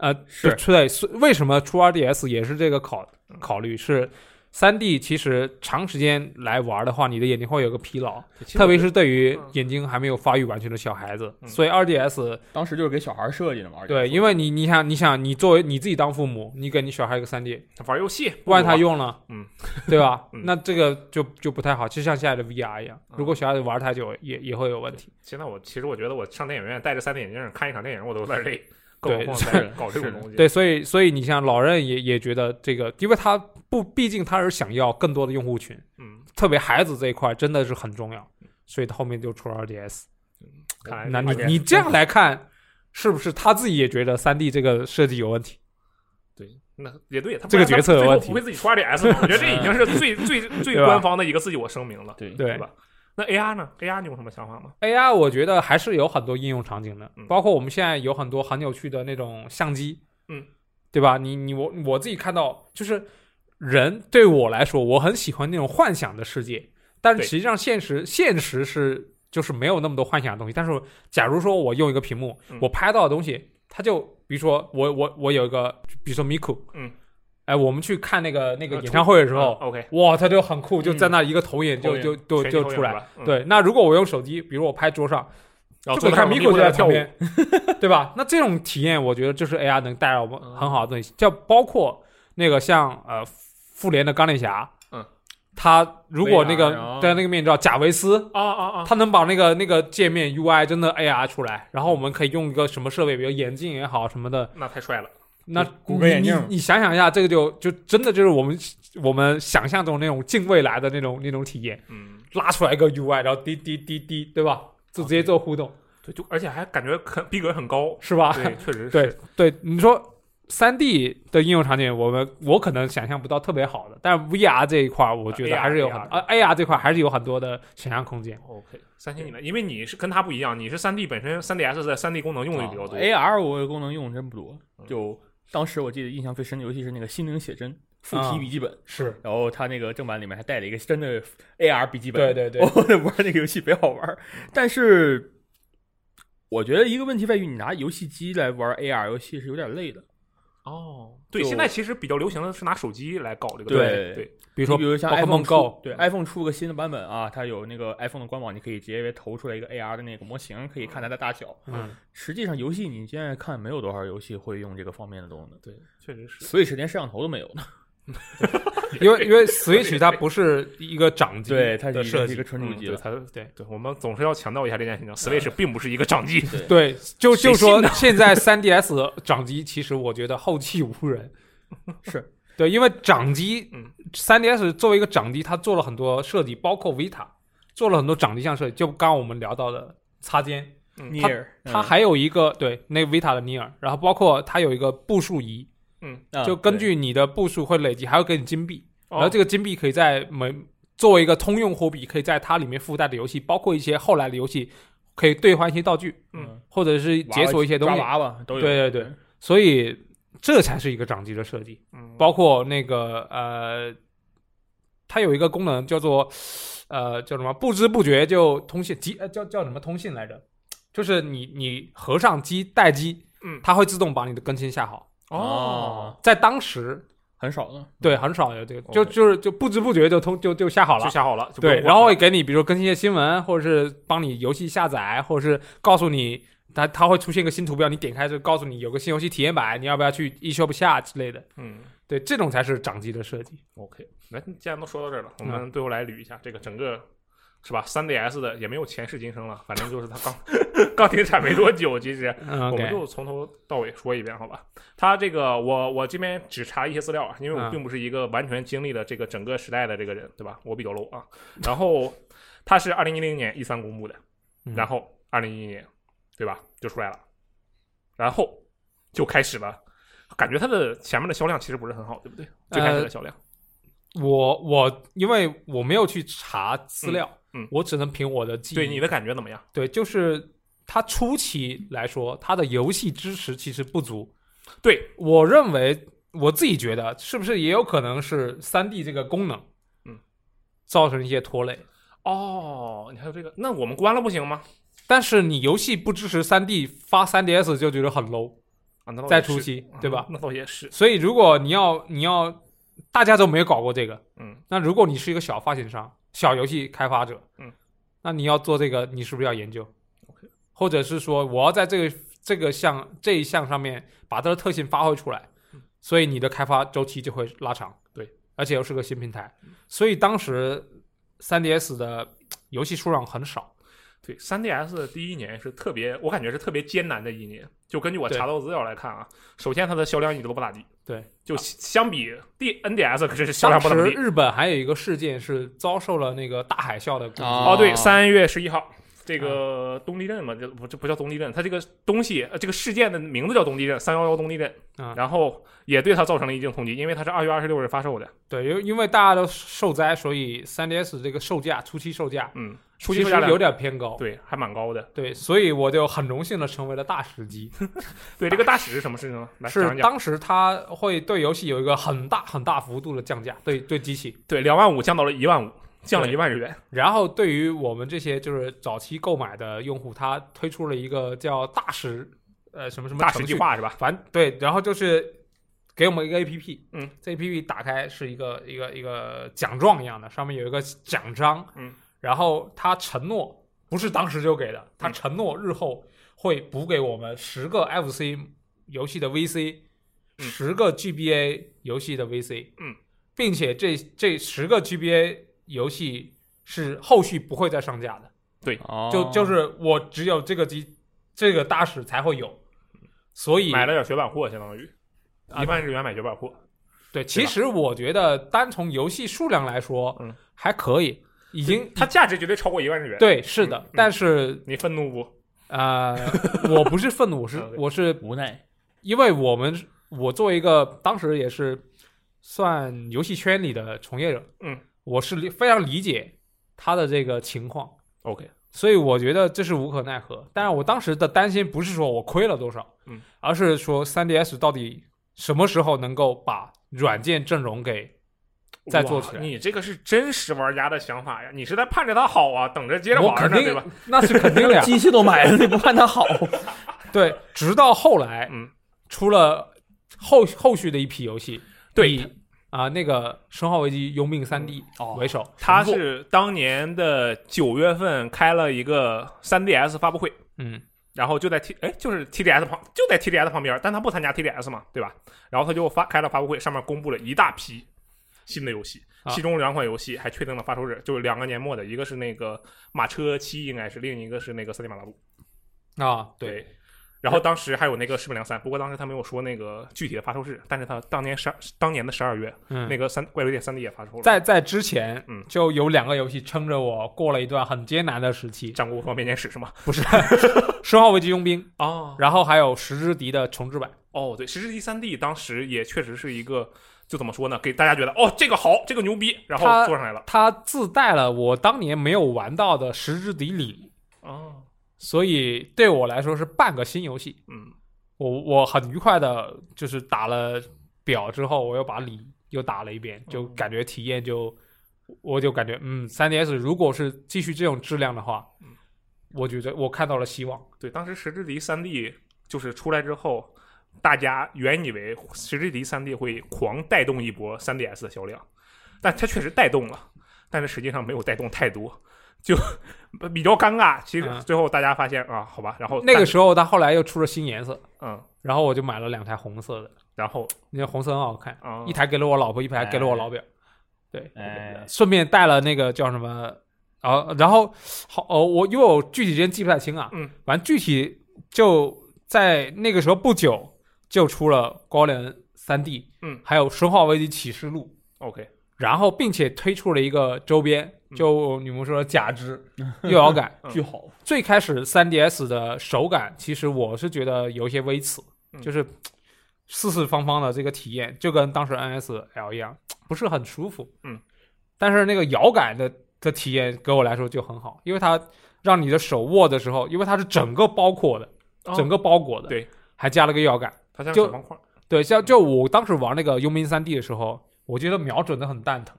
[SPEAKER 3] 呃，
[SPEAKER 2] 是
[SPEAKER 3] 对对，所为什么出 2DS 也是这个考
[SPEAKER 1] 嗯
[SPEAKER 3] 考虑是。三 D 其实长时间来玩的话，你的眼睛会有个疲劳，特别是对于
[SPEAKER 1] 嗯
[SPEAKER 3] 眼睛还没有发育完全的小孩子，
[SPEAKER 1] 嗯
[SPEAKER 3] 所以 2DS
[SPEAKER 2] 当时就是给小孩儿设计的嘛。而且
[SPEAKER 3] 对，因为你你想你想你作为你自己当父母，你给你小孩一个 3D，
[SPEAKER 1] 他玩游戏，
[SPEAKER 3] 万一他用了，
[SPEAKER 1] 嗯，
[SPEAKER 3] 对吧？
[SPEAKER 1] 嗯
[SPEAKER 3] *laughs* 那这个就就不太好，就像现在的 VR 一样，如果小孩子玩太久，也也会有问题。
[SPEAKER 1] 现在我其实我觉得我上电影院戴着三 D 眼镜看一场电影我都有点累，更何
[SPEAKER 3] 对 *laughs*
[SPEAKER 1] 况
[SPEAKER 3] 是
[SPEAKER 1] 在搞这种
[SPEAKER 2] 是的
[SPEAKER 1] 东西。
[SPEAKER 3] 对，所以所以你像老人也也觉得这个，因为他不，毕竟他是想要更多的用户群，
[SPEAKER 1] 嗯，
[SPEAKER 3] 特别孩子这一块真的是很重要，所以后面就出了 2DS。
[SPEAKER 1] 看来
[SPEAKER 3] 那
[SPEAKER 1] 这
[SPEAKER 3] 你
[SPEAKER 1] 玩意儿
[SPEAKER 3] 你这样来看，是不是他自己也觉得三 D 这个设计有问题？
[SPEAKER 1] 对，那也对，他不
[SPEAKER 3] 这个
[SPEAKER 1] 然他
[SPEAKER 3] 决策有
[SPEAKER 1] 最后
[SPEAKER 3] 问题
[SPEAKER 1] 不会自己出 2DS 吗？我觉得这已经是最最最
[SPEAKER 3] *laughs* 对吧
[SPEAKER 1] 官方的一个自我声明了，
[SPEAKER 2] 对
[SPEAKER 3] 对
[SPEAKER 1] 嗯吧？那 AR 呢？AR 你有什么想法吗？
[SPEAKER 3] AR 我觉得还是有很多应用场景的，
[SPEAKER 1] 嗯
[SPEAKER 3] 包括我们现在有很多很有趣的那种相机，
[SPEAKER 1] 嗯，
[SPEAKER 3] 对吧？你你我我自己看到，就是人对我来说，我很喜欢那种幻想的世界，但是
[SPEAKER 1] 对
[SPEAKER 3] 实际上现实现实是就是没有那么多幻想的东西。但是假如说我用一个屏幕，
[SPEAKER 1] 嗯
[SPEAKER 3] 我拍到的东西，它就比如说我我我有一个，比如说 Miku，
[SPEAKER 1] 嗯，
[SPEAKER 3] 哎，我们去看那个那个
[SPEAKER 1] 呃
[SPEAKER 3] 演唱会的时候，
[SPEAKER 1] 嗯，OK，
[SPEAKER 3] 哇，它就很酷，就
[SPEAKER 1] 嗯
[SPEAKER 3] 在那一个投影就、
[SPEAKER 1] 投影
[SPEAKER 3] 就就
[SPEAKER 1] 全
[SPEAKER 3] 就
[SPEAKER 1] 球
[SPEAKER 3] 出来
[SPEAKER 1] 影。了，嗯，
[SPEAKER 3] 对，那如果我用手机，比如我拍桌上，
[SPEAKER 1] 然后
[SPEAKER 3] 就
[SPEAKER 1] 坐
[SPEAKER 3] 可以
[SPEAKER 1] 在
[SPEAKER 3] 看
[SPEAKER 1] 上面
[SPEAKER 3] 米 i 就
[SPEAKER 1] 在
[SPEAKER 3] 在
[SPEAKER 1] 跳
[SPEAKER 3] 旁
[SPEAKER 1] 舞，
[SPEAKER 3] 边， *laughs* 对吧？那这种体验，我觉得就是 AR 能带来我们
[SPEAKER 1] 嗯
[SPEAKER 3] 很好的东西，就包括那个像呃复联的钢铁侠，
[SPEAKER 1] 嗯，
[SPEAKER 3] 他如果那
[SPEAKER 2] VR
[SPEAKER 3] 个
[SPEAKER 2] 啊
[SPEAKER 3] 对那个面罩贾维斯，
[SPEAKER 1] 啊啊啊！
[SPEAKER 3] 他能把那个那个界面 UI 真的 AR 出来，然后我们可以用一个什么设备，比如眼镜也好什么的，
[SPEAKER 1] 那太帅了，
[SPEAKER 3] 那
[SPEAKER 2] 谷
[SPEAKER 3] 你
[SPEAKER 2] 歌眼镜
[SPEAKER 3] 你你想想一下，这个就就真的就是我们我们想象中那种近未来的那种那种体验，
[SPEAKER 1] 嗯，
[SPEAKER 3] 拉出来一个 UI，然后滴滴滴滴，对吧？就直接做互动，
[SPEAKER 1] 对，就而且还感觉很逼格很高，
[SPEAKER 3] 是吧？
[SPEAKER 1] 对，确实是，
[SPEAKER 3] 啊对 *laughs* 对，你说三 D 的应用场景，我们我可能想象不到特别好的，但是 VR 这一块儿，我觉得
[SPEAKER 2] 呃
[SPEAKER 1] AR
[SPEAKER 3] 还是有很啊 AR 这块儿还是有很多的想象空间。
[SPEAKER 1] OK，三星你呢？因为你是跟它不一样，你是三 D 本身，三 DS 的三 D 功能用的
[SPEAKER 3] 啊
[SPEAKER 1] 比较多。
[SPEAKER 2] AR 啊我的功能用的真不多
[SPEAKER 1] 嗯，
[SPEAKER 2] 就当时我记得印象最深的游戏是那个《心灵写真》附
[SPEAKER 3] 啊
[SPEAKER 2] 体笔记本，
[SPEAKER 3] 是，
[SPEAKER 2] 然后它那个正版里面还带了一个真的 AR 笔记本。
[SPEAKER 3] 对
[SPEAKER 2] *laughs*
[SPEAKER 3] 对对
[SPEAKER 2] 我我得玩那个游戏比较好玩儿，但是我觉得一个问题在于，你拿游戏机来玩 AR 游戏是有点累的。
[SPEAKER 1] 哦，对，
[SPEAKER 2] 就
[SPEAKER 1] 现在其实比较流行的是拿手机来搞这个东西。
[SPEAKER 2] 对
[SPEAKER 1] 对，
[SPEAKER 3] 比如
[SPEAKER 2] 你
[SPEAKER 3] 说
[SPEAKER 2] 比如像
[SPEAKER 3] Pokemon
[SPEAKER 2] iPhone 出
[SPEAKER 3] Go 嗯
[SPEAKER 2] 对 iPhone 出个新的版本啊，它有那个 iPhone 的官网，你可以直接投出来一个 AR 的那个模型，可以看它的大小。
[SPEAKER 3] 嗯，
[SPEAKER 2] 实际上，游戏你现在看没有多少游戏会用这个方面的东西的，
[SPEAKER 1] 对，确实是。
[SPEAKER 2] 所以是连摄像头都没有的。
[SPEAKER 3] *laughs* 因为因为 Switch 它不是一个掌机，
[SPEAKER 2] 对，它是
[SPEAKER 3] 的
[SPEAKER 2] 一
[SPEAKER 3] 设
[SPEAKER 2] 个是
[SPEAKER 3] 计
[SPEAKER 2] 一个纯主
[SPEAKER 1] 嗯，
[SPEAKER 2] 机
[SPEAKER 1] 对，
[SPEAKER 2] 了。
[SPEAKER 1] 它对对，我们总是要强调一下这件事情，Switch 并不是一个掌机。
[SPEAKER 2] 对
[SPEAKER 3] 嗯对，就
[SPEAKER 1] 谁信
[SPEAKER 3] 就说
[SPEAKER 1] 呢
[SPEAKER 3] 现在 3DS 掌机，其实我觉得后继无人。
[SPEAKER 2] 是
[SPEAKER 3] 对，因为掌机，
[SPEAKER 1] 嗯
[SPEAKER 3] ，3DS 作为一个掌机，它做了很多设计，包括 Vita 做了很多掌机上设计，就刚刚我们聊到的擦肩，
[SPEAKER 1] 嗯
[SPEAKER 2] 尼尔，
[SPEAKER 3] 它还有一个对那个 Vita 的尼尔，然后包括它有一个步数仪，
[SPEAKER 2] 嗯
[SPEAKER 3] 就
[SPEAKER 2] 啊
[SPEAKER 3] 根
[SPEAKER 2] 对
[SPEAKER 3] 据你的步数会累积，还会给你金币，
[SPEAKER 1] 哦
[SPEAKER 3] 然后这个金币可以在每作为一个通用货币，可以在它里面附带的游戏，包括一些后来的游戏，可以兑换一些道具，
[SPEAKER 1] 嗯
[SPEAKER 3] 或者是
[SPEAKER 2] 娃娃
[SPEAKER 3] 解锁一些东西
[SPEAKER 2] 抓，娃娃都有。
[SPEAKER 3] 对对对，所以这才是一个掌机的设计，
[SPEAKER 1] 嗯，
[SPEAKER 3] 包括那个呃，它有一个功能叫做呃叫什么，不知不觉就通信机，呃叫叫什么通信来着？就是你你合上机待机，
[SPEAKER 1] 嗯
[SPEAKER 3] 它会自动把你的更新下好。
[SPEAKER 1] 哦，
[SPEAKER 3] 在当时，
[SPEAKER 2] 很少的。
[SPEAKER 3] 对，很少有这个，
[SPEAKER 1] OK
[SPEAKER 3] 就就是就不知不觉就通就就下好了
[SPEAKER 1] 就。下好了，就不
[SPEAKER 3] 哦对，
[SPEAKER 1] 用
[SPEAKER 3] 然后
[SPEAKER 1] 管
[SPEAKER 3] 会
[SPEAKER 1] 了
[SPEAKER 3] 给你比如说更新一些新闻，或者是帮你游戏下载，或者是告诉你它它会出现一个新图标，你点开就告诉你有个新游戏体验版，你要不要去一修不下之类的。
[SPEAKER 1] 嗯，
[SPEAKER 3] 对，这种才是掌机的设计。
[SPEAKER 1] OK，那既然都说到这儿了，我
[SPEAKER 3] 嗯
[SPEAKER 1] 们最后来捋一下这个整个是吧？3DS 的也没有前世今生了，反正就是它刚
[SPEAKER 3] *laughs*
[SPEAKER 1] 刚停产没多久，其实。
[SPEAKER 3] 嗯
[SPEAKER 1] 我
[SPEAKER 3] ，OK，
[SPEAKER 1] 们就从头到尾说一遍，好吧？它这个我我这边只查一些资料啊，因为我
[SPEAKER 3] 嗯
[SPEAKER 1] 并不是一个完全经历了这个整个时代的这个人，对吧？我比较 low 啊。然后它是二零一零年一三公布的，
[SPEAKER 3] 嗯
[SPEAKER 1] 然后二零一一年，对吧？就出来了，然后就开始了。感觉它的前面的销量其实不是很好，对不对？最开始
[SPEAKER 3] 呃
[SPEAKER 1] 的销量，
[SPEAKER 3] 我我因为我没有去查资料，
[SPEAKER 1] 嗯嗯
[SPEAKER 3] 我只能凭我的记忆。
[SPEAKER 1] 对你的感觉怎么样？
[SPEAKER 3] 对，就是它初期来说，它的游戏支持其实不足。
[SPEAKER 1] 对，
[SPEAKER 3] 我认为我自己觉得，是不是也有可能是三 D 这个功能，
[SPEAKER 1] 嗯，
[SPEAKER 3] 造成一些拖累。
[SPEAKER 1] 哦，你还有这个，那我们关了不行吗？
[SPEAKER 3] 但是你游戏不支持三 D，发三 DS 就觉得很 low，
[SPEAKER 1] 啊，那倒
[SPEAKER 3] 在
[SPEAKER 1] 也
[SPEAKER 3] 初
[SPEAKER 1] 是嗯
[SPEAKER 3] 期，对吧？？
[SPEAKER 1] 那倒也是，
[SPEAKER 3] 所以如果你要你要大家都没有搞过这个，
[SPEAKER 1] 嗯，
[SPEAKER 3] 那如果你是一个小发行商、小游戏开发者，
[SPEAKER 1] 嗯，
[SPEAKER 3] 那你要做这个，你是不是要研究或者是说我要在这个这个项这一项上面把它的特性发挥出来，所以你的开发周期就会拉长。
[SPEAKER 1] 嗯对，
[SPEAKER 3] 而且又是个新平台，所以当时 3DS 的呃游戏数量很少。
[SPEAKER 1] 对，3DS 的第一年是特别，我感觉是特别艰难的一年。就根据我
[SPEAKER 3] 对
[SPEAKER 1] 查到的资料来看啊，首先它的销量一直都不咋地，
[SPEAKER 3] 对，啊
[SPEAKER 1] 就相比 D NDS 可是销量
[SPEAKER 3] 当
[SPEAKER 1] 不
[SPEAKER 3] 时
[SPEAKER 1] 怎么地。
[SPEAKER 3] 日本还有一个事件是遭受了那个大海啸的攻击。
[SPEAKER 2] 哦
[SPEAKER 1] 哦，对，三月十一号。这
[SPEAKER 3] 啊
[SPEAKER 1] 个东地震嘛，这不这不叫东地震，它这个东西，呃这个事件的名字叫东地震，三幺幺东地震，
[SPEAKER 3] 啊
[SPEAKER 1] 然后也对它造成了一定冲击，因为它是二月二十六日发售的，
[SPEAKER 3] 对，因为因为大家都受灾，所以 3DS 这个售价初期售价
[SPEAKER 1] 嗯，初期
[SPEAKER 3] 其
[SPEAKER 1] 售
[SPEAKER 3] 实
[SPEAKER 1] 价量
[SPEAKER 3] 有点偏高。
[SPEAKER 1] 对，还蛮高的。
[SPEAKER 3] 对，所以我就很荣幸的成为了大使机。
[SPEAKER 1] 对，这个大使是什么事情呢？ *laughs* 来讲
[SPEAKER 3] 是
[SPEAKER 1] 一讲。
[SPEAKER 3] 当时它会对游戏有一个很大很大幅度的降价，对对机器。
[SPEAKER 1] 对，两万五降到了一万五，降了
[SPEAKER 3] 对
[SPEAKER 1] 一万日元。
[SPEAKER 3] 然后对于我们这些就是早期购买的用户，它推出了一个叫大使呃什么什么
[SPEAKER 1] 大使
[SPEAKER 3] 程
[SPEAKER 1] 计
[SPEAKER 3] 序，
[SPEAKER 1] 划是吧？
[SPEAKER 3] 反正对，然后就是给我们一个 A P P，
[SPEAKER 1] 嗯，
[SPEAKER 3] 这 A P P 打开是一个一个一个奖状一样的，上面有一个奖章，
[SPEAKER 1] 嗯，
[SPEAKER 3] 然后他承诺不是当时就给的，
[SPEAKER 1] 嗯
[SPEAKER 3] 他承诺日后会补给我们十个 F C 游戏的 V C，
[SPEAKER 1] 嗯
[SPEAKER 3] 十个 G B A 游戏的 V C，
[SPEAKER 1] 嗯，
[SPEAKER 3] 并且这这十个 G B A 游戏是后续不会再上架的。
[SPEAKER 2] 哦
[SPEAKER 3] 就就是我只有这个机这个大使才会有，所以
[SPEAKER 1] 买了点雪板货，相当于
[SPEAKER 3] 啊
[SPEAKER 1] 一万日元买雪板货。
[SPEAKER 3] 对，其实我觉得单从游戏数量来说，
[SPEAKER 1] 嗯
[SPEAKER 3] 还可以，已经
[SPEAKER 1] 它价值绝对超过一万日元。，
[SPEAKER 3] 对是的，
[SPEAKER 1] 嗯
[SPEAKER 3] 但是
[SPEAKER 1] 你愤怒不？ *laughs*
[SPEAKER 3] 呃，我不是愤怒，我是
[SPEAKER 1] 啊 OK
[SPEAKER 3] 我是
[SPEAKER 2] 无奈，。
[SPEAKER 3] 因为我们我作为一个当时也是算游戏圈里的从业者，
[SPEAKER 1] 嗯，
[SPEAKER 3] 我是理非常理解他的这个情况，
[SPEAKER 1] OK，
[SPEAKER 3] 所以我觉得这是无可奈何。但是我当时的担心不是说我亏了多少，
[SPEAKER 1] 嗯，
[SPEAKER 3] 而是说 3DS 到底什么时候能够把软件阵容给再做起来
[SPEAKER 1] 哇你这个是真实玩家的想法呀！你是在盼着它好啊，等着接着
[SPEAKER 3] 我
[SPEAKER 1] 玩
[SPEAKER 3] 肯
[SPEAKER 1] 呢，
[SPEAKER 3] 定
[SPEAKER 1] 对吧？
[SPEAKER 3] *laughs* 那是肯定的呀
[SPEAKER 2] 机器都买了，你不看它好？
[SPEAKER 3] 对，直到后来
[SPEAKER 1] 嗯，
[SPEAKER 3] 出了后后续的一批游戏，
[SPEAKER 1] 对
[SPEAKER 3] 以啊、那个《生化危机：幽冥三 D
[SPEAKER 2] 哦》
[SPEAKER 3] 为首，
[SPEAKER 1] 它是当年的九月份开了一个 3DS 发布会，
[SPEAKER 3] 嗯，
[SPEAKER 1] 然后就在 T 哎，就是 TDS 旁，就在 TDS 旁边，但他不参加 TDS 嘛，对吧？然后他就发开了发布会，上面公布了一大批新的游戏，
[SPEAKER 3] 啊
[SPEAKER 1] 其中两款游戏还确定了发售日，就是两个年末的，一个是那个马车七，应该是另一个是那个三地马拉布。
[SPEAKER 3] 啊，对，
[SPEAKER 1] 对。然后当时还有那个《士兵良三》，不过当时他没有说那个具体的发售日，但是他当年十二当年的十二月，
[SPEAKER 3] 嗯
[SPEAKER 1] 那个三怪兽店三 D 也发售了，《
[SPEAKER 3] 在在之前，
[SPEAKER 1] 嗯
[SPEAKER 3] 就有两个游戏撑着我过了一段很艰难的时期，
[SPEAKER 1] 战国无双编年史》是吗？
[SPEAKER 3] 《 *laughs* 生化危机：佣兵》，
[SPEAKER 1] 哦
[SPEAKER 3] 然后还有《十之敌》的重置版。
[SPEAKER 1] 哦，对，《十之敌三 D》当时也确实是一个，就怎么说呢，给大家觉得哦这个好，这个牛逼，然后
[SPEAKER 3] 它
[SPEAKER 1] 做上来了。
[SPEAKER 3] 它自带了我当年没有玩到的《十之敌》里，
[SPEAKER 1] 哦，
[SPEAKER 3] 所以对我来说是半个新游戏。
[SPEAKER 1] 嗯，
[SPEAKER 3] 我我很愉快的，就是打了表之后，我又把里又打了一遍，就
[SPEAKER 1] 嗯
[SPEAKER 3] 感觉体验就，我就感觉嗯，3DS 如果是继续这种质量的话，我觉得我看到了希望。
[SPEAKER 1] 对，当时《十之敌三 D》就是出来之后，大家原以为《十之敌三 D》会狂带动一波 3DS 的销量，但它确实带动了，但是实际上没有带动太多，就比较尴尬。其实
[SPEAKER 3] 嗯
[SPEAKER 1] 最后大家发现啊，好吧，然后
[SPEAKER 3] 那
[SPEAKER 1] 但
[SPEAKER 3] 个时候，它后来又出了新颜色，
[SPEAKER 1] 嗯，
[SPEAKER 3] 然后我就买了两台红色的，
[SPEAKER 1] 然后
[SPEAKER 3] 那红色很好看，
[SPEAKER 1] 啊，
[SPEAKER 3] 一台给了我老婆，一台给了我老表，对，
[SPEAKER 2] *laughs* 哎，
[SPEAKER 3] 顺便带了那个叫什么啊，然后好哦，我因为我具体时间记不太清啊，
[SPEAKER 1] 嗯，
[SPEAKER 3] 反正具体就在那个时候不久就出了《高粱三 D》，
[SPEAKER 1] 嗯，
[SPEAKER 3] 还有《生化危机启示录》，
[SPEAKER 1] OK，
[SPEAKER 3] 然后并且推出了一个周边，
[SPEAKER 1] 嗯
[SPEAKER 3] 就你们说的假肢、右摇杆，
[SPEAKER 1] *laughs* 嗯
[SPEAKER 2] 巨好，
[SPEAKER 3] 最开始 3DS 的手感，其实我是觉得有一些微词，
[SPEAKER 1] 嗯
[SPEAKER 3] 就是嘖四四方方的这个体验，就跟当时 NSL 一样，嘖不是很舒服。
[SPEAKER 1] 嗯，
[SPEAKER 3] 但是那个摇杆的的体验给我来说就很好，因为它让你的手握的时候，因为它是整个包裹的，整
[SPEAKER 1] 个
[SPEAKER 3] 个包裹的，
[SPEAKER 1] 哦对，
[SPEAKER 3] 还加了个摇杆。
[SPEAKER 1] 它像
[SPEAKER 3] 就
[SPEAKER 1] 小方块，
[SPEAKER 3] 对，像就我当时玩那个佣兵三 D 的时候，我觉得瞄准的很蛋疼。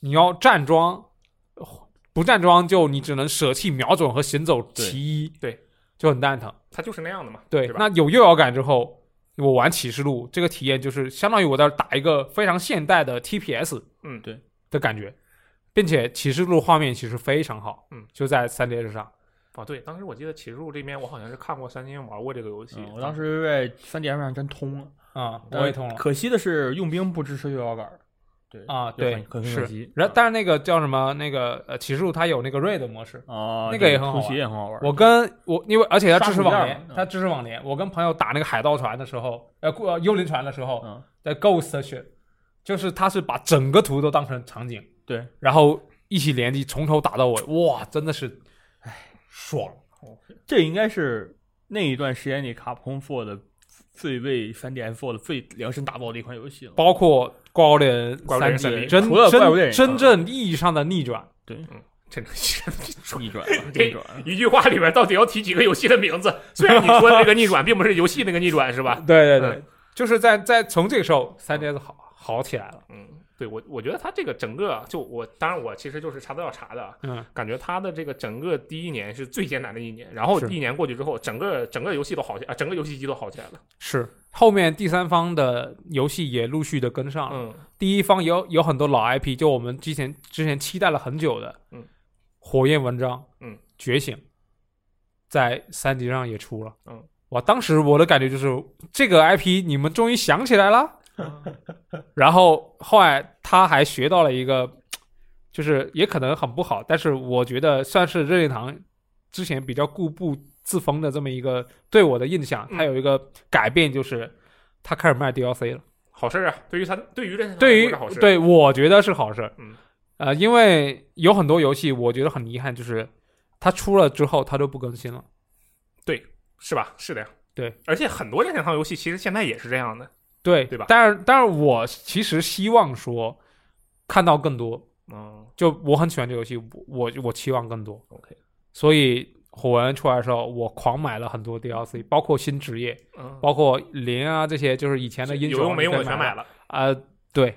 [SPEAKER 3] 你要站桩，不站桩就你只能舍弃瞄准和行走其一，
[SPEAKER 1] 对对
[SPEAKER 3] 就很蛋疼。
[SPEAKER 1] 它就是那样的嘛，
[SPEAKER 3] 对，
[SPEAKER 1] 吧？
[SPEAKER 3] 那有右摇感之后，我玩启示录这个体验就是相当于我在打一个非常现代的 TPS，
[SPEAKER 1] 嗯
[SPEAKER 2] 对
[SPEAKER 3] 的感觉，并且启示录画面其实非常好，
[SPEAKER 1] 嗯，
[SPEAKER 3] 就在三 DS 上，
[SPEAKER 1] 哦，对，当时我记得《启示录》这边，我好像是看过三星玩过这个游戏。啊
[SPEAKER 2] 嗯我当时在三 DS 上真通了，
[SPEAKER 3] 啊、我也通了。
[SPEAKER 2] 可惜的是佣兵不支持右摇杆儿，对
[SPEAKER 3] 啊
[SPEAKER 2] 就很
[SPEAKER 3] 对
[SPEAKER 2] 很
[SPEAKER 3] 是
[SPEAKER 2] 可惜。
[SPEAKER 3] 然后，但是那个叫什么？那个呃，启示录它有那个 raid 模式，
[SPEAKER 4] 哦
[SPEAKER 2] 啊，
[SPEAKER 3] 那个也
[SPEAKER 2] 对
[SPEAKER 3] 很好
[SPEAKER 2] 突
[SPEAKER 3] 玩
[SPEAKER 2] 袭也很好玩。
[SPEAKER 3] 我跟我因为而且它
[SPEAKER 2] 杀
[SPEAKER 3] 支持
[SPEAKER 2] 鼠
[SPEAKER 3] 网
[SPEAKER 2] 链
[SPEAKER 3] 联
[SPEAKER 2] 嘛，
[SPEAKER 3] 它支持网联。我跟朋友打那个海盗船的时候，呃，过呃幽灵船的时候，
[SPEAKER 2] 嗯，
[SPEAKER 3] 在 Ghost Ship，就是它是把整个图都当成场景，
[SPEAKER 2] 对，
[SPEAKER 3] 然后一起联机从头打到尾，哇，真的是，哎，爽！
[SPEAKER 2] 这应该是那一段时间里卡普空 Four 的最为三 DS Four 的最量身打造的一款游戏了。
[SPEAKER 3] 包括高连
[SPEAKER 1] 怪物猎人
[SPEAKER 3] 三 D，
[SPEAKER 1] 3D
[SPEAKER 3] 真
[SPEAKER 2] 除了怪物猎
[SPEAKER 3] 真
[SPEAKER 2] 人
[SPEAKER 3] 真
[SPEAKER 2] 嗯
[SPEAKER 3] 正意义上的逆转，
[SPEAKER 1] 真的是
[SPEAKER 2] 逆转 *laughs* 了，
[SPEAKER 1] 这
[SPEAKER 2] 逆转了。
[SPEAKER 1] 一句话里边到底要提几个游戏的名字？虽然你说的这个逆转并不是游戏那个逆转，是吧？
[SPEAKER 3] 对对
[SPEAKER 1] 对
[SPEAKER 3] 对，啊嗯就是在在从这个时候，三 DS 好好起来了，
[SPEAKER 1] 嗯，对我我觉得它这个整个啊就我当然我其实就是查资料查的，啊
[SPEAKER 3] 嗯，
[SPEAKER 1] 感觉它的这个整个第一年是最艰难的一年，然后
[SPEAKER 3] 是
[SPEAKER 1] 一年过去之后，整个整个游戏都好起啊，整个游戏机都好起来了。
[SPEAKER 3] 是。后面第三方的游戏也陆续的跟上了，
[SPEAKER 1] 嗯，
[SPEAKER 3] 第一方有有很多老 IP，就我们之前之前期待了很久的，
[SPEAKER 1] 嗯，
[SPEAKER 3] 火焰文章，
[SPEAKER 1] 嗯，
[SPEAKER 3] 觉醒，在三级上也出了，
[SPEAKER 1] 嗯，
[SPEAKER 3] 哇，当时我的感觉就是这个 IP 你们终于想起来
[SPEAKER 1] *laughs*
[SPEAKER 3] 了，然后后来他还学到了一个，就是也可能很不好，但是我觉得算是任天堂之前比较固步自封的这么一个对我的印象，
[SPEAKER 1] 嗯
[SPEAKER 3] 他有一个改变就是他开始卖 DLC 了。
[SPEAKER 1] 好事啊！对于它，对于任天堂
[SPEAKER 3] 对
[SPEAKER 1] 来说
[SPEAKER 3] 于
[SPEAKER 1] 是好事，
[SPEAKER 3] 对，我觉得是好事。
[SPEAKER 1] 嗯，
[SPEAKER 3] 呃，因为有很多游戏，我觉得很遗憾，就是它出了之后，它就不更新了。
[SPEAKER 1] 是吧？是的呀。
[SPEAKER 3] 对，
[SPEAKER 1] 而且很多任天堂游戏其实现在也是这样的。
[SPEAKER 3] 对，
[SPEAKER 1] 对吧
[SPEAKER 3] 但是，但是我其实希望说看到更多，
[SPEAKER 1] 嗯
[SPEAKER 3] 就我很喜欢这游戏，我我我期望更多，
[SPEAKER 1] ，OK，
[SPEAKER 3] 所以。火纹出来的时候，我狂买了很多 DLC，包括新职业，
[SPEAKER 1] 嗯，
[SPEAKER 3] 包括零啊这些，就是以前的英雄
[SPEAKER 1] 有用没用
[SPEAKER 3] 你
[SPEAKER 1] 的
[SPEAKER 3] 可以
[SPEAKER 1] 全买了。
[SPEAKER 3] 啊、呃对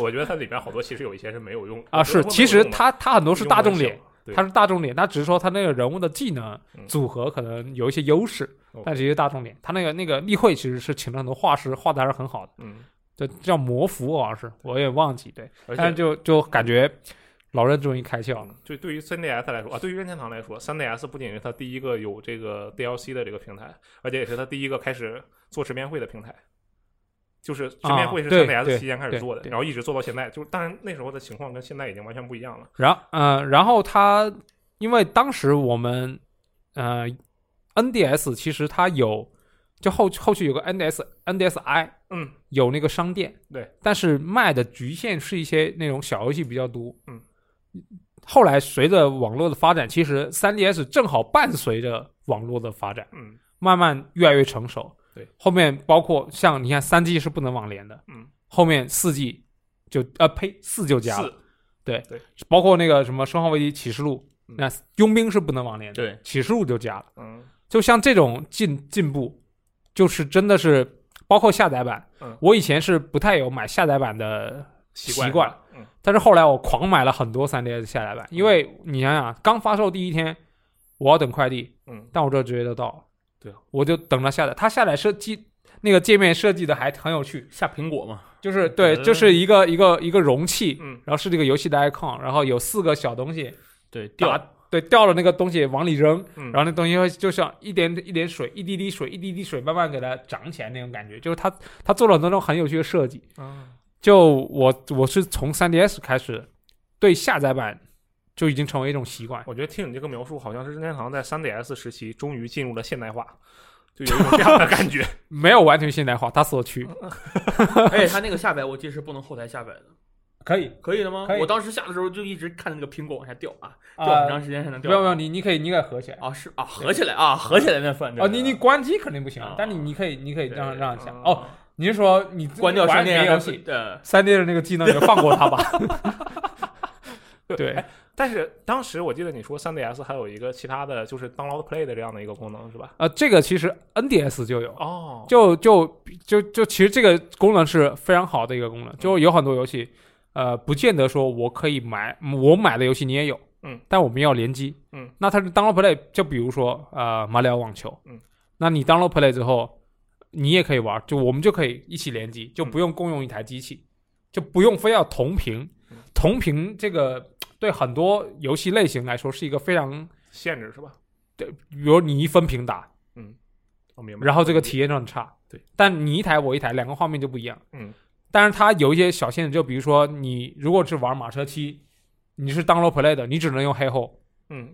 [SPEAKER 1] 我觉得它里边好多其实有一些是没有用
[SPEAKER 3] 啊、是，其实它它很多
[SPEAKER 1] 都
[SPEAKER 3] 是大众脸，，
[SPEAKER 1] 对
[SPEAKER 3] 他是大众脸，他只是说他那个人物的技能
[SPEAKER 1] 嗯哦
[SPEAKER 3] 组合可能有一些优势，
[SPEAKER 1] OK
[SPEAKER 3] 但其实大众脸，他那个那个例会其实是请了很多画师，画的还是很好的，
[SPEAKER 1] 嗯，
[SPEAKER 3] 对，叫魔符好像是，我也忘记，对，
[SPEAKER 1] 而
[SPEAKER 3] 但是
[SPEAKER 1] 且嗯
[SPEAKER 3] 就就感觉老任终于开窍了，
[SPEAKER 1] 就对于 3DS 来说啊，对于任天堂来说，3DS 不仅是它第一个有这个 DLC 的这个平台，而且也是它第一个开始做直面会的平台。就是直面会是
[SPEAKER 3] 啊对对
[SPEAKER 1] 3DS 期间开始做的，
[SPEAKER 3] 对对
[SPEAKER 1] 然后一直做到现在。就是当然那时候的情况跟现在已经完全不一样了。
[SPEAKER 3] 然嗯、然后他因为当时我们呃 NDS 其实它有就后后续有个 NDS NDSI
[SPEAKER 1] 嗯，
[SPEAKER 3] 有那个商店，
[SPEAKER 1] 对，
[SPEAKER 3] 但是卖的局限是一些那种小游戏比较多，
[SPEAKER 1] 嗯。
[SPEAKER 3] 后来随着网络的发展，其实 3DS 正好伴随着网络的发展，
[SPEAKER 1] 嗯，
[SPEAKER 3] 慢慢越来越成熟。
[SPEAKER 1] 对，
[SPEAKER 3] 后面包括像你看 3G 是不能网联的，
[SPEAKER 1] 嗯，
[SPEAKER 3] 后面 4G 就呃呸四就加了，
[SPEAKER 1] 四
[SPEAKER 3] 包括那个什么《生化危机启示录》
[SPEAKER 1] 嗯
[SPEAKER 3] 那佣兵是不能网联的，
[SPEAKER 2] 对，
[SPEAKER 3] 启示录就加了。
[SPEAKER 1] 嗯
[SPEAKER 3] 就像这种进进步，就是真的是包括下载版，
[SPEAKER 1] 嗯
[SPEAKER 3] 我以前是不太有买下载版的
[SPEAKER 1] 习惯
[SPEAKER 3] 习惯
[SPEAKER 1] 嗯
[SPEAKER 3] 但是后来我狂买了很多 3DS 下载版，因为你想想，刚发售第一天，我要等快递，
[SPEAKER 1] 嗯
[SPEAKER 3] 但我这直接就到了，
[SPEAKER 1] 对啊，
[SPEAKER 3] 我就等它下载，它下载设计那个界面设计的还很有趣，
[SPEAKER 2] 下苹果嘛，
[SPEAKER 3] 就是对，
[SPEAKER 2] 嗯
[SPEAKER 3] 就是一个一个一个容器，
[SPEAKER 1] 嗯
[SPEAKER 3] 然后是这个游戏的 icon，然后有四个小东西
[SPEAKER 4] *laughs*
[SPEAKER 2] 对，
[SPEAKER 3] 打
[SPEAKER 2] 掉
[SPEAKER 3] 对，掉了那个东西往里扔，
[SPEAKER 1] 嗯
[SPEAKER 3] 然后那东西会就像一点一点水，一滴滴水，一滴滴水慢慢给它涨起来那种感觉，就是它它做了很多那种很有趣的设计。
[SPEAKER 1] 啊，
[SPEAKER 3] 就我我是从 3DS 开始对下载版就已经成为一种习惯，
[SPEAKER 1] 我觉得听你这个描述，好像是任天堂在 3DS 时期终于进入了现代化，就有一种这样的感觉。
[SPEAKER 3] 没有完全现代化，它所区
[SPEAKER 2] 而 *laughs*
[SPEAKER 4] 而且它哎那个下载我记得是不能后台下载的，
[SPEAKER 3] 可以。
[SPEAKER 4] 可以的吗
[SPEAKER 3] 可以？
[SPEAKER 4] 我当时下的时候就一直看着那个苹果往下掉啊，掉很
[SPEAKER 3] 啊，
[SPEAKER 4] 长时间才能
[SPEAKER 3] 不
[SPEAKER 4] 掉。
[SPEAKER 3] 要不要，你你可以你可以合起来。
[SPEAKER 4] 啊，是啊，合起来啊，合
[SPEAKER 2] 合
[SPEAKER 4] 起
[SPEAKER 2] 起
[SPEAKER 4] 来
[SPEAKER 2] 来那算
[SPEAKER 3] 哦，你你关机肯定不行
[SPEAKER 4] 啊，
[SPEAKER 3] 但你你可以你可以让让它下。
[SPEAKER 1] 啊
[SPEAKER 3] 哦，，你是说你
[SPEAKER 4] 关掉商
[SPEAKER 3] 玩
[SPEAKER 4] 店啊
[SPEAKER 3] 别游戏，
[SPEAKER 4] 对，
[SPEAKER 3] 三 D 的那个技能也放过它 *laughs* 吧？对
[SPEAKER 1] 哎，但是当时我记得你说 3DS 还有一个其他的就是 download play 的这样的一个功能是吧？
[SPEAKER 3] 呃，这个其实 NDS 就有，
[SPEAKER 1] 哦，
[SPEAKER 3] 就就就就其实这个功能是非常好的一个功能，
[SPEAKER 1] 嗯
[SPEAKER 3] 就有很多游戏，呃，不见得说我可以买，我买的游戏你也有，
[SPEAKER 1] 嗯，
[SPEAKER 3] 但我们要联机，
[SPEAKER 1] 嗯，
[SPEAKER 3] 那它是 download play，就比如说呃马里奥网球，
[SPEAKER 1] 嗯，
[SPEAKER 3] 那你 download play 之后，你也可以玩，就我们就可以一起联机，就不用共用一台机器，就不用非要同屏
[SPEAKER 1] 嗯，
[SPEAKER 3] 同屏这个对很多游戏类型来说是一个非常，
[SPEAKER 1] 限制是吧？
[SPEAKER 3] 对比如你一分屏打，
[SPEAKER 1] 嗯我明白。
[SPEAKER 3] 然后这个体验就很差。
[SPEAKER 1] 对，
[SPEAKER 3] 但你一台我一台，两个画面就不一样。
[SPEAKER 1] 嗯，
[SPEAKER 3] 但是它有一些小限制，就比如说你如果是玩马车七，你是 download play 的，你只能用黑后。
[SPEAKER 1] 嗯，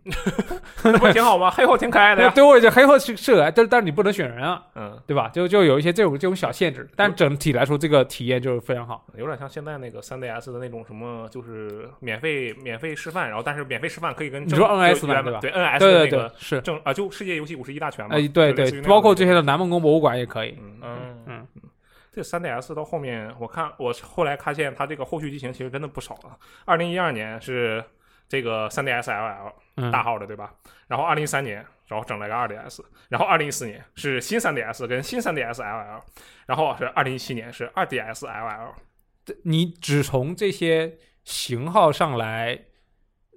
[SPEAKER 1] 那不挺好吗？黑后挺可爱的
[SPEAKER 3] 对 *laughs*
[SPEAKER 1] 呀。
[SPEAKER 3] 对，我这黑后是是来，但但是你不能选人啊，
[SPEAKER 1] 嗯，
[SPEAKER 3] 对吧？就就有一些这种这种小限制，但整体来说这个体验就是非常好。
[SPEAKER 1] 有点像现在那个 3DS 的那种什么，就是免费免费示范，然后但是免费示范可以跟
[SPEAKER 3] 你
[SPEAKER 1] 正
[SPEAKER 3] 说 NS
[SPEAKER 1] 就
[SPEAKER 3] 版
[SPEAKER 1] 原
[SPEAKER 3] 对吧
[SPEAKER 1] 本对 NS
[SPEAKER 3] 对
[SPEAKER 1] 的
[SPEAKER 3] 对
[SPEAKER 1] 那
[SPEAKER 3] 对
[SPEAKER 1] 个，
[SPEAKER 3] 是，
[SPEAKER 1] 正啊，就世界游戏五十一大全嘛。
[SPEAKER 3] 哎，对
[SPEAKER 1] 就类似于
[SPEAKER 3] 对，
[SPEAKER 1] 那
[SPEAKER 3] 包
[SPEAKER 1] 种
[SPEAKER 3] 括
[SPEAKER 1] 东
[SPEAKER 3] 这
[SPEAKER 1] 西
[SPEAKER 3] 些的南梦宫博物馆也可以。
[SPEAKER 1] 嗯，
[SPEAKER 2] 嗯
[SPEAKER 3] 嗯，
[SPEAKER 1] 这 3DS 到后面，我看我后来发现它这个后续机型其实真的不少了。二零一二年是这个 3DS LL
[SPEAKER 3] 嗯，
[SPEAKER 1] 大号的，对吧？然后二零一三年，然后整了一个 2DS，然后二零一四年是新 3DS 跟新 3DS LL，然后是二零一七年是 2DS LL。
[SPEAKER 3] 你只从这些型号上来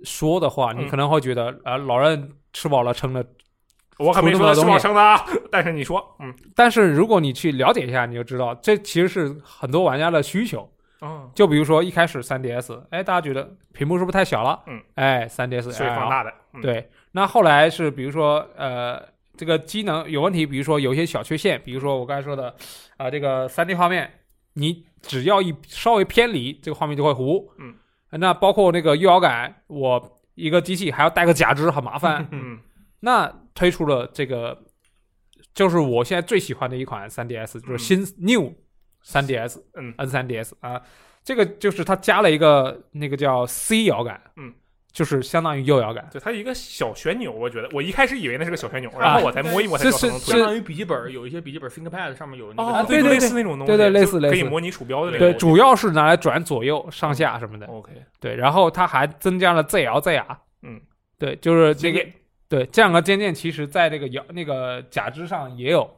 [SPEAKER 3] 说的话，你
[SPEAKER 1] 嗯
[SPEAKER 3] 可能会觉得啊，老任吃饱了撑的
[SPEAKER 1] 我可没说它是往生的啊，但是你说，嗯，
[SPEAKER 3] 但是如果你去了解一下，你就知道这其实是很多玩家的需求。
[SPEAKER 1] 哦，
[SPEAKER 3] 就比如说一开始 3DS，哎，大家觉得屏幕是不是太小了？
[SPEAKER 1] 嗯，
[SPEAKER 3] 哎，3DS
[SPEAKER 1] 所以放
[SPEAKER 3] LL
[SPEAKER 1] 大的，嗯，
[SPEAKER 3] 对，那后来是比如说呃，这个机能有问题，比如说有一些小缺陷，比如说我刚才说的啊、这个 3D 画面，你只要一稍微偏离，这个画面就会糊。呃
[SPEAKER 1] 嗯，
[SPEAKER 3] 那包括那个右摇杆，我一个机器还要带个假肢，很
[SPEAKER 1] *laughs*
[SPEAKER 3] 麻烦。
[SPEAKER 1] 嗯，
[SPEAKER 3] 那推出了这个，就是我现在最喜欢的一款 3DS，就是新 New 3DS，
[SPEAKER 1] 嗯
[SPEAKER 3] ，N 3DS 啊，这个就是它加了一个那个叫 C 摇杆，
[SPEAKER 1] 嗯，
[SPEAKER 3] 就是相当于右摇杆，
[SPEAKER 1] 对，它一个小旋钮，我觉得我一开始以为那是个小旋钮，然后我才摸一摸才知道它能
[SPEAKER 3] 啊是
[SPEAKER 1] 推
[SPEAKER 4] 相。当于笔记本，有一些笔记本 ThinkPad 上面有那
[SPEAKER 1] 哦，
[SPEAKER 4] 个。
[SPEAKER 3] 对对
[SPEAKER 1] 就
[SPEAKER 3] 对
[SPEAKER 1] 类似那种东西，
[SPEAKER 3] 对对类似
[SPEAKER 1] 就
[SPEAKER 3] 类
[SPEAKER 1] 可
[SPEAKER 3] 似
[SPEAKER 1] 以模拟鼠标的那种
[SPEAKER 3] 对，
[SPEAKER 1] 东西。
[SPEAKER 3] 主要是拿来转左右、上下什么的，
[SPEAKER 1] OK，
[SPEAKER 3] 对，然后它还增加了 ZL、ZR，
[SPEAKER 1] 嗯，
[SPEAKER 3] 对，就是
[SPEAKER 1] 这
[SPEAKER 3] 这个
[SPEAKER 1] 个
[SPEAKER 3] 对，这两个键键其实在这个摇那个假肢上也有，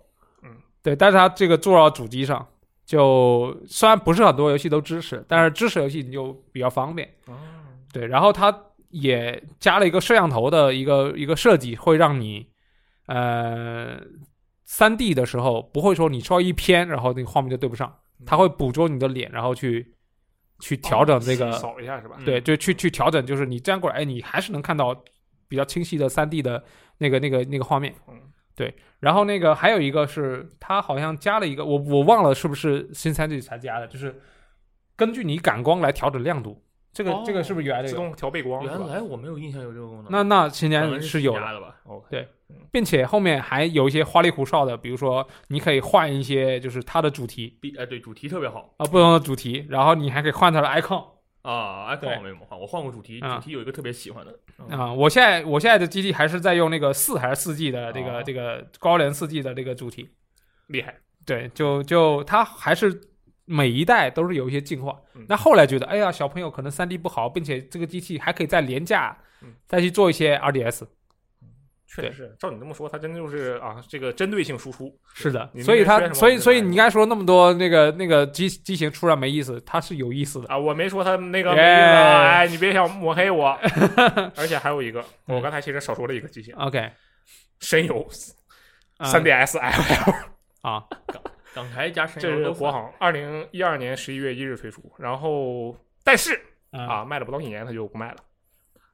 [SPEAKER 1] 嗯，
[SPEAKER 3] 对，但是它这个做到主机上，就虽然不是很多游戏都支持，但是支持游戏你就比较方便，
[SPEAKER 1] 哦
[SPEAKER 3] 对，然后它也加了一个摄像头的一个一个设计，会让你呃三 D 的时候不会说你稍微一偏，然后那个画面就对不上，
[SPEAKER 1] 嗯
[SPEAKER 3] 它
[SPEAKER 1] 哦
[SPEAKER 3] 会捕捉你的脸，然后去去调整这个、
[SPEAKER 1] 扫一下是吧？
[SPEAKER 3] 对，就去去调整，就是你这样过来，哎，你还是能看到比较清晰的三 D 的那个那个那个画面。
[SPEAKER 1] 嗯，
[SPEAKER 3] 对。然后那个还有一个是，它好像加了一个，我我忘了是不是新三 D 才加的，就是根据你感光来调整亮度。这个、
[SPEAKER 1] 哦
[SPEAKER 3] 这个是不是原来的
[SPEAKER 1] 自
[SPEAKER 3] 有？
[SPEAKER 1] 动调背光
[SPEAKER 2] 啊
[SPEAKER 1] 是
[SPEAKER 4] 原
[SPEAKER 1] 吧
[SPEAKER 4] 来我没有印象有这个功能，
[SPEAKER 3] 那那新
[SPEAKER 4] 可
[SPEAKER 3] 三
[SPEAKER 4] 能
[SPEAKER 3] D 是有
[SPEAKER 4] 新
[SPEAKER 3] 的
[SPEAKER 4] 加，的吧？
[SPEAKER 1] ？OK，
[SPEAKER 3] 并且后面还有一些花里胡哨的，比如说你可以换一些就是它的主题
[SPEAKER 4] 笔哎对，主题特别好
[SPEAKER 3] 啊、不同的主题，然后你还可以换它的 icon。
[SPEAKER 4] 啊
[SPEAKER 3] 对
[SPEAKER 4] ！iPhone 我没怎么换，我换过主题，
[SPEAKER 3] 啊
[SPEAKER 4] 主题有一个特别喜欢的，
[SPEAKER 1] 嗯
[SPEAKER 3] 啊、我现在我现在的基地还是在用那个四还是四 G 的这个、
[SPEAKER 1] 哦
[SPEAKER 3] 这个高联四 G 的这个主题，
[SPEAKER 1] 厉害。
[SPEAKER 3] 对，就就它还是每一代都是有一些进化。
[SPEAKER 1] 嗯
[SPEAKER 3] 那后来觉得，哎呀，小朋友可能三 D 不好，并且这个机器还可以再廉价
[SPEAKER 1] 嗯
[SPEAKER 3] 再去做一些 RDS，
[SPEAKER 1] 确实是，照你这么说，它真就是啊，这个针对性输出
[SPEAKER 3] 是的
[SPEAKER 1] 你，那
[SPEAKER 3] 所以
[SPEAKER 1] 边
[SPEAKER 3] 它
[SPEAKER 1] 缺什么
[SPEAKER 3] 所
[SPEAKER 1] 我
[SPEAKER 3] 以
[SPEAKER 1] 就
[SPEAKER 3] 所以
[SPEAKER 1] 买
[SPEAKER 3] 你刚才说那么多那个那个机机型突然没意思，它是有意思的。
[SPEAKER 1] 啊！我没说它那个
[SPEAKER 3] 耶
[SPEAKER 1] 没意思啊，哎，你别想抹黑我。 *laughs* 而且还有一个，
[SPEAKER 3] 嗯
[SPEAKER 1] 我刚才其实少说了一个机型，
[SPEAKER 3] OK，
[SPEAKER 1] 神游
[SPEAKER 3] 啊
[SPEAKER 1] 三 DS L，
[SPEAKER 3] 啊，
[SPEAKER 4] 港台加神
[SPEAKER 1] 这
[SPEAKER 4] 游
[SPEAKER 1] 是
[SPEAKER 4] 都
[SPEAKER 1] 国行二零一二年十一月一日推出，然后但是
[SPEAKER 3] 啊
[SPEAKER 1] 啊，卖了不到一年它就不卖了。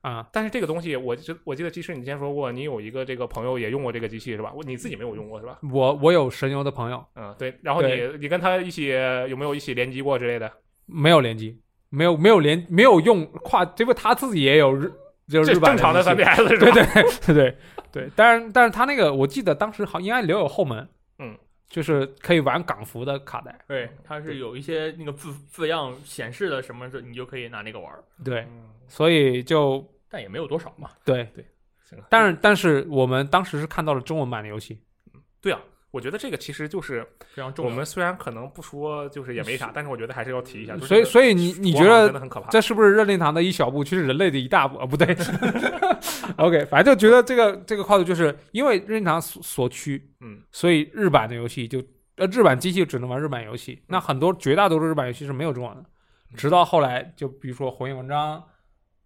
[SPEAKER 3] 啊，
[SPEAKER 1] 但是这个东西，我记我记得，其实你之前说过，你有一个这个朋友也用过这个机器是吧？我你自己没有用过是吧？
[SPEAKER 3] 我我有神游的朋友，
[SPEAKER 1] 嗯，对。然后你
[SPEAKER 3] 对
[SPEAKER 1] 你跟他一起有没有一起联机过之类的？
[SPEAKER 3] 没有联机，没有没有联没有用跨，因为他自己也有日就是
[SPEAKER 1] 这
[SPEAKER 3] 日版
[SPEAKER 1] 正常的
[SPEAKER 3] 机器
[SPEAKER 1] 3DS 是吧？
[SPEAKER 3] 对对对 *laughs* 对对，但是但是他那个我记得当时好应该留有后门，
[SPEAKER 1] 嗯，
[SPEAKER 3] 就是可以玩港服的卡带，
[SPEAKER 4] 嗯对，它是有一些那个字字样显示的什么的，你就可以拿那个玩儿，
[SPEAKER 3] 对，
[SPEAKER 1] 嗯
[SPEAKER 3] 所以就
[SPEAKER 4] 但也没有多少嘛。
[SPEAKER 3] 对
[SPEAKER 1] 对行
[SPEAKER 3] 但是但是我们当时是看到了中文版的游戏，
[SPEAKER 1] 啊我觉得这个其实就是
[SPEAKER 4] 非常重
[SPEAKER 1] 我
[SPEAKER 4] 要。
[SPEAKER 1] 们虽然可能不说，就是也没啥，但是我觉得还是要提一下。就是
[SPEAKER 3] 所以
[SPEAKER 1] 这个
[SPEAKER 3] 所以你你觉
[SPEAKER 1] 国行
[SPEAKER 3] 得
[SPEAKER 1] 真的很可怕？
[SPEAKER 3] 这是不是任天堂的一小步，其实人类的一大步啊？不对 *laughs* ，OK，反正就觉得这个这个跨度，就是因为任天堂所所趋，
[SPEAKER 1] 嗯，
[SPEAKER 3] 所以日版的游戏就呃日版机器只能玩日版游戏，那很多绝大多数日版游戏是没有中文的，直到后来就比如说火影文章。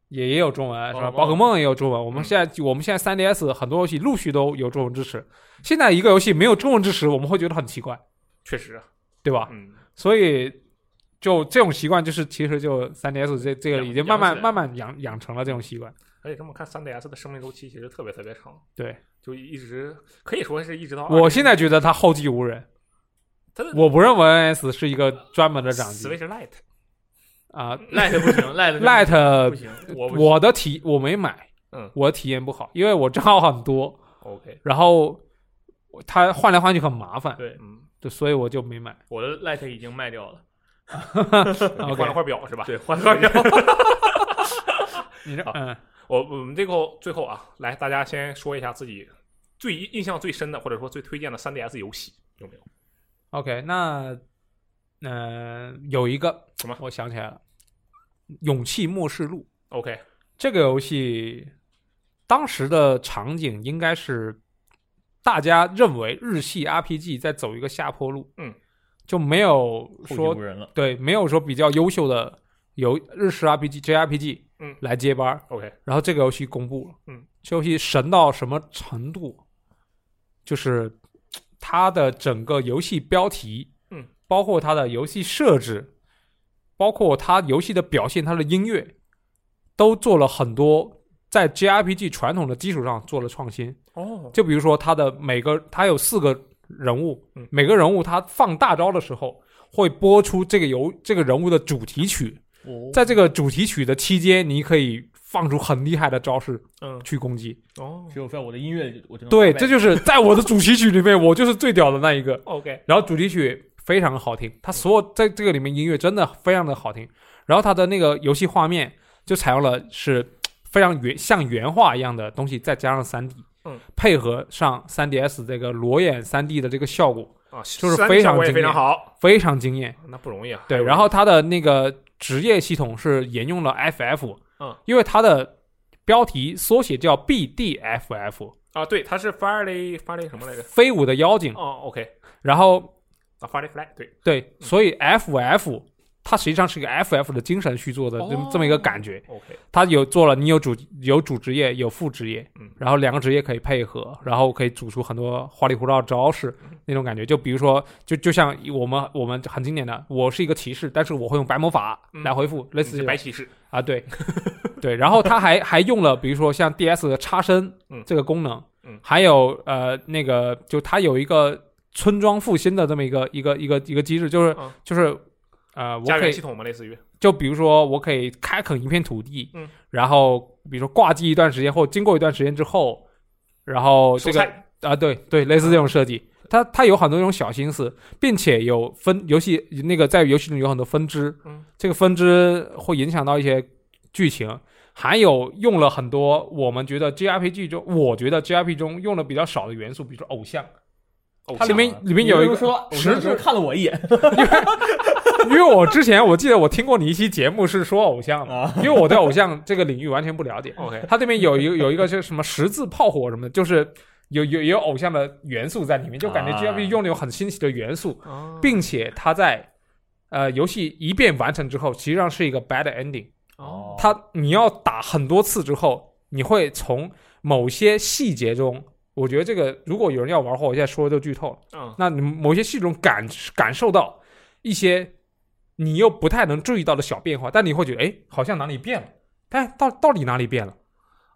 [SPEAKER 3] 也也有中文是吧？
[SPEAKER 4] 宝可梦
[SPEAKER 3] 宝可梦也有中文。我们现在、我们现在 3DS 很多游戏陆续都有中文支持。现在一个游戏没有中文支持，我们会觉得很奇怪，
[SPEAKER 1] 确实，
[SPEAKER 3] 对吧？
[SPEAKER 1] 嗯，
[SPEAKER 3] 所以就这种习惯，就是其实就 3DS 这这个
[SPEAKER 4] 养
[SPEAKER 3] 已经慢慢
[SPEAKER 4] 养起来
[SPEAKER 3] 慢慢养养成了这种习惯。
[SPEAKER 1] 而且这么看，3DS 的生命周期其实特别特别长，
[SPEAKER 3] 对，
[SPEAKER 1] 就一直可以说是一直到
[SPEAKER 3] 我现在觉得它后继无人，
[SPEAKER 1] 它的
[SPEAKER 3] 我不认为 NS 是一个专门的掌机
[SPEAKER 1] Switch Lite
[SPEAKER 3] 啊。
[SPEAKER 4] Light 不行 *laughs* ，Light 真的不
[SPEAKER 3] Lite
[SPEAKER 4] 行，我不行
[SPEAKER 3] 我的体我没买，
[SPEAKER 1] 嗯
[SPEAKER 3] 我的体验不好，因为我账号很多，
[SPEAKER 1] OK，
[SPEAKER 3] 然后它换来换去很麻烦，
[SPEAKER 4] 对
[SPEAKER 1] 嗯，
[SPEAKER 3] 对，所以我就没买。
[SPEAKER 4] 我的 Light 已经卖掉了。
[SPEAKER 1] 你
[SPEAKER 3] OK，
[SPEAKER 1] 换了块表是吧？
[SPEAKER 4] 对，换个表。
[SPEAKER 3] 你这
[SPEAKER 1] 啊
[SPEAKER 3] 嗯
[SPEAKER 1] 我我们这个最后啊，来大家先说一下自己最印印象最深的，或者说最推荐的 3DS 游戏有没有？
[SPEAKER 3] OK，那嗯、呃有一个
[SPEAKER 1] 什么
[SPEAKER 3] 我想起来了，《勇气末世录》。
[SPEAKER 1] OK，
[SPEAKER 3] 这个游戏当时的场景应该是大家认为日系 RPG 在走一个下坡路，
[SPEAKER 1] 嗯，
[SPEAKER 3] 就没有说
[SPEAKER 4] 无人了，
[SPEAKER 3] 对，没有说比较优秀的游日式 RPG、JRPG，
[SPEAKER 1] 嗯
[SPEAKER 3] 来接班儿。
[SPEAKER 1] OK，
[SPEAKER 3] 然后这个游戏公布了，
[SPEAKER 1] 嗯，
[SPEAKER 3] 这游戏神到什么程度？就是嘖它的整个游戏标题，
[SPEAKER 1] 嗯，
[SPEAKER 3] 包括它的游戏设置，包括它游戏的表现，它的音乐，都做了很多在 JRPG 传统的基础上做了创新。
[SPEAKER 1] 哦，
[SPEAKER 3] 就比如说它的每个，它有四个人物，
[SPEAKER 1] 嗯
[SPEAKER 3] 每个人物他放大招的时候，会播出这个游这个人物的主题曲。
[SPEAKER 4] 哦
[SPEAKER 3] 在这个主题曲的期间，你可以放出很厉害的招式
[SPEAKER 1] 嗯，
[SPEAKER 3] 去攻击。
[SPEAKER 1] 哦
[SPEAKER 4] 只有在我的音乐里，
[SPEAKER 2] 嗯
[SPEAKER 4] 我就能
[SPEAKER 3] 对，
[SPEAKER 4] 卖
[SPEAKER 3] 这就是在我的主题曲里面，我就是最屌的那一个。
[SPEAKER 1] ，OK，
[SPEAKER 3] 然后主题曲非常好听，它所有在这个里面音乐真的非常的好听。然后它的那个游戏画面就采用了是非常原像原画一样的东西，再加上三 D，
[SPEAKER 1] 嗯，
[SPEAKER 3] 配合上三 DS 这个裸眼三 D 的这个效果，
[SPEAKER 1] 啊，
[SPEAKER 3] 就是
[SPEAKER 1] 三
[SPEAKER 3] 非常
[SPEAKER 1] 效果也
[SPEAKER 3] 经
[SPEAKER 1] 非常
[SPEAKER 3] 典
[SPEAKER 1] 好，
[SPEAKER 3] 非常惊艳。
[SPEAKER 1] 那不容易啊。
[SPEAKER 3] 对，
[SPEAKER 1] 还有
[SPEAKER 3] 然后它的那个职业系统是沿用了 FF，
[SPEAKER 1] 嗯，
[SPEAKER 3] 因为它的标题缩写叫 BDFF，
[SPEAKER 1] 啊，对，它是 Firely Firely 什么来着？
[SPEAKER 3] 飞舞的妖精。
[SPEAKER 1] 哦，OK，
[SPEAKER 3] 然后
[SPEAKER 1] 啊，Firely Fly，对，
[SPEAKER 3] 对，所以 FF 它实际上是一个 FF 的精神续作的
[SPEAKER 1] 哦
[SPEAKER 3] 这么这么一个感觉。
[SPEAKER 1] OK，
[SPEAKER 3] 它有做了，你有主有主职业，有副职业，
[SPEAKER 1] 嗯
[SPEAKER 3] 然后两个职业可以配合，然后可以组出很多花里胡哨的招式
[SPEAKER 1] 嗯
[SPEAKER 3] 那种感觉。就比如说，就就像我们我们很经典的，我是一个骑士，但是我会用白魔法来回复，类
[SPEAKER 1] 类
[SPEAKER 3] 似于
[SPEAKER 1] 嗯白骑士，
[SPEAKER 3] 啊，对对，然后它还还用了，比如说像 DS 的插身
[SPEAKER 1] 嗯
[SPEAKER 3] 这个功能，
[SPEAKER 1] 嗯
[SPEAKER 3] 还有呃那个就它有一个村庄复兴的这么一个一个一个一个机制，就是、
[SPEAKER 1] 嗯
[SPEAKER 3] 就是呃我
[SPEAKER 1] 家
[SPEAKER 3] 可
[SPEAKER 1] 园
[SPEAKER 3] 以
[SPEAKER 1] 系统嘛，类似于，
[SPEAKER 3] 就比如说我可以开垦一片土地，
[SPEAKER 1] 嗯，
[SPEAKER 3] 然后比如说挂机一段时间或经过一段时间之后，然后这
[SPEAKER 1] 蔬
[SPEAKER 3] 个啊、
[SPEAKER 1] 菜
[SPEAKER 3] 对对，类似
[SPEAKER 1] 啊
[SPEAKER 3] 这种设计。它它有很多这种小心思，并且有分游戏那个在游戏中有很多分支，
[SPEAKER 1] 嗯，
[SPEAKER 3] 这个分支会影响到一些剧情，还有用了很多我们觉得 JRPG 中，我觉得 JRPG 中用的比较少的元素，比如说偶像，
[SPEAKER 1] 偶
[SPEAKER 3] 它里
[SPEAKER 1] 像啊
[SPEAKER 3] 面里面有一
[SPEAKER 4] 你
[SPEAKER 3] 个
[SPEAKER 4] 就说，
[SPEAKER 3] 实
[SPEAKER 4] 我那时候
[SPEAKER 3] 质
[SPEAKER 4] 看了我一眼，
[SPEAKER 3] 因为我之前我记得我听过你一期节目是说偶像
[SPEAKER 4] 啊
[SPEAKER 3] 的，
[SPEAKER 4] *laughs*
[SPEAKER 1] 啊
[SPEAKER 3] 因为我对偶像这个领域完全不了解。 *laughs*
[SPEAKER 1] OK，
[SPEAKER 3] 它这边有一个有一个就是什么十字炮火什么的，就是有有有偶像的元素在里面，就感觉
[SPEAKER 4] 啊
[SPEAKER 3] JRPG 用了有很新奇的元素，
[SPEAKER 1] 哦
[SPEAKER 3] 并且它在呃游戏一遍完成之后，实际上是一个 bad ending。
[SPEAKER 1] 哦
[SPEAKER 3] 它你要打很多次之后，你会从某些细节中，我觉得这个如果有人要玩的话，我现在说就剧透了。
[SPEAKER 1] 嗯
[SPEAKER 3] 那你某些细节中感感受到一些你又不太能注意到的小变化，但你会觉得哎，好像哪里变了，但到到底哪里变了？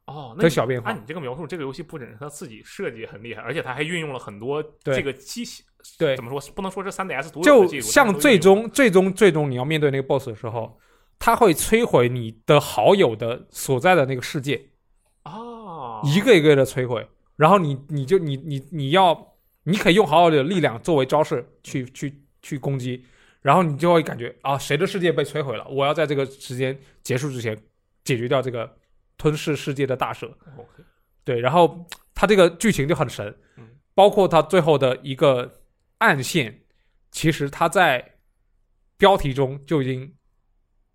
[SPEAKER 1] 哦，那
[SPEAKER 3] 的
[SPEAKER 1] 你
[SPEAKER 3] 小变化
[SPEAKER 1] 按。你这个描述，这个游戏不仅是它自己设计很厉害，而且它还运用了很多
[SPEAKER 3] 对
[SPEAKER 1] 这个机器，
[SPEAKER 3] 对
[SPEAKER 1] 怎么说不能说是三 DS 独有
[SPEAKER 3] 就
[SPEAKER 1] 的技术，但是
[SPEAKER 3] 像
[SPEAKER 1] 都
[SPEAKER 3] 最
[SPEAKER 1] 运用
[SPEAKER 3] 终最终最终你要面对那个 BOSS 的时候，他会摧毁你的好友的所在的那个世界，
[SPEAKER 1] 哦，
[SPEAKER 3] 一个一个的摧毁，然后你你就你你你要你可以用好友的力量作为招式去去去攻击，然后你就会感觉啊谁的世界被摧毁了，我要在这个时间结束之前解决掉这个吞噬世界的大蛇。
[SPEAKER 1] OK
[SPEAKER 3] 对，然后它这个剧情就很神
[SPEAKER 1] 嗯，
[SPEAKER 3] 包括它最后的一个暗线，其实它在标题中就已经，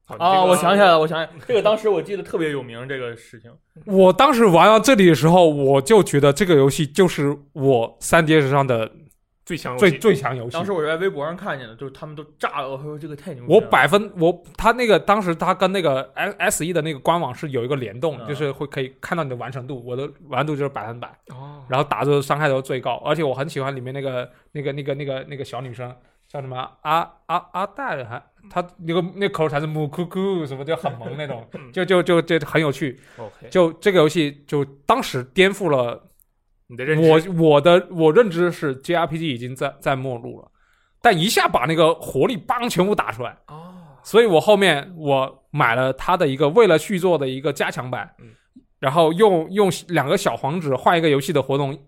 [SPEAKER 1] 好你这
[SPEAKER 2] 啊，
[SPEAKER 1] 个
[SPEAKER 2] 我想起来了，我想起来，这个当时我记得特别有名这个事情。
[SPEAKER 3] 我当时玩到这里的时候，我就觉得这个游戏就是我三 DS 上的
[SPEAKER 1] 最强游
[SPEAKER 3] 最
[SPEAKER 1] 戏
[SPEAKER 3] 最强游戏
[SPEAKER 2] 当。时我在微博上看见的，就是他们都炸了，我说这个太牛逼了。
[SPEAKER 3] 我百分我他那个当时他跟那个 S S E 的那个官网是有一个联动，
[SPEAKER 2] 嗯
[SPEAKER 3] 就是会可以看到你的完成度，我的完成度就是百分百，
[SPEAKER 1] 哦，
[SPEAKER 3] 然后打的伤害都是最高，而且我很喜欢里面那个那个那个那个那个小女生叫什么阿阿阿黛还她那个那口才是母咕咕什么就很萌那种
[SPEAKER 1] 嗯，
[SPEAKER 3] 就就就就很有趣，
[SPEAKER 1] OK，
[SPEAKER 3] 就这个游戏就当时颠覆了
[SPEAKER 1] 你的认知
[SPEAKER 3] 我我的我认知是 JRPG 已经在在末路了，但一下把那个活力帮全部打出来，
[SPEAKER 1] 哦，
[SPEAKER 3] 所以我后面我买了它的一个为了续作的一个加强版，
[SPEAKER 1] 嗯
[SPEAKER 3] 然后用用两个小黄纸换一个游戏的活动，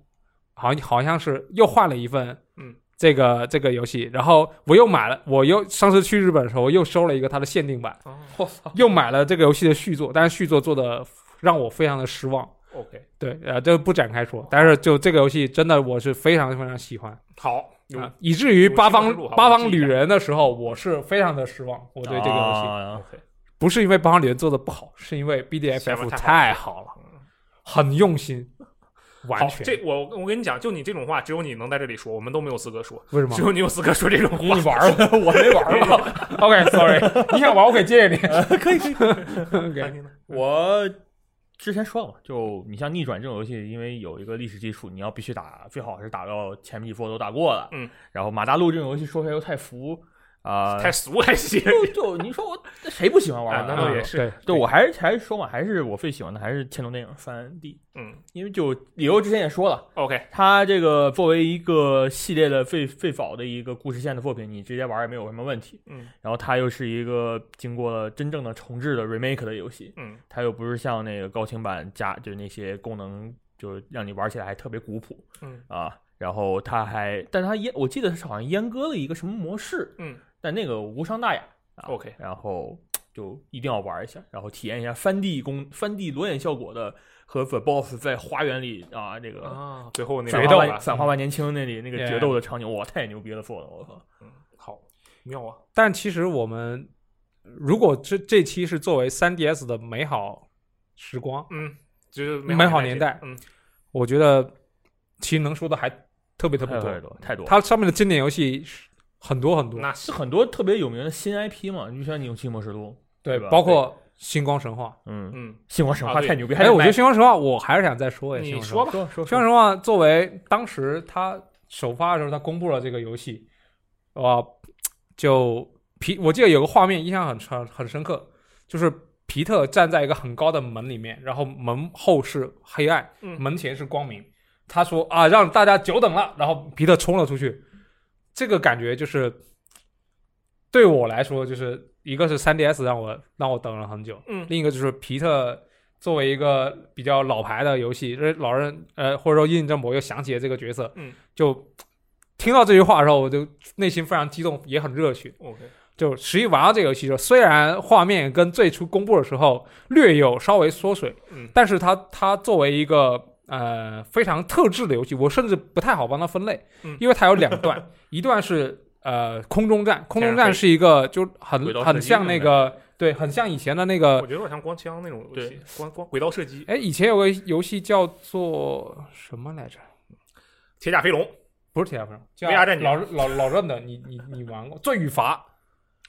[SPEAKER 3] 好像好像是又换了一份，
[SPEAKER 1] 嗯，
[SPEAKER 3] 这个这个游戏，然后我又买了，我又上次去日本的时候我又收了一个它的限定版，
[SPEAKER 1] 哦
[SPEAKER 2] 我操，
[SPEAKER 3] 又买了这个游戏的续作，但是续作做的让我非常的失望。
[SPEAKER 1] OK，
[SPEAKER 3] 对，呃，这不展开说，但是就这个游戏真的我是非常非常喜欢，
[SPEAKER 1] 好，有
[SPEAKER 3] 啊、以至于
[SPEAKER 1] 有
[SPEAKER 3] 八
[SPEAKER 1] 七个
[SPEAKER 3] 方
[SPEAKER 1] 之路好
[SPEAKER 3] 八
[SPEAKER 1] 我
[SPEAKER 3] 方
[SPEAKER 1] 记
[SPEAKER 3] 旅
[SPEAKER 1] 一下
[SPEAKER 3] 人的时候，我是非常的失望，我对这个游戏、
[SPEAKER 2] 啊
[SPEAKER 3] *laughs*
[SPEAKER 1] OK，
[SPEAKER 3] 不是因为八方旅人做的不好，是因为
[SPEAKER 1] 想法
[SPEAKER 3] BDFF
[SPEAKER 1] 太
[SPEAKER 3] 太
[SPEAKER 1] 好
[SPEAKER 3] 好了，很用心，
[SPEAKER 1] *laughs*
[SPEAKER 3] 完
[SPEAKER 1] 好，
[SPEAKER 3] 全
[SPEAKER 1] 这我我跟你讲，就你这种话，只有你能在这里说，我们都没有资格说，
[SPEAKER 3] 为什么
[SPEAKER 1] 只有你有资格说这种话。
[SPEAKER 3] 你玩了
[SPEAKER 2] 我没玩
[SPEAKER 1] *laughs*
[SPEAKER 2] 过。
[SPEAKER 3] ？OK，sorry，、你想玩我可以借给你，
[SPEAKER 1] 嗯
[SPEAKER 3] 可以可以。
[SPEAKER 1] 那
[SPEAKER 3] OK，
[SPEAKER 1] 你呢
[SPEAKER 2] 哦哎我之前说过，就你像逆转这种游戏，因为有一个历史基础，你要必须打，最好是打到前几波都打过了。
[SPEAKER 1] 嗯，
[SPEAKER 2] 然后马大陆这种游戏说出来又太浮啊，
[SPEAKER 1] *laughs* 太俗还
[SPEAKER 3] *laughs*
[SPEAKER 1] 行，
[SPEAKER 2] 就就你说我这谁不喜欢玩
[SPEAKER 1] 啊
[SPEAKER 2] 啊？
[SPEAKER 1] 那倒也是，
[SPEAKER 3] 对，
[SPEAKER 2] 对，我还是还是说嘛，还是我最喜欢的还是《天龙电影三 D》，
[SPEAKER 1] 嗯
[SPEAKER 2] 因为就理由之前也说了，
[SPEAKER 1] ，OK，
[SPEAKER 2] 它这个作为一个系列的最最早的一个故事线的作品，你直接玩也没有什么问题。
[SPEAKER 1] 嗯
[SPEAKER 2] 然后它又是一个经过了真正的重置的 remake 的游戏，
[SPEAKER 1] 嗯
[SPEAKER 2] 它又不是像那个高清版加就是那些功能，就是让你玩起来还特别古朴
[SPEAKER 1] 嗯
[SPEAKER 2] 啊。然后它还，但它阉，我记得是好像阉割了一个什么模式，
[SPEAKER 1] 嗯
[SPEAKER 2] 但那个无伤大雅。啊
[SPEAKER 1] ，OK，
[SPEAKER 2] 然后就一定要玩一下，然后体验一下翻地公翻地裸眼效果的和 The Boss 在花园里啊这个
[SPEAKER 1] 啊，最后那个
[SPEAKER 2] 散花
[SPEAKER 1] 了
[SPEAKER 2] 万散花万年青那里那个决斗的场景，哇，太牛逼了，做的我靠！
[SPEAKER 1] 好妙啊，
[SPEAKER 3] 但其实我们如果这这期是作为 3DS 的美好时光，
[SPEAKER 1] 嗯，就是
[SPEAKER 3] 美好年代
[SPEAKER 1] 嗯，
[SPEAKER 3] 我觉得其实能说的还特别特别多。
[SPEAKER 2] 太多太多了，
[SPEAKER 3] 它上面的经典游戏是很多很多，
[SPEAKER 1] 那
[SPEAKER 2] 是
[SPEAKER 1] 是
[SPEAKER 2] 很多特别有名的新 IP 嘛，就像《勇气模式录》，
[SPEAKER 3] 对，
[SPEAKER 2] 吧？
[SPEAKER 3] 包括《星光神话
[SPEAKER 2] 嗯，《
[SPEAKER 1] 嗯，
[SPEAKER 2] 星光神
[SPEAKER 1] 啊
[SPEAKER 2] 话》
[SPEAKER 1] 对
[SPEAKER 2] 太牛逼，还
[SPEAKER 3] 哎，我觉得《
[SPEAKER 2] 得
[SPEAKER 3] 星光神话》我还是想再说一下。
[SPEAKER 1] 你
[SPEAKER 3] 星光神话
[SPEAKER 1] 说吧，
[SPEAKER 2] 说说
[SPEAKER 3] 《星光神话》作为当时它首发的时候，它公布了这个游戏，哇、就皮，我记得有个画面印象很深很深刻，就是皮特站在一个很高的门里面，然后门后是黑暗，
[SPEAKER 1] 嗯
[SPEAKER 3] 门前是光明。他说啊，让大家久等了，然后皮特冲了出去。这个感觉就是对我来说，就是一个是 3DS 让我让我等了很久，
[SPEAKER 1] 嗯
[SPEAKER 3] 另一个就是皮特作为一个比较老牌的游戏，这老人呃或者说印证我又想起了这个角色，
[SPEAKER 1] 嗯，
[SPEAKER 3] 就听到这句话的时候，我就内心非常激动，也很热血。
[SPEAKER 1] OK，
[SPEAKER 3] 就实际玩到这个游戏的时候，虽然画面跟最初公布的时候略有稍微缩水，
[SPEAKER 1] 嗯
[SPEAKER 3] 但是它它作为一个呃非常特制的游戏，我甚至不太好帮它分类，
[SPEAKER 1] 嗯
[SPEAKER 3] 因为它有两段，
[SPEAKER 1] *laughs*
[SPEAKER 3] 一段是呃空中战，空中
[SPEAKER 1] 天然
[SPEAKER 3] 战
[SPEAKER 1] 飞
[SPEAKER 3] 是一个就很
[SPEAKER 2] 轨道射击
[SPEAKER 3] 很像那个对，很像以前的那个
[SPEAKER 1] 我觉得有点像光枪那种游戏，光光轨道射击，
[SPEAKER 3] 哎，以前有个游戏叫做什么来着？
[SPEAKER 1] 铁甲飞龙
[SPEAKER 3] 不是铁甲飞龙，叫
[SPEAKER 1] VR 战警啊
[SPEAKER 3] 老老老任的，你你你玩过《罪与罚》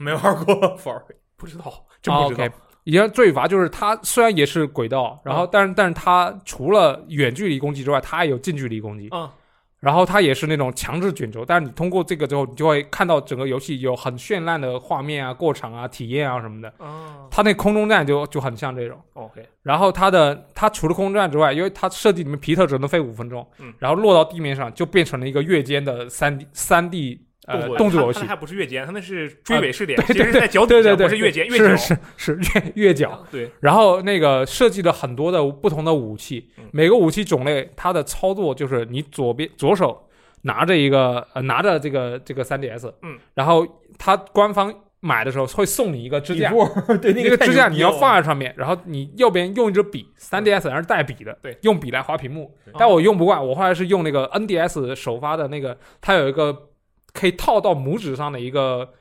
[SPEAKER 2] 没玩过 *laughs* ，sorry，
[SPEAKER 1] 不知道，真
[SPEAKER 3] 啊
[SPEAKER 1] 不知
[SPEAKER 3] ？OK，
[SPEAKER 1] 道，
[SPEAKER 3] 以前《罪与罚》就是它虽然也
[SPEAKER 1] 啊
[SPEAKER 3] 是轨道，然后但是但是它除了远距离攻击之外，它也有近距离攻击。
[SPEAKER 1] 啊
[SPEAKER 3] 然后它也是那种强制卷轴，但是你通过这个之后，你就会看到整个游戏有很绚烂的画面啊、过场啊、体验啊什么的。
[SPEAKER 1] 哦
[SPEAKER 3] 它那空中战就就很像这种。
[SPEAKER 1] ，OK，
[SPEAKER 3] 然后它的它除了空中战之外，因为它设计里面皮特只能飞五分钟，
[SPEAKER 1] 嗯
[SPEAKER 3] 然后落到地面上就变成了一个越间的三 D 三 D 呃动作游戏
[SPEAKER 1] 它它。还不是越肩，它那是追尾试点，
[SPEAKER 3] 啊对
[SPEAKER 1] 其实是在脚底
[SPEAKER 3] 对对
[SPEAKER 1] 下，
[SPEAKER 3] 对，
[SPEAKER 1] 不是越肩，越嗯
[SPEAKER 3] 是
[SPEAKER 1] 脚。
[SPEAKER 3] 是是越越脚。
[SPEAKER 1] 对，
[SPEAKER 3] 然后那个设计了很多的不同的武器
[SPEAKER 1] 嗯，
[SPEAKER 3] 每个武器种类它的操作就是你左边左手拿着一个呃拿着这个这个 3DS，
[SPEAKER 1] 嗯，
[SPEAKER 3] 然后它官方买的时候会送你一个支架，
[SPEAKER 2] 部 *laughs* 对
[SPEAKER 3] 那
[SPEAKER 2] 个
[SPEAKER 3] 个
[SPEAKER 2] 太
[SPEAKER 3] 支架
[SPEAKER 2] 牛
[SPEAKER 3] 你
[SPEAKER 2] 逼
[SPEAKER 3] 要
[SPEAKER 2] 了
[SPEAKER 3] 放在上面，然后你右边用一支笔，3DS 然是带笔的，
[SPEAKER 1] 对，哦
[SPEAKER 3] 用笔来划屏幕
[SPEAKER 2] 对，
[SPEAKER 3] 但我用不惯，我后来是用那个 NDS 首发的那个，它有一个可以套到拇指上的一个。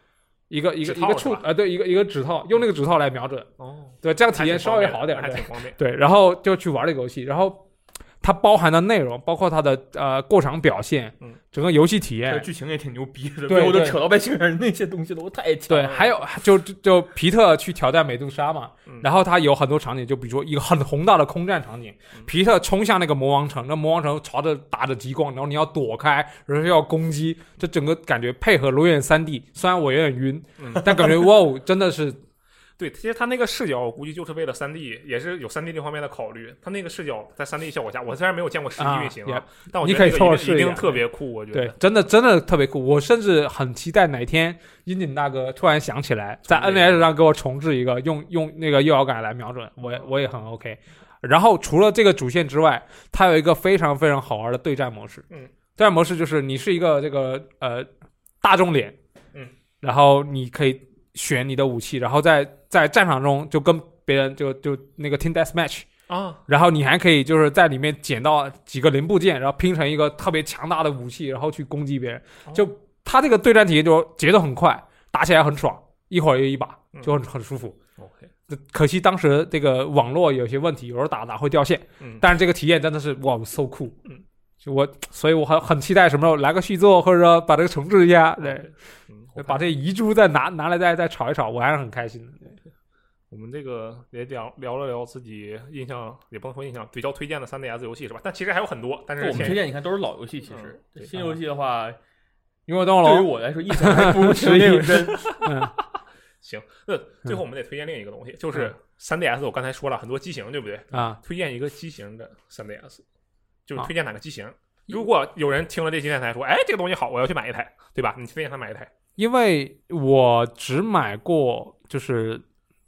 [SPEAKER 3] 一个一个
[SPEAKER 1] 指
[SPEAKER 3] 一
[SPEAKER 1] 套
[SPEAKER 3] 个
[SPEAKER 1] 是
[SPEAKER 3] 触
[SPEAKER 1] 吧
[SPEAKER 3] 呃对一个一个指套，用那个指套来瞄准，
[SPEAKER 1] 哦，
[SPEAKER 3] 对，这样体
[SPEAKER 1] 还挺
[SPEAKER 3] 验稍微
[SPEAKER 1] 方便的
[SPEAKER 3] 好点儿。
[SPEAKER 1] 还
[SPEAKER 3] 对
[SPEAKER 1] 挺方便。
[SPEAKER 3] 对，然后就去玩这个游戏，然后它包含的内容，包括它的呃过场表现，
[SPEAKER 1] 嗯，
[SPEAKER 3] 整个游戏体
[SPEAKER 2] 这
[SPEAKER 3] 验，
[SPEAKER 2] 剧情也挺牛逼的，
[SPEAKER 3] 对
[SPEAKER 2] 我都
[SPEAKER 3] 对
[SPEAKER 2] 扯到外星人那些东西了，我太强
[SPEAKER 3] 对，
[SPEAKER 2] 了
[SPEAKER 3] 还有就就就皮特去挑战美杜莎嘛，
[SPEAKER 1] 嗯
[SPEAKER 3] 然后他有很多场景，就比如说一个很宏大的空战场景，
[SPEAKER 1] 嗯
[SPEAKER 3] 皮特冲向那个魔王城，那魔王城朝着打着激光，然后你要躲开，然后要攻击，这整个感觉配合《罗远三 D》，虽然我有点晕，
[SPEAKER 1] 嗯
[SPEAKER 3] 但感觉哇哦，真的是
[SPEAKER 1] 对，其实它那个视角，我估计就是为了三 D，也是有三 D 这方面的考虑。它那个视角在三 D 效果下，我虽然没有见过实际
[SPEAKER 3] 啊
[SPEAKER 1] 运行
[SPEAKER 3] 也
[SPEAKER 1] 啊，但我
[SPEAKER 3] 你
[SPEAKER 1] 觉得
[SPEAKER 3] 可
[SPEAKER 1] 这
[SPEAKER 3] 以凑
[SPEAKER 1] 个
[SPEAKER 3] 合
[SPEAKER 1] 一
[SPEAKER 3] 试
[SPEAKER 1] 定一
[SPEAKER 3] 一
[SPEAKER 1] 定
[SPEAKER 3] 下
[SPEAKER 1] 特别酷，我觉
[SPEAKER 3] 对
[SPEAKER 1] 得。，
[SPEAKER 3] 真的真的特别酷。我甚至很期待哪天樱井大哥突然想起来，在 NS 上给我重置一个，用用那个右摇杆来瞄准，我也我也很 OK。然后除了这个主线之外，它有一个非常非常好玩的对战模式。
[SPEAKER 1] 嗯，
[SPEAKER 3] 对战模式就是你是一个这个呃大众脸，
[SPEAKER 1] 嗯，
[SPEAKER 3] 然后你可以选你的武器，然后在在战场中就跟别人就就那个 team deathmatch。
[SPEAKER 1] 啊，
[SPEAKER 3] 然后你还可以就是在里面捡到几个零部件，然后拼成一个特别强大的武器，然后去攻击别人
[SPEAKER 1] 哦。
[SPEAKER 3] 就它这个对战体验就节奏很快，打起来很爽，一会儿又一把，
[SPEAKER 1] 嗯
[SPEAKER 3] 就很很舒服。
[SPEAKER 1] OK，
[SPEAKER 3] 可惜当时这个网络有些问题，有时候打打会掉线，
[SPEAKER 1] 嗯，
[SPEAKER 3] 但是这个体验真的是哇，so cool
[SPEAKER 1] 嗯。
[SPEAKER 3] 就我，所以我很很期待什么时候来个续作，或者说把这个重置一下，对，
[SPEAKER 1] 嗯，我
[SPEAKER 3] 对把这遗珠再拿拿来再再炒一炒，我还是很开心的。对
[SPEAKER 1] 我们这个也聊聊了聊自己印象，也不能说印象，比较推荐的 3DS 游戏是吧？但其实还有很多，但是
[SPEAKER 2] 我们
[SPEAKER 1] 先
[SPEAKER 2] 推荐你看都是老游戏，其
[SPEAKER 1] 嗯
[SPEAKER 2] 实
[SPEAKER 1] 对
[SPEAKER 2] 新游戏的话，
[SPEAKER 3] 因为动
[SPEAKER 2] 对于
[SPEAKER 3] 了，
[SPEAKER 2] 我来说印象哦 *laughs* 还不如
[SPEAKER 3] 十一
[SPEAKER 2] 那个真。
[SPEAKER 3] 嗯，
[SPEAKER 1] 行。那最后我们得推荐另一个东西，就是
[SPEAKER 3] 嗯
[SPEAKER 1] 3DS。我刚才说了很多机型，对不对？
[SPEAKER 3] 啊，
[SPEAKER 1] 推荐一个机型的 3DS，就是
[SPEAKER 3] 啊
[SPEAKER 1] 推荐哪个机型。如果有人听了这期电台说，哎，这个东西好，我要去买一台，对吧？你推荐他买一台。
[SPEAKER 3] 因为我只买过就是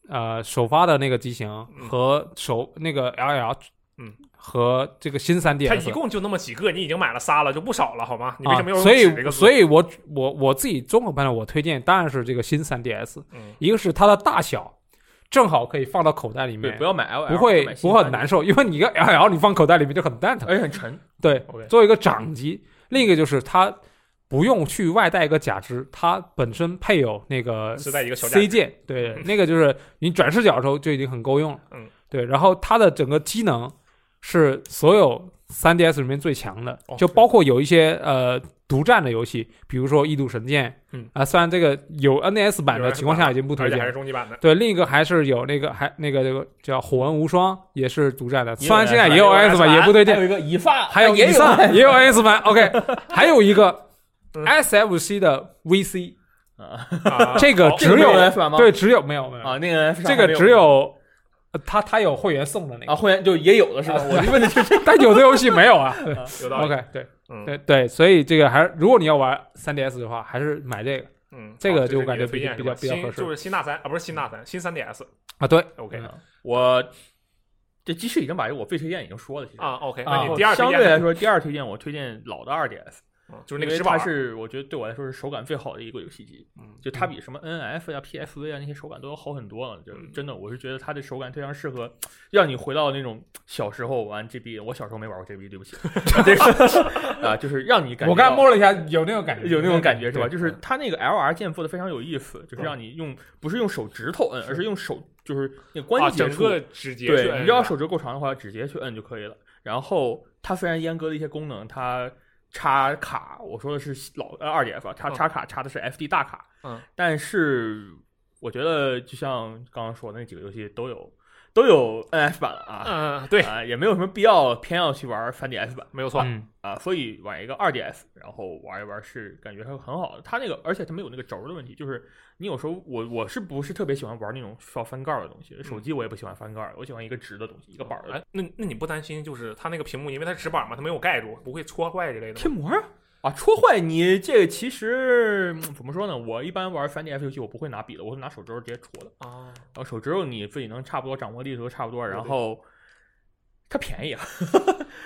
[SPEAKER 3] 呃首发的那个机型
[SPEAKER 1] 嗯
[SPEAKER 3] 和首、那个 LL，
[SPEAKER 1] 嗯，
[SPEAKER 3] 和这个新三
[SPEAKER 1] 它一
[SPEAKER 3] DS。
[SPEAKER 1] 共就那么几个，你已经买了仨了，就不少了，好吗？你为什么要
[SPEAKER 3] 啊、
[SPEAKER 1] 用
[SPEAKER 3] 所
[SPEAKER 1] 这
[SPEAKER 3] 以，
[SPEAKER 1] 个
[SPEAKER 3] 所
[SPEAKER 1] 以，
[SPEAKER 3] 以我我我自己综合判断，我推荐当然是这个新三 DS，
[SPEAKER 1] 嗯，
[SPEAKER 3] 一个是它的大小，正好可以放到口袋里
[SPEAKER 2] 对，
[SPEAKER 3] 面
[SPEAKER 2] 不，要买 L，
[SPEAKER 3] 不会不会很难，受，因为你一个 LL 你放口袋里面就很蛋疼。
[SPEAKER 1] 哎
[SPEAKER 2] 而且很沉。
[SPEAKER 3] 对
[SPEAKER 1] OK
[SPEAKER 3] 作为一个掌机，另一个就是它不用去外带一个假肢，它本身配有那个
[SPEAKER 1] 自带一个小假
[SPEAKER 3] C 键，对，
[SPEAKER 1] 嗯
[SPEAKER 3] 那个就是你转视角的时候就已经很够用了。
[SPEAKER 1] 嗯，
[SPEAKER 3] 对，然后它的整个机能是所有 3DS 里面最强的，
[SPEAKER 1] 哦
[SPEAKER 3] 就是包括有一些呃独占的游戏，比如说《异度神剑》，
[SPEAKER 1] 嗯
[SPEAKER 3] 啊，虽然这个有 NS 版
[SPEAKER 1] 有
[SPEAKER 3] 的
[SPEAKER 1] NS
[SPEAKER 3] 情况下已经不推
[SPEAKER 1] 而且
[SPEAKER 3] 荐
[SPEAKER 1] 还
[SPEAKER 3] 了
[SPEAKER 1] 是。终极
[SPEAKER 3] *laughs*
[SPEAKER 1] 版的。
[SPEAKER 3] 对，另一个还是有那个还那个这个叫《火纹无双》，也是独占的，
[SPEAKER 2] 也有
[SPEAKER 3] 虽然现在
[SPEAKER 2] NS
[SPEAKER 3] 也有
[SPEAKER 1] 版
[SPEAKER 3] NS 版，也不推荐
[SPEAKER 2] 还。有一个以发，哎
[SPEAKER 3] 还有
[SPEAKER 2] 也
[SPEAKER 3] 以上也有 S 版，OK，还
[SPEAKER 1] *laughs*
[SPEAKER 3] 有一个
[SPEAKER 1] 嗯
[SPEAKER 3] SFC 的 VC，
[SPEAKER 2] 啊
[SPEAKER 1] 啊
[SPEAKER 3] 这个
[SPEAKER 2] 这个
[SPEAKER 3] 只
[SPEAKER 2] 没
[SPEAKER 3] 有
[SPEAKER 2] F 版吗？
[SPEAKER 3] 对，只有没有没有，
[SPEAKER 2] 啊，那个 F
[SPEAKER 3] 这个只有呃它它有会员送的那 *laughs* 个，
[SPEAKER 2] 啊，会员就也有的是
[SPEAKER 1] 啊
[SPEAKER 2] 吧？我就
[SPEAKER 3] *laughs*
[SPEAKER 2] 问的是
[SPEAKER 3] 但有的游戏没有
[SPEAKER 2] *laughs*
[SPEAKER 3] 啊。对
[SPEAKER 1] 有道理。
[SPEAKER 3] OK，对
[SPEAKER 1] 嗯
[SPEAKER 3] 对对，所以这个还是如果你要玩 3DS 的话，还是买这个
[SPEAKER 1] 嗯，
[SPEAKER 3] 这个
[SPEAKER 1] 好
[SPEAKER 3] 就
[SPEAKER 1] 这是
[SPEAKER 3] 感
[SPEAKER 1] 你的
[SPEAKER 3] 觉
[SPEAKER 1] 推
[SPEAKER 3] 比
[SPEAKER 1] 荐
[SPEAKER 3] 比
[SPEAKER 1] 是吧
[SPEAKER 3] 较比较
[SPEAKER 1] 新
[SPEAKER 3] 合适
[SPEAKER 1] 就是新大三啊，不是新大三，新三 DS。
[SPEAKER 3] 啊。对
[SPEAKER 1] OK
[SPEAKER 2] 我这鸡翅已经把我最推荐已经说了，其实
[SPEAKER 1] 啊，OK，
[SPEAKER 3] 啊
[SPEAKER 1] 那
[SPEAKER 2] 然
[SPEAKER 1] 你
[SPEAKER 2] 后
[SPEAKER 1] 第二推
[SPEAKER 2] 相
[SPEAKER 1] 荐
[SPEAKER 2] 对来
[SPEAKER 1] 是
[SPEAKER 2] 说，第二推荐我推荐老的 2DS，
[SPEAKER 1] 嗯就是那个
[SPEAKER 2] 因为
[SPEAKER 1] 石板
[SPEAKER 2] 它
[SPEAKER 1] 儿，
[SPEAKER 2] 是我觉得对我来说是手感最好的一个游戏机，
[SPEAKER 1] 嗯
[SPEAKER 2] 就它比什么 NF 呀、PSV 啊那些手感都要好很多了。就
[SPEAKER 1] 嗯
[SPEAKER 2] 真的，我是觉得它的手感非常适合让你回到那种小时候玩 GB。我小时候没玩过 GB，对
[SPEAKER 1] *laughs*
[SPEAKER 2] 不起， *laughs* 啊这个啊，就是让你感觉
[SPEAKER 3] 我刚才
[SPEAKER 2] 到
[SPEAKER 3] 摸了一下，有那种感觉，
[SPEAKER 2] *laughs* 有那种感觉是吧？
[SPEAKER 3] 对
[SPEAKER 2] 就是它那个 L R 键做的非常有意思，
[SPEAKER 1] 嗯
[SPEAKER 2] 就是让你用不是用手指头摁，而是用手就是那个
[SPEAKER 1] 啊，
[SPEAKER 2] 关节
[SPEAKER 1] 整
[SPEAKER 2] 处，
[SPEAKER 1] 个指节去
[SPEAKER 2] 对，
[SPEAKER 1] 摁
[SPEAKER 2] 你
[SPEAKER 1] 是
[SPEAKER 2] 只要
[SPEAKER 1] 吧
[SPEAKER 2] 手指够长的话，指节去摁就可以了。然后它虽然阉割了一些功能，它插卡，我说的是老呃二 D F，它
[SPEAKER 1] 嗯
[SPEAKER 2] 插卡插的是 F D 大卡，
[SPEAKER 1] 嗯，
[SPEAKER 2] 但是我觉得就像刚刚说的那几个游戏都有。都有 NF 版了啊，
[SPEAKER 1] 嗯，对，
[SPEAKER 2] 啊，也没有什么必要偏要去玩 3DS 版
[SPEAKER 1] 没有错，
[SPEAKER 3] 嗯
[SPEAKER 2] 啊，所以玩一个 2DS，然后玩一玩是感觉还很好的。它那个，而且它没有那个轴儿的问题，就是你有时候我我是不是特别喜欢玩那种需要翻盖儿的东西，
[SPEAKER 1] 嗯
[SPEAKER 2] 手机我也不喜欢翻盖儿，我喜欢一个直的东西，一个板儿的东
[SPEAKER 1] 哎，那那你不担心就是它那个屏幕，因为它是纸板嘛，它没有盖住，不会戳坏之类
[SPEAKER 2] 西。
[SPEAKER 1] 的吗？
[SPEAKER 2] 膜儿啊，戳坏你这个其实嗯怎么说呢？我一般玩 3DS 游戏我不会拿笔的，我会拿手肘儿直接戳的。
[SPEAKER 1] 啊，
[SPEAKER 2] 然后手指头你自己能差不多掌握力度差不多，然
[SPEAKER 1] 对
[SPEAKER 2] 后它便宜啊，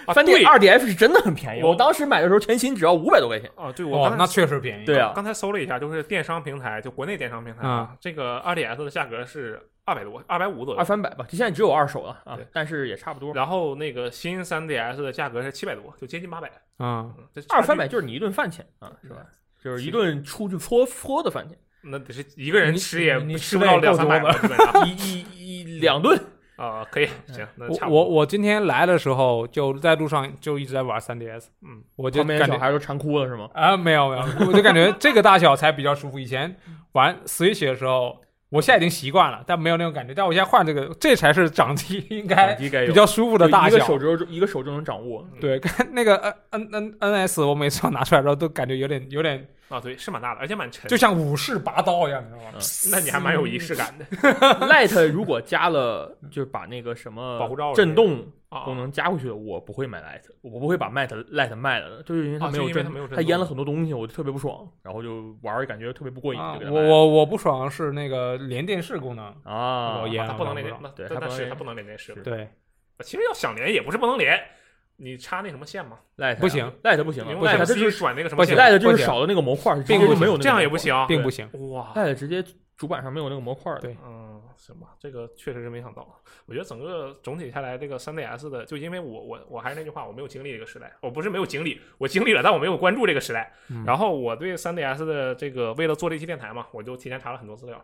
[SPEAKER 1] 啊
[SPEAKER 2] 三 D
[SPEAKER 1] 对
[SPEAKER 2] 二 DF 是真的很便宜，
[SPEAKER 1] 我
[SPEAKER 2] 我当时买的时候全新只要五百多块钱。
[SPEAKER 1] 啊，对我
[SPEAKER 3] 哦
[SPEAKER 1] 刚，才
[SPEAKER 3] 那确实便宜。
[SPEAKER 2] 对啊，
[SPEAKER 1] 刚才搜了一下，就是电商平台，就国内电商平台
[SPEAKER 3] 啊，
[SPEAKER 1] 这个 2DS 的价格是二百多，二百五左
[SPEAKER 2] 二
[SPEAKER 1] 右。
[SPEAKER 2] 三百吧，就现在只有二手了啊
[SPEAKER 1] 对，
[SPEAKER 2] 但是也差不多。
[SPEAKER 1] 然后那个新 3DS 的价格是七百多，就接近八百，
[SPEAKER 3] 嗯，
[SPEAKER 1] 嗯这差
[SPEAKER 2] 二
[SPEAKER 1] 距
[SPEAKER 2] 三百就是你一顿饭钱啊，是吧？就是一顿出去搓搓的饭钱，
[SPEAKER 1] 那得是一个人
[SPEAKER 3] 你
[SPEAKER 1] 吃也
[SPEAKER 3] 你
[SPEAKER 1] 吃
[SPEAKER 3] 吃
[SPEAKER 1] 不
[SPEAKER 3] 的
[SPEAKER 1] 到
[SPEAKER 3] 也
[SPEAKER 1] 两
[SPEAKER 3] 够
[SPEAKER 1] 三百
[SPEAKER 3] 多
[SPEAKER 1] 吧，基本上
[SPEAKER 2] 一一一两顿。
[SPEAKER 1] 啊，可以行，那差
[SPEAKER 3] 我
[SPEAKER 1] 不
[SPEAKER 3] 我
[SPEAKER 1] 多。
[SPEAKER 3] 我今天来的时候就在路上就一直在玩 3DS，
[SPEAKER 1] 嗯，
[SPEAKER 3] 我就
[SPEAKER 2] 旁边
[SPEAKER 3] 感
[SPEAKER 2] 小
[SPEAKER 3] 觉
[SPEAKER 2] 孩都馋哭了是吗？
[SPEAKER 3] 啊没有没有，我就感觉这个大小才比较舒服。以前玩 Switch 的时候，我现在已经习惯了，但没有那种感觉。但我现在换这个，这才是掌机应该
[SPEAKER 2] 应该有
[SPEAKER 3] 比较舒服
[SPEAKER 2] 就
[SPEAKER 3] 的大
[SPEAKER 2] 一个手
[SPEAKER 3] 小。
[SPEAKER 2] 指头一个手就能掌
[SPEAKER 3] *laughs*
[SPEAKER 2] 握。
[SPEAKER 3] 对，看那个 N N N S，我每次拿出来之后都感觉有点有点，
[SPEAKER 1] 啊，对，是蛮大的，而且蛮沉，
[SPEAKER 3] 就像武士拔刀一样，你知道吗？
[SPEAKER 1] 那你还蛮有仪式感的
[SPEAKER 2] Light 如果加了，就是把那个什么
[SPEAKER 1] 保护罩之类的
[SPEAKER 2] 震动
[SPEAKER 1] 啊。
[SPEAKER 2] 功能加回去的，我不会买 Light，我不会把 Light Light 卖了的，就是因为它
[SPEAKER 3] 哦
[SPEAKER 1] 啊
[SPEAKER 2] 没
[SPEAKER 1] 就
[SPEAKER 2] 有
[SPEAKER 1] 因为
[SPEAKER 2] 震，
[SPEAKER 1] 它没有震
[SPEAKER 2] 它
[SPEAKER 1] 动
[SPEAKER 2] 淹了很多东西，我就特别不爽，然后就玩儿感觉特别不过瘾，
[SPEAKER 3] 啊
[SPEAKER 2] 就给它
[SPEAKER 3] 我
[SPEAKER 2] 卖了
[SPEAKER 3] 我我不爽的是那个连电视功能，我
[SPEAKER 2] 啊
[SPEAKER 1] 啊
[SPEAKER 3] 淹
[SPEAKER 1] 它
[SPEAKER 3] 了
[SPEAKER 1] 不能
[SPEAKER 3] 看
[SPEAKER 1] 连
[SPEAKER 3] 不
[SPEAKER 1] 接，
[SPEAKER 3] 到
[SPEAKER 1] 那
[SPEAKER 2] 对
[SPEAKER 1] 但但
[SPEAKER 2] 它不能
[SPEAKER 1] 是它
[SPEAKER 2] 连
[SPEAKER 1] 不能连电视。
[SPEAKER 3] 对，
[SPEAKER 1] 其实要想连也不是不能连，你插那什么线嘛，
[SPEAKER 2] Light
[SPEAKER 3] 不行
[SPEAKER 2] ，Light 不行
[SPEAKER 1] 你
[SPEAKER 2] 啊
[SPEAKER 1] 用
[SPEAKER 2] ，Light 它就
[SPEAKER 1] SU
[SPEAKER 2] 是
[SPEAKER 1] 转那个什
[SPEAKER 3] 不
[SPEAKER 1] 么
[SPEAKER 3] 行
[SPEAKER 1] 线，
[SPEAKER 2] Light 就
[SPEAKER 3] 不
[SPEAKER 2] 是
[SPEAKER 3] 行
[SPEAKER 2] 少了那个模块，
[SPEAKER 3] 并
[SPEAKER 2] 直接
[SPEAKER 3] 不
[SPEAKER 2] 就没有
[SPEAKER 3] 行
[SPEAKER 2] 那个
[SPEAKER 1] 这样也
[SPEAKER 2] 模
[SPEAKER 1] 不
[SPEAKER 2] 块
[SPEAKER 1] 行。
[SPEAKER 3] 并不行。
[SPEAKER 1] 哇，
[SPEAKER 2] ，Light 直接主板上没有那个模块了。
[SPEAKER 3] 对
[SPEAKER 1] 嗯，行吧，这个确实是没想到。我觉得整个总体下来，这个 3DS 的，就因为我我我还是那句话，我没有经历这个时代，我不是没有经历，我经历了，但我没有关注这个时代。
[SPEAKER 3] 嗯
[SPEAKER 1] 然后我对 3DS 的这个，为了做这期电台嘛，我就提前查了很多资料。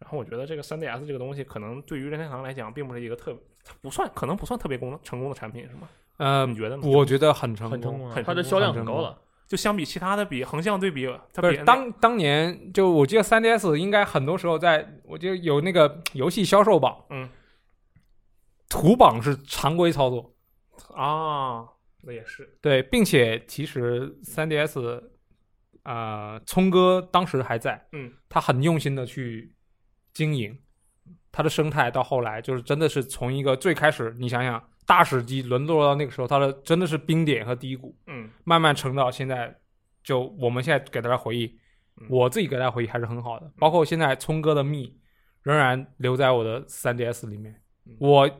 [SPEAKER 1] 然后我觉得这个 3DS 这个东西，可能对于任天堂来讲，并不是一个特，它不算，可能不算特别功能成功的产品，是吗？
[SPEAKER 3] 呃
[SPEAKER 1] 你，觉得呢？
[SPEAKER 3] 我觉得很成
[SPEAKER 2] 很成
[SPEAKER 3] 功。
[SPEAKER 2] 功啊，
[SPEAKER 1] 很
[SPEAKER 2] 它的
[SPEAKER 1] 成
[SPEAKER 2] 销
[SPEAKER 1] 功
[SPEAKER 2] 量
[SPEAKER 3] 很
[SPEAKER 2] 很
[SPEAKER 3] 成
[SPEAKER 2] 高
[SPEAKER 3] 功
[SPEAKER 2] 了。
[SPEAKER 1] 就相比其他的比横向对比，它
[SPEAKER 3] 不
[SPEAKER 1] 比
[SPEAKER 3] 是当当年就我记得 3DS 应该很多时候在，我记得有那个游戏销售榜，
[SPEAKER 1] 嗯，
[SPEAKER 3] 图榜是常规操作，
[SPEAKER 1] 啊，那也是
[SPEAKER 3] 对，并且其实 3DS，呃，聪哥当时还在，
[SPEAKER 1] 嗯，
[SPEAKER 3] 他很用心的去经营它的生态，到后来就是真的是从一个最开始，你想想大使机沦落到那个时候，它的真的是冰点和低谷，
[SPEAKER 1] 嗯
[SPEAKER 3] 慢慢成到现在，就我们现在给大家回忆
[SPEAKER 1] 嗯，
[SPEAKER 3] 我自己给大家回忆还是很好的。包括现在聪哥的密仍然留在我的 3DS 里面
[SPEAKER 1] 嗯，
[SPEAKER 3] 我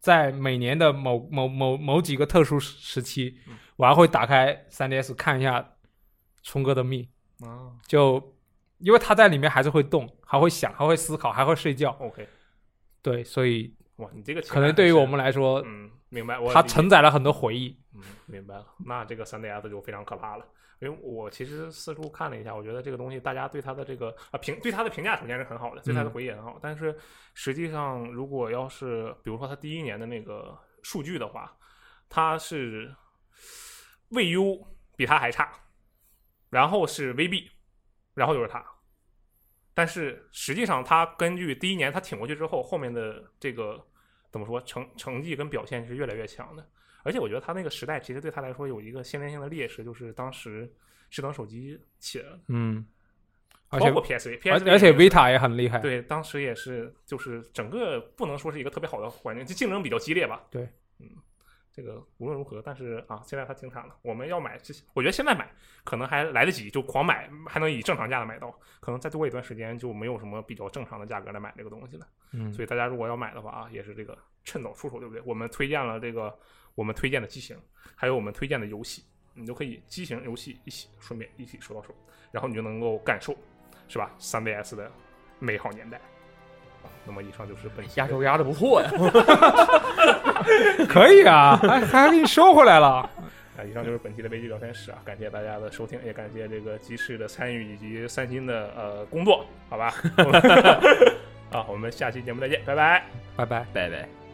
[SPEAKER 3] 在每年的某某某某几个特殊时时期
[SPEAKER 1] 嗯，
[SPEAKER 3] 我还会打开 3DS 看一下聪哥的密，
[SPEAKER 1] 啊
[SPEAKER 3] 哦就因为他在里面还是会动，还会想，还会思考，还会睡觉，
[SPEAKER 1] ，OK，
[SPEAKER 3] 对，所以
[SPEAKER 1] 哇，你这个情
[SPEAKER 3] 可能
[SPEAKER 1] 感
[SPEAKER 3] 对于
[SPEAKER 1] 是
[SPEAKER 3] 我们来说，
[SPEAKER 1] 嗯，明白，我
[SPEAKER 3] 它
[SPEAKER 1] 理解
[SPEAKER 3] 承载了很多回忆。
[SPEAKER 1] 嗯，明白了。那这个三 DS 就非常可怕了，因为我其实四处看了一下，我觉得这个东西大家对它的这个啊评对它的评价首先是很好的，对它的
[SPEAKER 3] 嗯
[SPEAKER 1] 回忆也很好。但是实际上，如果要是比如说它第一年的那个数据的话，它是 VU 比它还差，然后是 VB，然后就是它。但是实际上，它根据第一年它挺过去之后，后面的这个怎么说成成绩跟表现是越来越强的。而且我觉得他那个时代其实对他来说有一个先天性的劣势，就是当时智能手机起来了，
[SPEAKER 3] 嗯，而
[SPEAKER 1] 包
[SPEAKER 3] 且
[SPEAKER 1] 括 PSV，
[SPEAKER 3] 而而且 Vita 也很厉害，
[SPEAKER 1] 对当时也是就是整个不能说是一个特别好的环境，就竞争比较激烈吧。
[SPEAKER 3] 对，
[SPEAKER 1] 嗯，这个无论如何，但是啊，现在它停产了，我们要买，这我觉得现在买可能还来得及，就狂买，还能以正常价买到，可能再多过一段时间就没有什么比较正常的价格来买这个东西了。
[SPEAKER 3] 嗯
[SPEAKER 1] 所以大家如果要买的话啊，也是这个趁早出手，对不对？我们推荐了这个我们推荐的机型，还有我们推荐的游戏，你都可以机型游戏一起顺便一起收到手，然后你就能够感受，是吧？3DS 的美好年代。那么以上就是本期的
[SPEAKER 2] 压轴压的不错呀，
[SPEAKER 3] 可以
[SPEAKER 1] *laughs*
[SPEAKER 3] 啊，还还给你收回来了。
[SPEAKER 1] 啊，以上就是本期的危机聊天室啊，感谢大家的收听，也感谢这个集市的参与以及三星的呃 *laughs* 工作，好吧？啊，我们下期节目再见，拜拜。
[SPEAKER 3] 拜拜。
[SPEAKER 2] 拜拜。